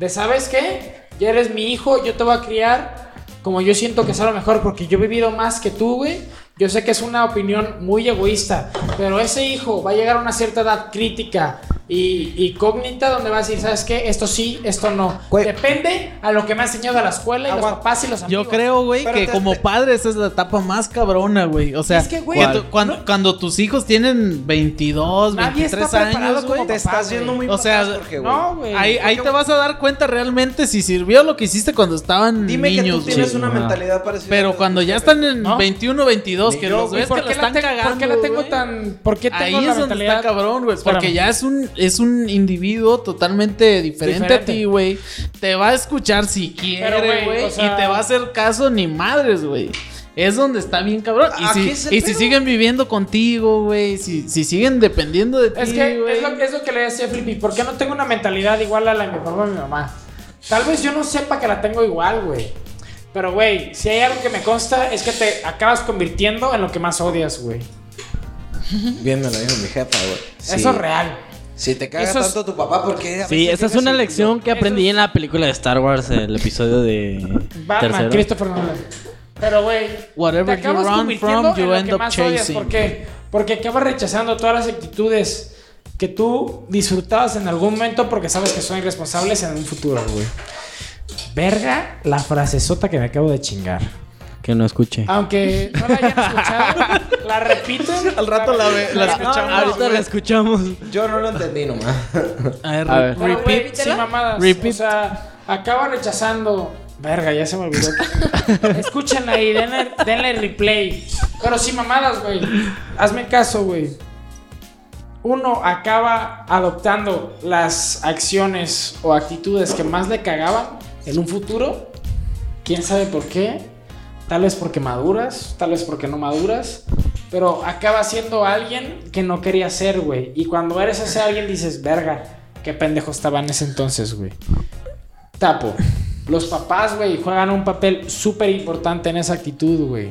De, ¿sabes qué? Ya eres mi hijo, yo te voy a criar como yo siento que es a lo mejor, porque yo he vivido más que tú, güey. Yo sé que es una opinión muy egoísta, pero ese hijo va a llegar a una cierta edad crítica y, y cógnita donde vas a decir, ¿sabes qué? Esto sí, esto no.
Güey.
Depende a lo que me ha enseñado la escuela y los
Aguanta.
papás y los amigos.
Yo creo, güey,
Pero
que
te-
como
te-
padres es la etapa más cabrona, güey. O sea,
Es que, güey,
cuando,
¿cuál?
cuando, cuando tus hijos tienen 22,
Nadie está
23
preparado
años, güey.
como
Te
papá,
estás viendo
güey.
muy
O sea,
para atrás, Jorge, güey.
No, güey.
Ahí, ahí te vas a dar cuenta realmente si sirvió lo que hiciste cuando estaban
Dime que
niños,
tú tienes
güey.
una
Ajá.
mentalidad parecida.
Pero cuando ya están en
¿No?
21, 22, que
Yo,
los
güey,
ves que
¿por
la
qué la
están
tengo-
cagando.
¿Por qué la tengo
güey?
tan.? ¿Por qué tengo
Ahí
la
es donde
mentalidad?
está cabrón, güey. Porque
Espérame.
ya es un, es un individuo totalmente diferente, a
Diferente.
ti, güey. Te va a escuchar si quiere,
güey,
güey.
o sea-
Y te va a hacer caso ni madres, güey. Es donde está bien cabrón. Y
Aquí
si,
es el
y si
pedo.
siguen viviendo contigo, güey. Si, si siguen dependiendo de ti,
Es que
güey.
es lo, es lo que le decía a Flippy. ¿Por qué no tengo una mentalidad igual a la de mi papá y mi mamá? Tal vez yo no sepa que la tengo igual, güey. Pero, güey, si hay algo que me consta es que te acabas convirtiendo en lo que más odias, güey.
Bien me lo dijo mi jefa, güey.
Eso es real.
Si te caga
Eso es-
tanto tu papá, ¿por qué? a
Sí,
veces
esa es
llegas
una
y-
lección que aprendí en la película de Star Wars, el episodio de
Batman,
tercero.
Christopher Nolan. Pero, güey,
Whatever
te acabas
you run
convirtiendo
from,
en
you
lo
end
que
up
más odias.
chasing.
¿Por qué? Porque acabas rechazando todas las actitudes que tú disfrutabas en algún momento porque sabes que son irresponsables en un futuro, güey. Verga la frasezota que me acabo de chingar.
Que no escuche.
Ah, Aunque no la hayan escuchado, la repiten.
Al rato la ve- la
escuchamos.
ahorita la escuchamos.
Yo no lo entendí nomás.
A ver,
A ver.
Pero, güey,
Repeat.
sí, mamadas.
Repeat.
O sea, acaba rechazando. Verga, ya se me olvidó. Escuchen ahí, denle, denle replay. Pero sí, mamadas, güey. Hazme caso, güey. Uno acaba adoptando las acciones o actitudes que más le cagaban en un futuro. Quién sabe por qué. Tal vez porque maduras, tal vez porque no maduras. Pero acaba siendo alguien que no quería ser, güey. Y cuando eres ese alguien dices, verga, qué pendejo estaba en ese entonces, güey. Tapo. Los papás, güey, juegan un papel súper importante en esa actitud, güey.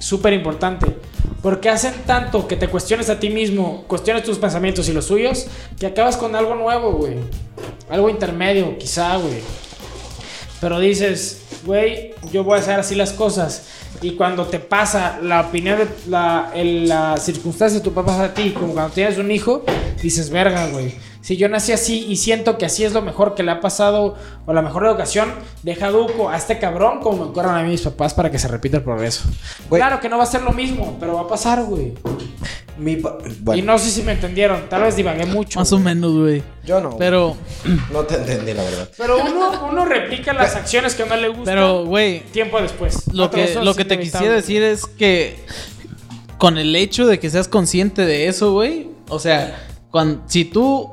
Súper importante. Porque hacen tanto que te cuestiones a ti mismo, cuestiones tus pensamientos y los suyos, que acabas con algo nuevo, güey. Algo intermedio, quizá, güey. Pero dices, güey, yo voy a hacer así las cosas. Y cuando te pasa la opinión, de la, el- la circunstancia de tu papá a ti, como cuando tienes un hijo, dices, verga, güey. Si yo nací así y siento que así es lo mejor que le ha pasado o la mejor educación, deja duco a este cabrón como me corran a mí mis papás para que se repita el progreso.
Güey.
Claro que no va a ser lo mismo, pero va a pasar, güey.
Mi pa-
Y
Bueno,
no sé si me entendieron, tal vez divagué mucho.
Más o
güey.
menos, güey.
yo no. Pero...
Pero,
No te entendí, la verdad.
Pero uno, uno replica las acciones que no le gustan
pero, güey,
tiempo después.
lo
Pero
que,
eso
lo
es
que te
inevitable.
quisiera decir es que con el hecho de que seas consciente de eso, güey, o sea, cuan- si tú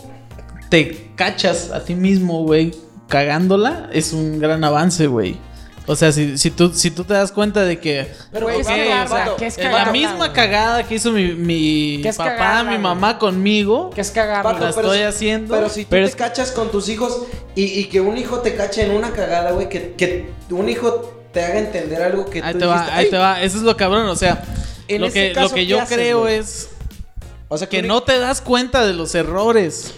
te cachas a ti mismo, güey, cagándola, es un gran avance, güey. O sea, si, si, tú, si tú te das cuenta de que
Pero
ok,
¿qué es cagar,
o sea,
vato? ¿Qué es
la
cagar?
misma cagada que hizo mi, mi
¿Qué es
papá,
cagarla,
mi
güey?
mamá conmigo,
Que es cagar.
Paco,
la
pero
estoy
si-
haciendo.
Pero si tú
Pero
te
es-
cachas con tus hijos y, y que un hijo te cache en una cagada, güey, que, que un hijo te haga entender algo que
Ahí
tú
te va,
dijiste,
ahí
"Ay".
te va. Eso es lo cabrón, o sea,
En
lo
ese
que,
caso,
lo que
¿qué
yo
haces,
creo
güey?
es
O sea,
que no te das cuenta de los errores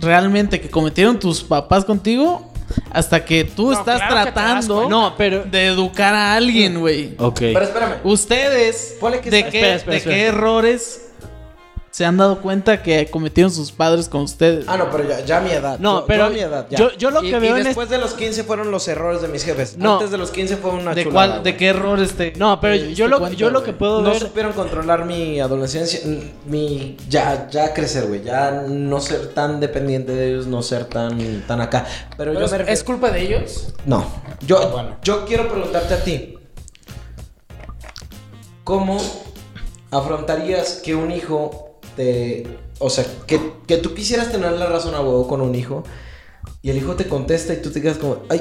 realmente que cometieron tus papás contigo hasta que
No,
tú estás
claro que te das
tratando
cuenta.
No, pero.
de educar a alguien, güey.
Ok.
Pero espérame.
Uh. Ustedes,
Ponle que
¿de,
está-
qué,
Espera, espera,
de
espera.
qué errores se han dado cuenta que cometieron sus padres con ustedes?
Ah, no, pero ya, ya a mi edad.
No,
Yo-
pero
yo a mi edad, ya.
yo- yo lo
Y-
que
y
veo en
después de los 15 fueron los errores de mis jefes.
No.
Antes de los 15 fue una
¿De,
chulada.
cuál, ¿De
güey.
qué errores te.?
No, pero
te
yo
diste
lo,
cuenta,
yo lo que
güey?
puedo
No
ver.
supieron controlar mi adolescencia, n- mi ya ya crecer, güey, ya no ser tan dependiente de ellos, no ser tan tan acá. Pero,
Pero
yo
es,
me refiero-
es culpa de ellos.
no, yo
bueno.
yo quiero preguntarte a ti. ¿Cómo afrontarías que un hijo te o sea, que, que tú quisieras tener la razón a huevo con un hijo y el hijo te contesta y tú te quedas como, "Ay,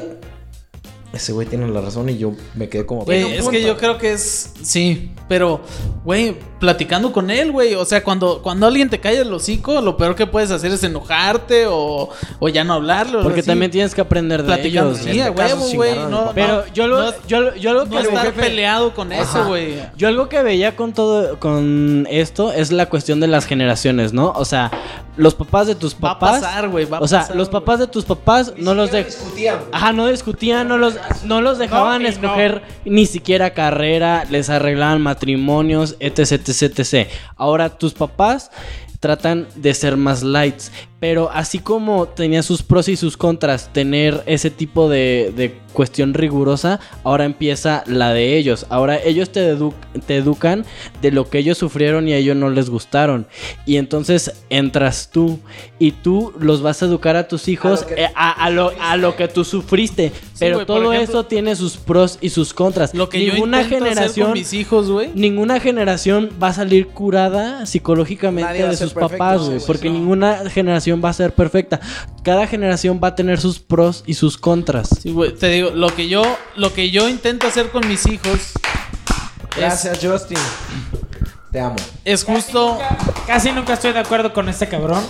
ese güey tiene la razón" y yo me quedé como,
Güey,
"Tiene un
es que
punto".
yo creo que es. Sí, pero, güey, platicando con él, güey. O sea, cuando, cuando alguien te cae el hocico, lo peor que puedes hacer es enojarte o, o ya no hablarle. o algo
Porque
así.
también tienes que aprender de
platicando.
ellos.
Sí, a
este caso,
huevo, güey.
chingaron
No,
al papá.
Pero yo
no,
lo, yo, lo- yo lo
no
que
estar
veo-
peleado con eso, güey.
Yo algo que veía con todo con esto es la cuestión de las generaciones, ¿no? O sea, los papás de tus
Va a
papás.
pasar, güey. va a
o sea,
pasar,
los
güey.
papás de tus papás
Ni
no los
siquiera
de Ah,
discutían, güey.
Ajá, no discutían, no los, no los dejaban
No, y no.
escoger ni siquiera carrera, les arreglaban matrimonios, etc, etc, etc. Ahora tus papás tratan de ser más lights. Pero así como tenía sus pros y sus contras tener ese tipo de, de cuestión rigurosa, ahora empieza la de ellos. Ahora ellos te, edu- te educan de lo que ellos sufrieron y a ellos no les gustaron. Y entonces entras tú y tú los vas a educar a tus hijos
que
eh, a, a lo, a lo que tú sufriste. Pero
güey, por
todo
ejemplo-
eso tiene sus pros y sus contras.
Lo que yo intento hacer con mis hijos, güey.
Ninguna generación va a salir curada psicológicamente
Nadie va a
de
ser
sus
perfecto,
papás,
no,
güey.
güey,
Porque
no.
ninguna generación va a ser perfecta. Cada generación va a tener sus pros y sus contras.
Sí, güey, te digo, lo que yo lo que yo intento hacer con mis hijos es,
Gracias, Justin. Te amo.
es justo
Casi nunca estoy de acuerdo con este cabrón.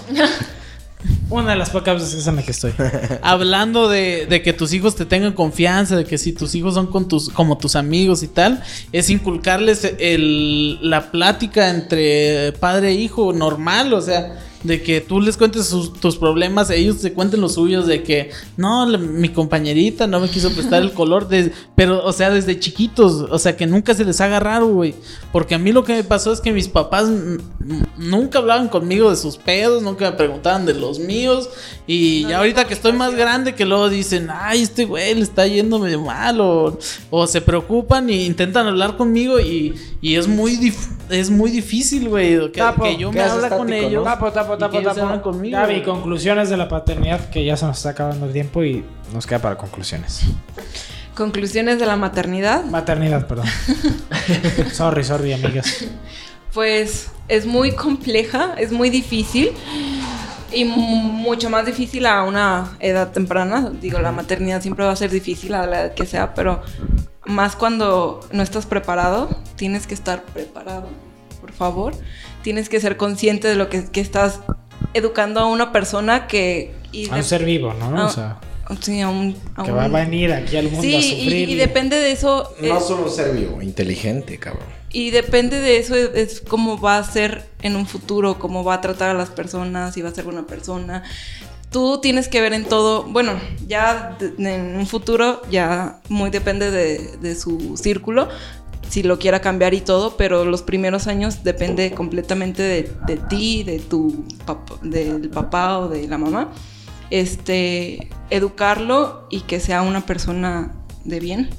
Una de las pocas veces es en la que estoy.
hablando de, de que tus hijos te tengan confianza, de que si tus hijos son con tus, como tus amigos y tal, es inculcarles el- la plática entre padre e hijo normal, o sea, de que tú les cuentes sus- tus problemas, ellos te cuenten los suyos, de que no, la- mi compañerita no me quiso prestar el color, de- pero, o sea, desde chiquitos, o sea, que nunca se les haga raro, güey, porque a mí lo que me pasó es que mis papás mm, mm, nunca hablaban conmigo de sus pedos, nunca me preguntaban de los míos, y ya ahorita que estoy más grande que luego dicen, ay, este güey le está yendo medio mal, o, o se preocupan e intentan hablar conmigo y, y es muy dif- es muy difícil, güey, que,
Tapo,
que yo me
quedas
habla con
estático, ¿no?
ellos.
Tapo, tapo,
y
tapo,
que ellos
tapo.
hablan conmigo,
Gaby,
güey.
conclusiones de la paternidad que ya se nos está acabando el tiempo y nos queda para conclusiones.
Conclusiones de la maternidad.
Maternidad, perdón. sorry, sorry, amigas.
Pues es muy compleja, es muy difícil y mu- mucho más difícil a una edad temprana. Digo, la maternidad siempre va a ser difícil a la edad que sea, pero más cuando no estás preparado, tienes que estar preparado, por favor. Tienes que ser consciente de lo que, que estás educando a una persona que... y
A
de-
un ser vivo, ¿no?
a-
o sea,
sí, a un- a
que va a
un-
venir aquí al mundo
Sí,
a
y,
sufrir.
y depende de eso...
No
eh,
solo un ser vivo, inteligente, cabrón.
y depende de eso, es, es cómo va a ser en un futuro, cómo va a tratar a las personas, si va a ser buena persona. Tú tienes que ver en todo, bueno, ya de- en un futuro, ya muy depende de, de su círculo, si lo quiera cambiar y todo, pero los primeros años depende completamente de, de ti, de tu pap- del papá o de la mamá. Este, educarlo y que sea una persona de bien.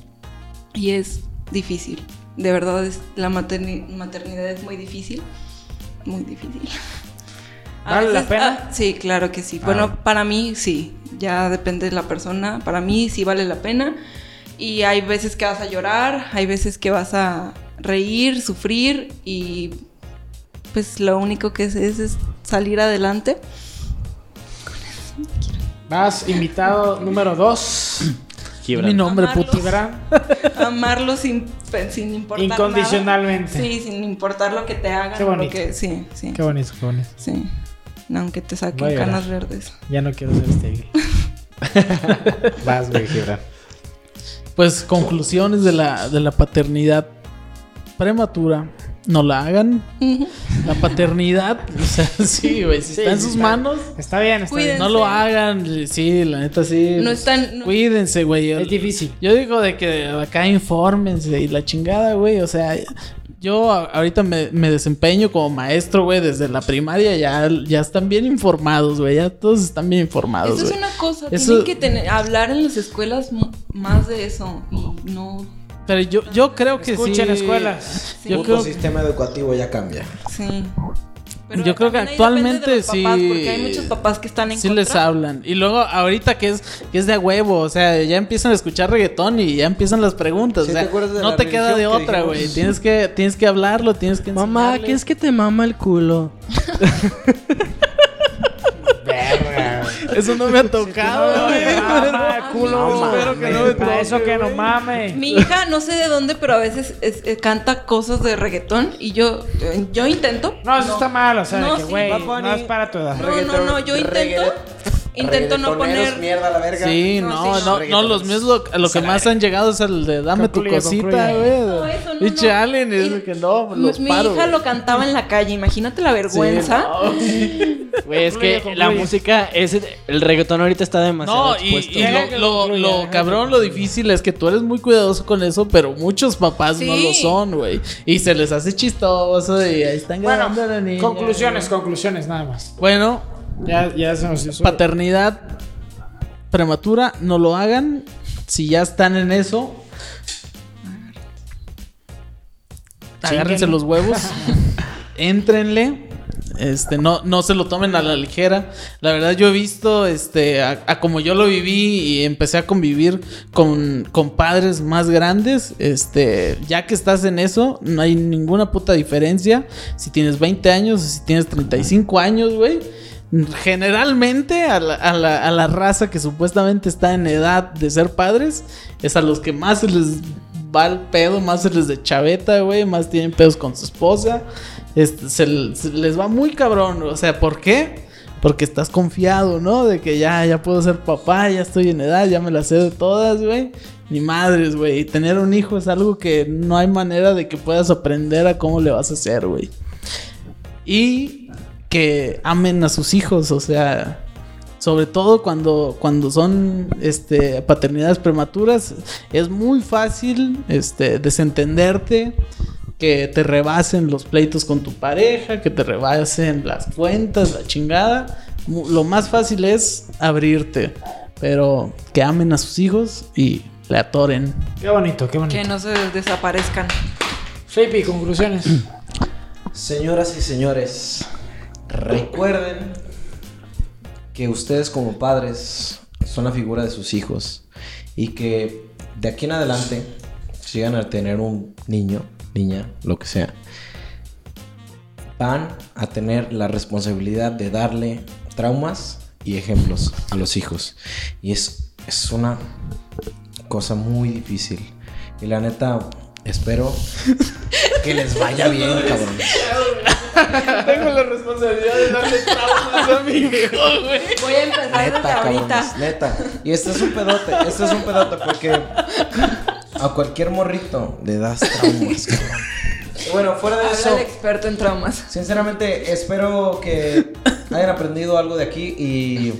Y es difícil. De verdad, es, la materni- maternidad es muy difícil. Muy difícil. A
¿Vale la pena?
ah, sí, claro que sí.
Ah.
Bueno, para mí sí. Ya depende de la persona. Para mí sí vale la pena. Y hay veces que vas a llorar, hay veces que vas a reír, sufrir y pues lo único que es es, es salir adelante.
Vas, invitado número dos.
Mi nombre,
Amarlos.
puto.
Gibran.
Amarlo sin, pues, sin importar nada.
Incondicionalmente.
Sí, sin importar lo que te hagan.
Qué
o lo
bonito.
que- sí, sí.
Qué bonito, qué bonito.
Sí. No, aunque te
Voy a
saquen
llorar.
canas verdes.
Ya no quiero ser este estéril. Vas, güey, Gibran.
Pues conclusiones de la, de la paternidad prematura. No la hagan.
Ujú.
La paternidad, o sea, sí, güey, si
Sí,
está en
sí,
sus
está.
manos,
Está bien, está
Cuiden.
bien.
no lo hagan. Sí, la neta sí.
No están. no-
Cuídense, güey.
Es difícil.
Yo digo de que acá infórmense y la chingada, güey. O sea, yo a- ahorita me, me desempeño como maestro, güey. Desde la primaria ya, ya están bien informados, güey. Ya todos están bien informados.
Eso es
güey.
una cosa.
Eso-
Tienen que tener- hablar en las escuelas m- más de eso. Y no.
Pero yo, yo creo que sí.
Escuchen escuelas.
Sí.
Yo
Puto
creo-
sistema educativo ya cambia.
Sí.
Yo creo
también
que
ahí depende
actualmente
de los papás,
sí-
Porque hay muchos papás que están en
Sí
contra.
les hablan. Y luego ahorita que es, que es de a huevo, o sea, ya empiezan a escuchar reggaetón y ya empiezan las preguntas.
Sí,
o sea,
¿te acuerdas de
no
la
te queda de
religión que
otra,
dijimos?
güey. Tienes que, tienes que hablarlo, tienes que
Mamá,
enseñarle.
¿qué es que te mama el culo?
Eso no me ha tocado, güey.
Mamá, culo.
No
Espero que no me
Para
toque,
eso que no
güey.
mame.
Mi hija, no sé de dónde, pero a veces es- eh, canta cosas de reggaetón. Y yo, yo intento.
No, eso está mal, o sea,
No,
de que,
sí.
güey,
Bad Bunny.
no es para tu edad.
No, no, no, yo
Reggaetón,
intento. Intento no
Reggaetoneros,
poner.
mierda a la verga.
Sí,
No,
no,
sí,
no,
no.
no, los míos lo, a lo que más han llegado es el de dame tu
Concluye,
cosita,
concluye.
No,
güey.
eso no,
Y
no.
Allen, es
Y-
que no,
Mi,
los
mi
paro.
hija lo cantaba en la calle, imagínate la
Sí,
vergüenza.
Güey, es que
Concluye,
la
concluye.
música, es, el reggaetón ahorita está demasiado
No, y,
expuesto.
y
Deja
lo,
que
lo-
concluya,
lo
deja que
cabrón, lo difícil es que tú eres muy cuidadoso con eso, pero muchos papás no
Sí.
lo son, güey. Y se les hace chistoso y ahí están
Bueno,
grabando a la niña.
conclusiones, conclusiones nada más.
Bueno,
Ya, ya se nos hizo.
paternidad prematura, no lo hagan. Si ya están en eso, agárrense los huevos, éntrenle. Este, no, no se lo tomen a la ligera. La verdad, yo he visto, este, a, a como yo lo viví y empecé a convivir con, con padres más grandes, este, ya que estás en eso, no hay ninguna puta diferencia si tienes 20 años o si tienes 35 años, güey. Generalmente a la, a la- a la raza que supuestamente está en edad de ser padres, es a los que más se les va el pedo, más se les de chaveta, güey, más tienen pedos con su esposa. Este, se, l- se les va muy cabrón, o sea, ¿por qué? Porque estás confiado, ¿no? De que ya, ya puedo ser papá, ya estoy en edad, ya me las sé de todas, güey. Ni madres, güey. Y Tener un hijo es algo que no hay manera de que puedas aprender a cómo le vas a hacer, güey. Y que amen a sus hijos, o sea, sobre todo cuando, cuando son este, paternidades prematuras, es muy fácil este, desentenderte, que te rebasen los pleitos con tu pareja, que te rebasen las cuentas, la chingada. Mu- Lo más fácil es abrirte, pero que amen a sus hijos y le atoren.
Qué bonito, qué
Que
bonito.
no se desaparezcan.
Felipe, conclusiones.
Señoras y señores, recuerden que ustedes como padres son la figura de sus hijos y que de aquí en adelante, si llegan a tener un niño, niña, lo que sea, van a tener la responsabilidad de darle traumas y ejemplos a los hijos. Y es, es una cosa muy difícil. Y la neta, espero que les vaya bien, cabrón.
Tengo la responsabilidad de darle traumas a mi hijo, güey.
Voy a empezar desde
Neta, cabrones,
ahorita.
neta. Y este es un pedote, este es un pedote porque a cualquier morrito le das traumas, cabrón. Y Bueno, fuera de
Habla
eso,
el experto en traumas.
sinceramente espero que hayan aprendido algo de aquí y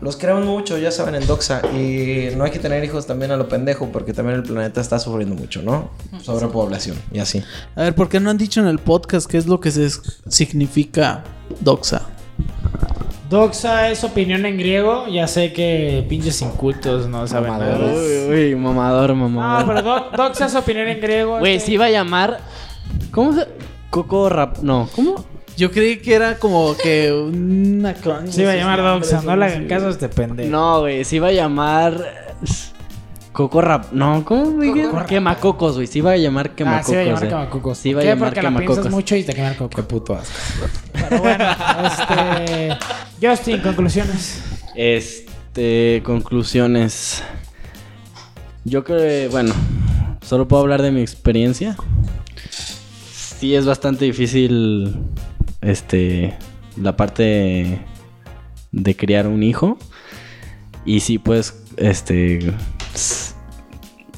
los queremos mucho, ya saben, en Doxa. Y no hay que tener hijos también a lo pendejo porque también el planeta está sufriendo mucho, ¿no? Sobrepoblación y así.
A ver, ¿por qué no han dicho en el podcast qué es lo que se significa doxa?
Doxa es opinión en griego. Ya sé que pinches incultos no saben nada.
Uy, uy, mamador,
No,
Ah,
mamador.
pero do- Doxa es opinión en griego.
Güey,
Este-
se iba a llamar. ¿Cómo se.? Coco Rap. No, ¿cómo?
Yo creí que era como que una crónica.
Se iba a llamar Doxa. No le hagan
Sí.
caso a este pendejo.
No, güey, se iba a llamar. Coco Rap. No, ¿cómo? güey? Quemacocos, güey. Se iba a llamar
Ah,
Quemacocos.
se iba a llamar
güey.
quemacocos.
Se iba a
¿Qué?
llamar
Porque la piensas
Quemacocos.
mucho y te quema el coco.
Qué puto asco.
Pero bueno, este. Justin, conclusiones.
Este, conclusiones. Yo creo, bueno, solo puedo hablar de mi experiencia. Sí es bastante difícil este la parte de criar un hijo y sí puedes este s-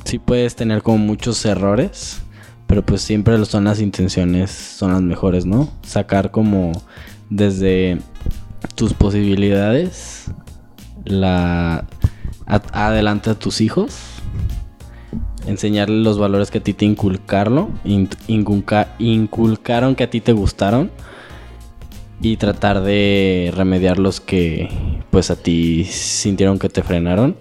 sí puedes tener como muchos errores, pero pues siempre son las intenciones son las mejores, ¿no? Sacar como desde tus posibilidades la a- adelante a tus hijos enseñarles los valores que a ti te inculcarlo in- inculca- inculcaron que a ti te gustaron y tratar de remediar los que pues a ti sintieron que te frenaron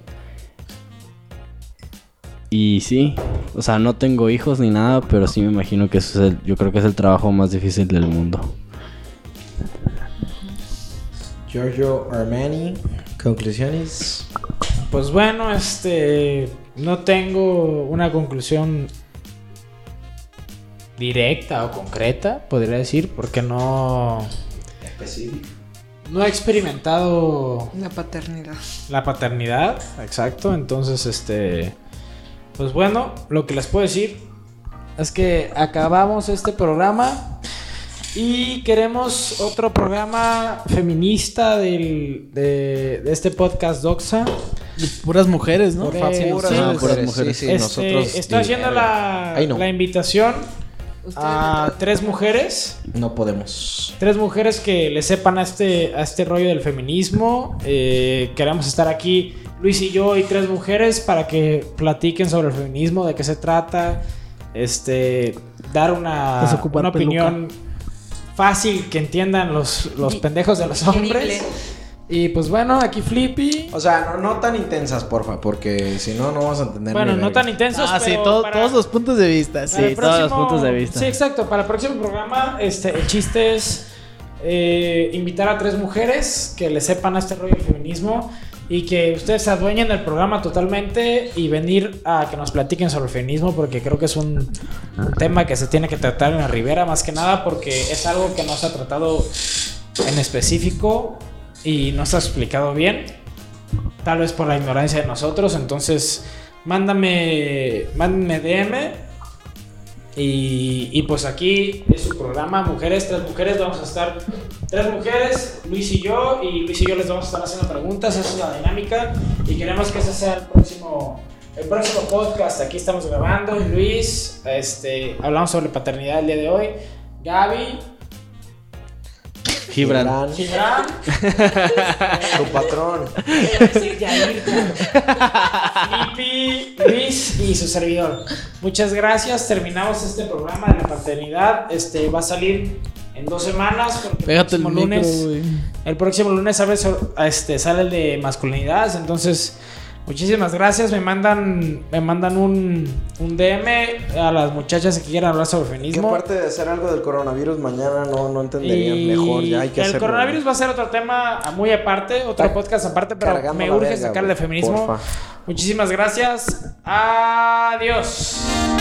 y sí o sea no tengo hijos ni nada pero sí me imagino que eso es el, yo creo que es el trabajo más difícil del mundo
Giorgio Armani, conclusiones.
Pues bueno, este. No tengo una conclusión directa o concreta, podría decir, porque no. No he experimentado
La paternidad.
la paternidad, exacto. Entonces, este. Pues bueno, lo que les puedo decir es que acabamos este programa. Y queremos otro programa feminista del, de, de este podcast Doxa.
Puras mujeres, ¿no?
Por
Sí,
favor.
sí,
Ah,
sí.
puras
mujeres. Sí, sí,
Este,
nosotros-
estoy haciendo la,
Ay, no.
la invitación
Ustedes
a tres mujeres.
No podemos.
Tres mujeres que le sepan a este, a este rollo del feminismo. Eh, queremos estar aquí, Luis y yo, y tres mujeres para que platiquen sobre el feminismo, de qué se trata. Este, dar una,
Desocupar
una
peluca.
opinión fácil que entiendan los, los
Di-
pendejos de los
digerible.
hombres. Y pues bueno, aquí Flippy.
O sea, no, no tan intensas, porfa, porque si no, no vamos a entender.
Bueno,
ni
no
verga.
tan intensos.
Ah, sí,
pero
todo-
para-
todos los puntos de vista, sí.
para el
Sí, todos los puntos de vista.
Sí, exacto. Para el próximo programa, este, el chiste es eh, invitar a tres mujeres que le sepan a este rollo del feminismo y que ustedes se adueñen del programa totalmente y venir a que nos platiquen sobre el feminismo porque creo que es un, un tema que se tiene que tratar en la Ribera más que nada porque es algo que no se ha tratado en específico y no se ha explicado bien. Tal vez por la ignorancia de nosotros, entonces mándame, mándame DM y, y pues aquí es su programa, Mujeres, tres mujeres, vamos a estar tres mujeres, Luis y yo, y Luis y yo les vamos a estar haciendo preguntas, esa es la dinámica, y queremos que ese sea el próximo, el próximo podcast, aquí estamos grabando, Luis, este, hablamos sobre paternidad el día de hoy, Gaby,
Gibran.
Gibran,
Tu patrón.
Flippy, Luis y su servidor. Muchas gracias. Terminamos este programa de la paternidad. Este va a salir en dos semanas. porque
Pégate el
próximo
micro,
lunes.
güey.
El próximo lunes sale, so- este, sale el de masculinidades. Entonces, muchísimas gracias. Me mandan, me mandan un, un DM a las muchachas que quieran hablar sobre
Que
feminismo.
aparte de hacer algo del coronavirus mañana no, no entenderían
Y
mejor. Ya hay que
el
hacerlo.
coronavirus va a ser otro tema muy aparte, otro
Está
podcast aparte, pero
cargando
me
la
urge
verga,
sacarle
güey,
feminismo.
porfa.
Muchísimas gracias. Adiós.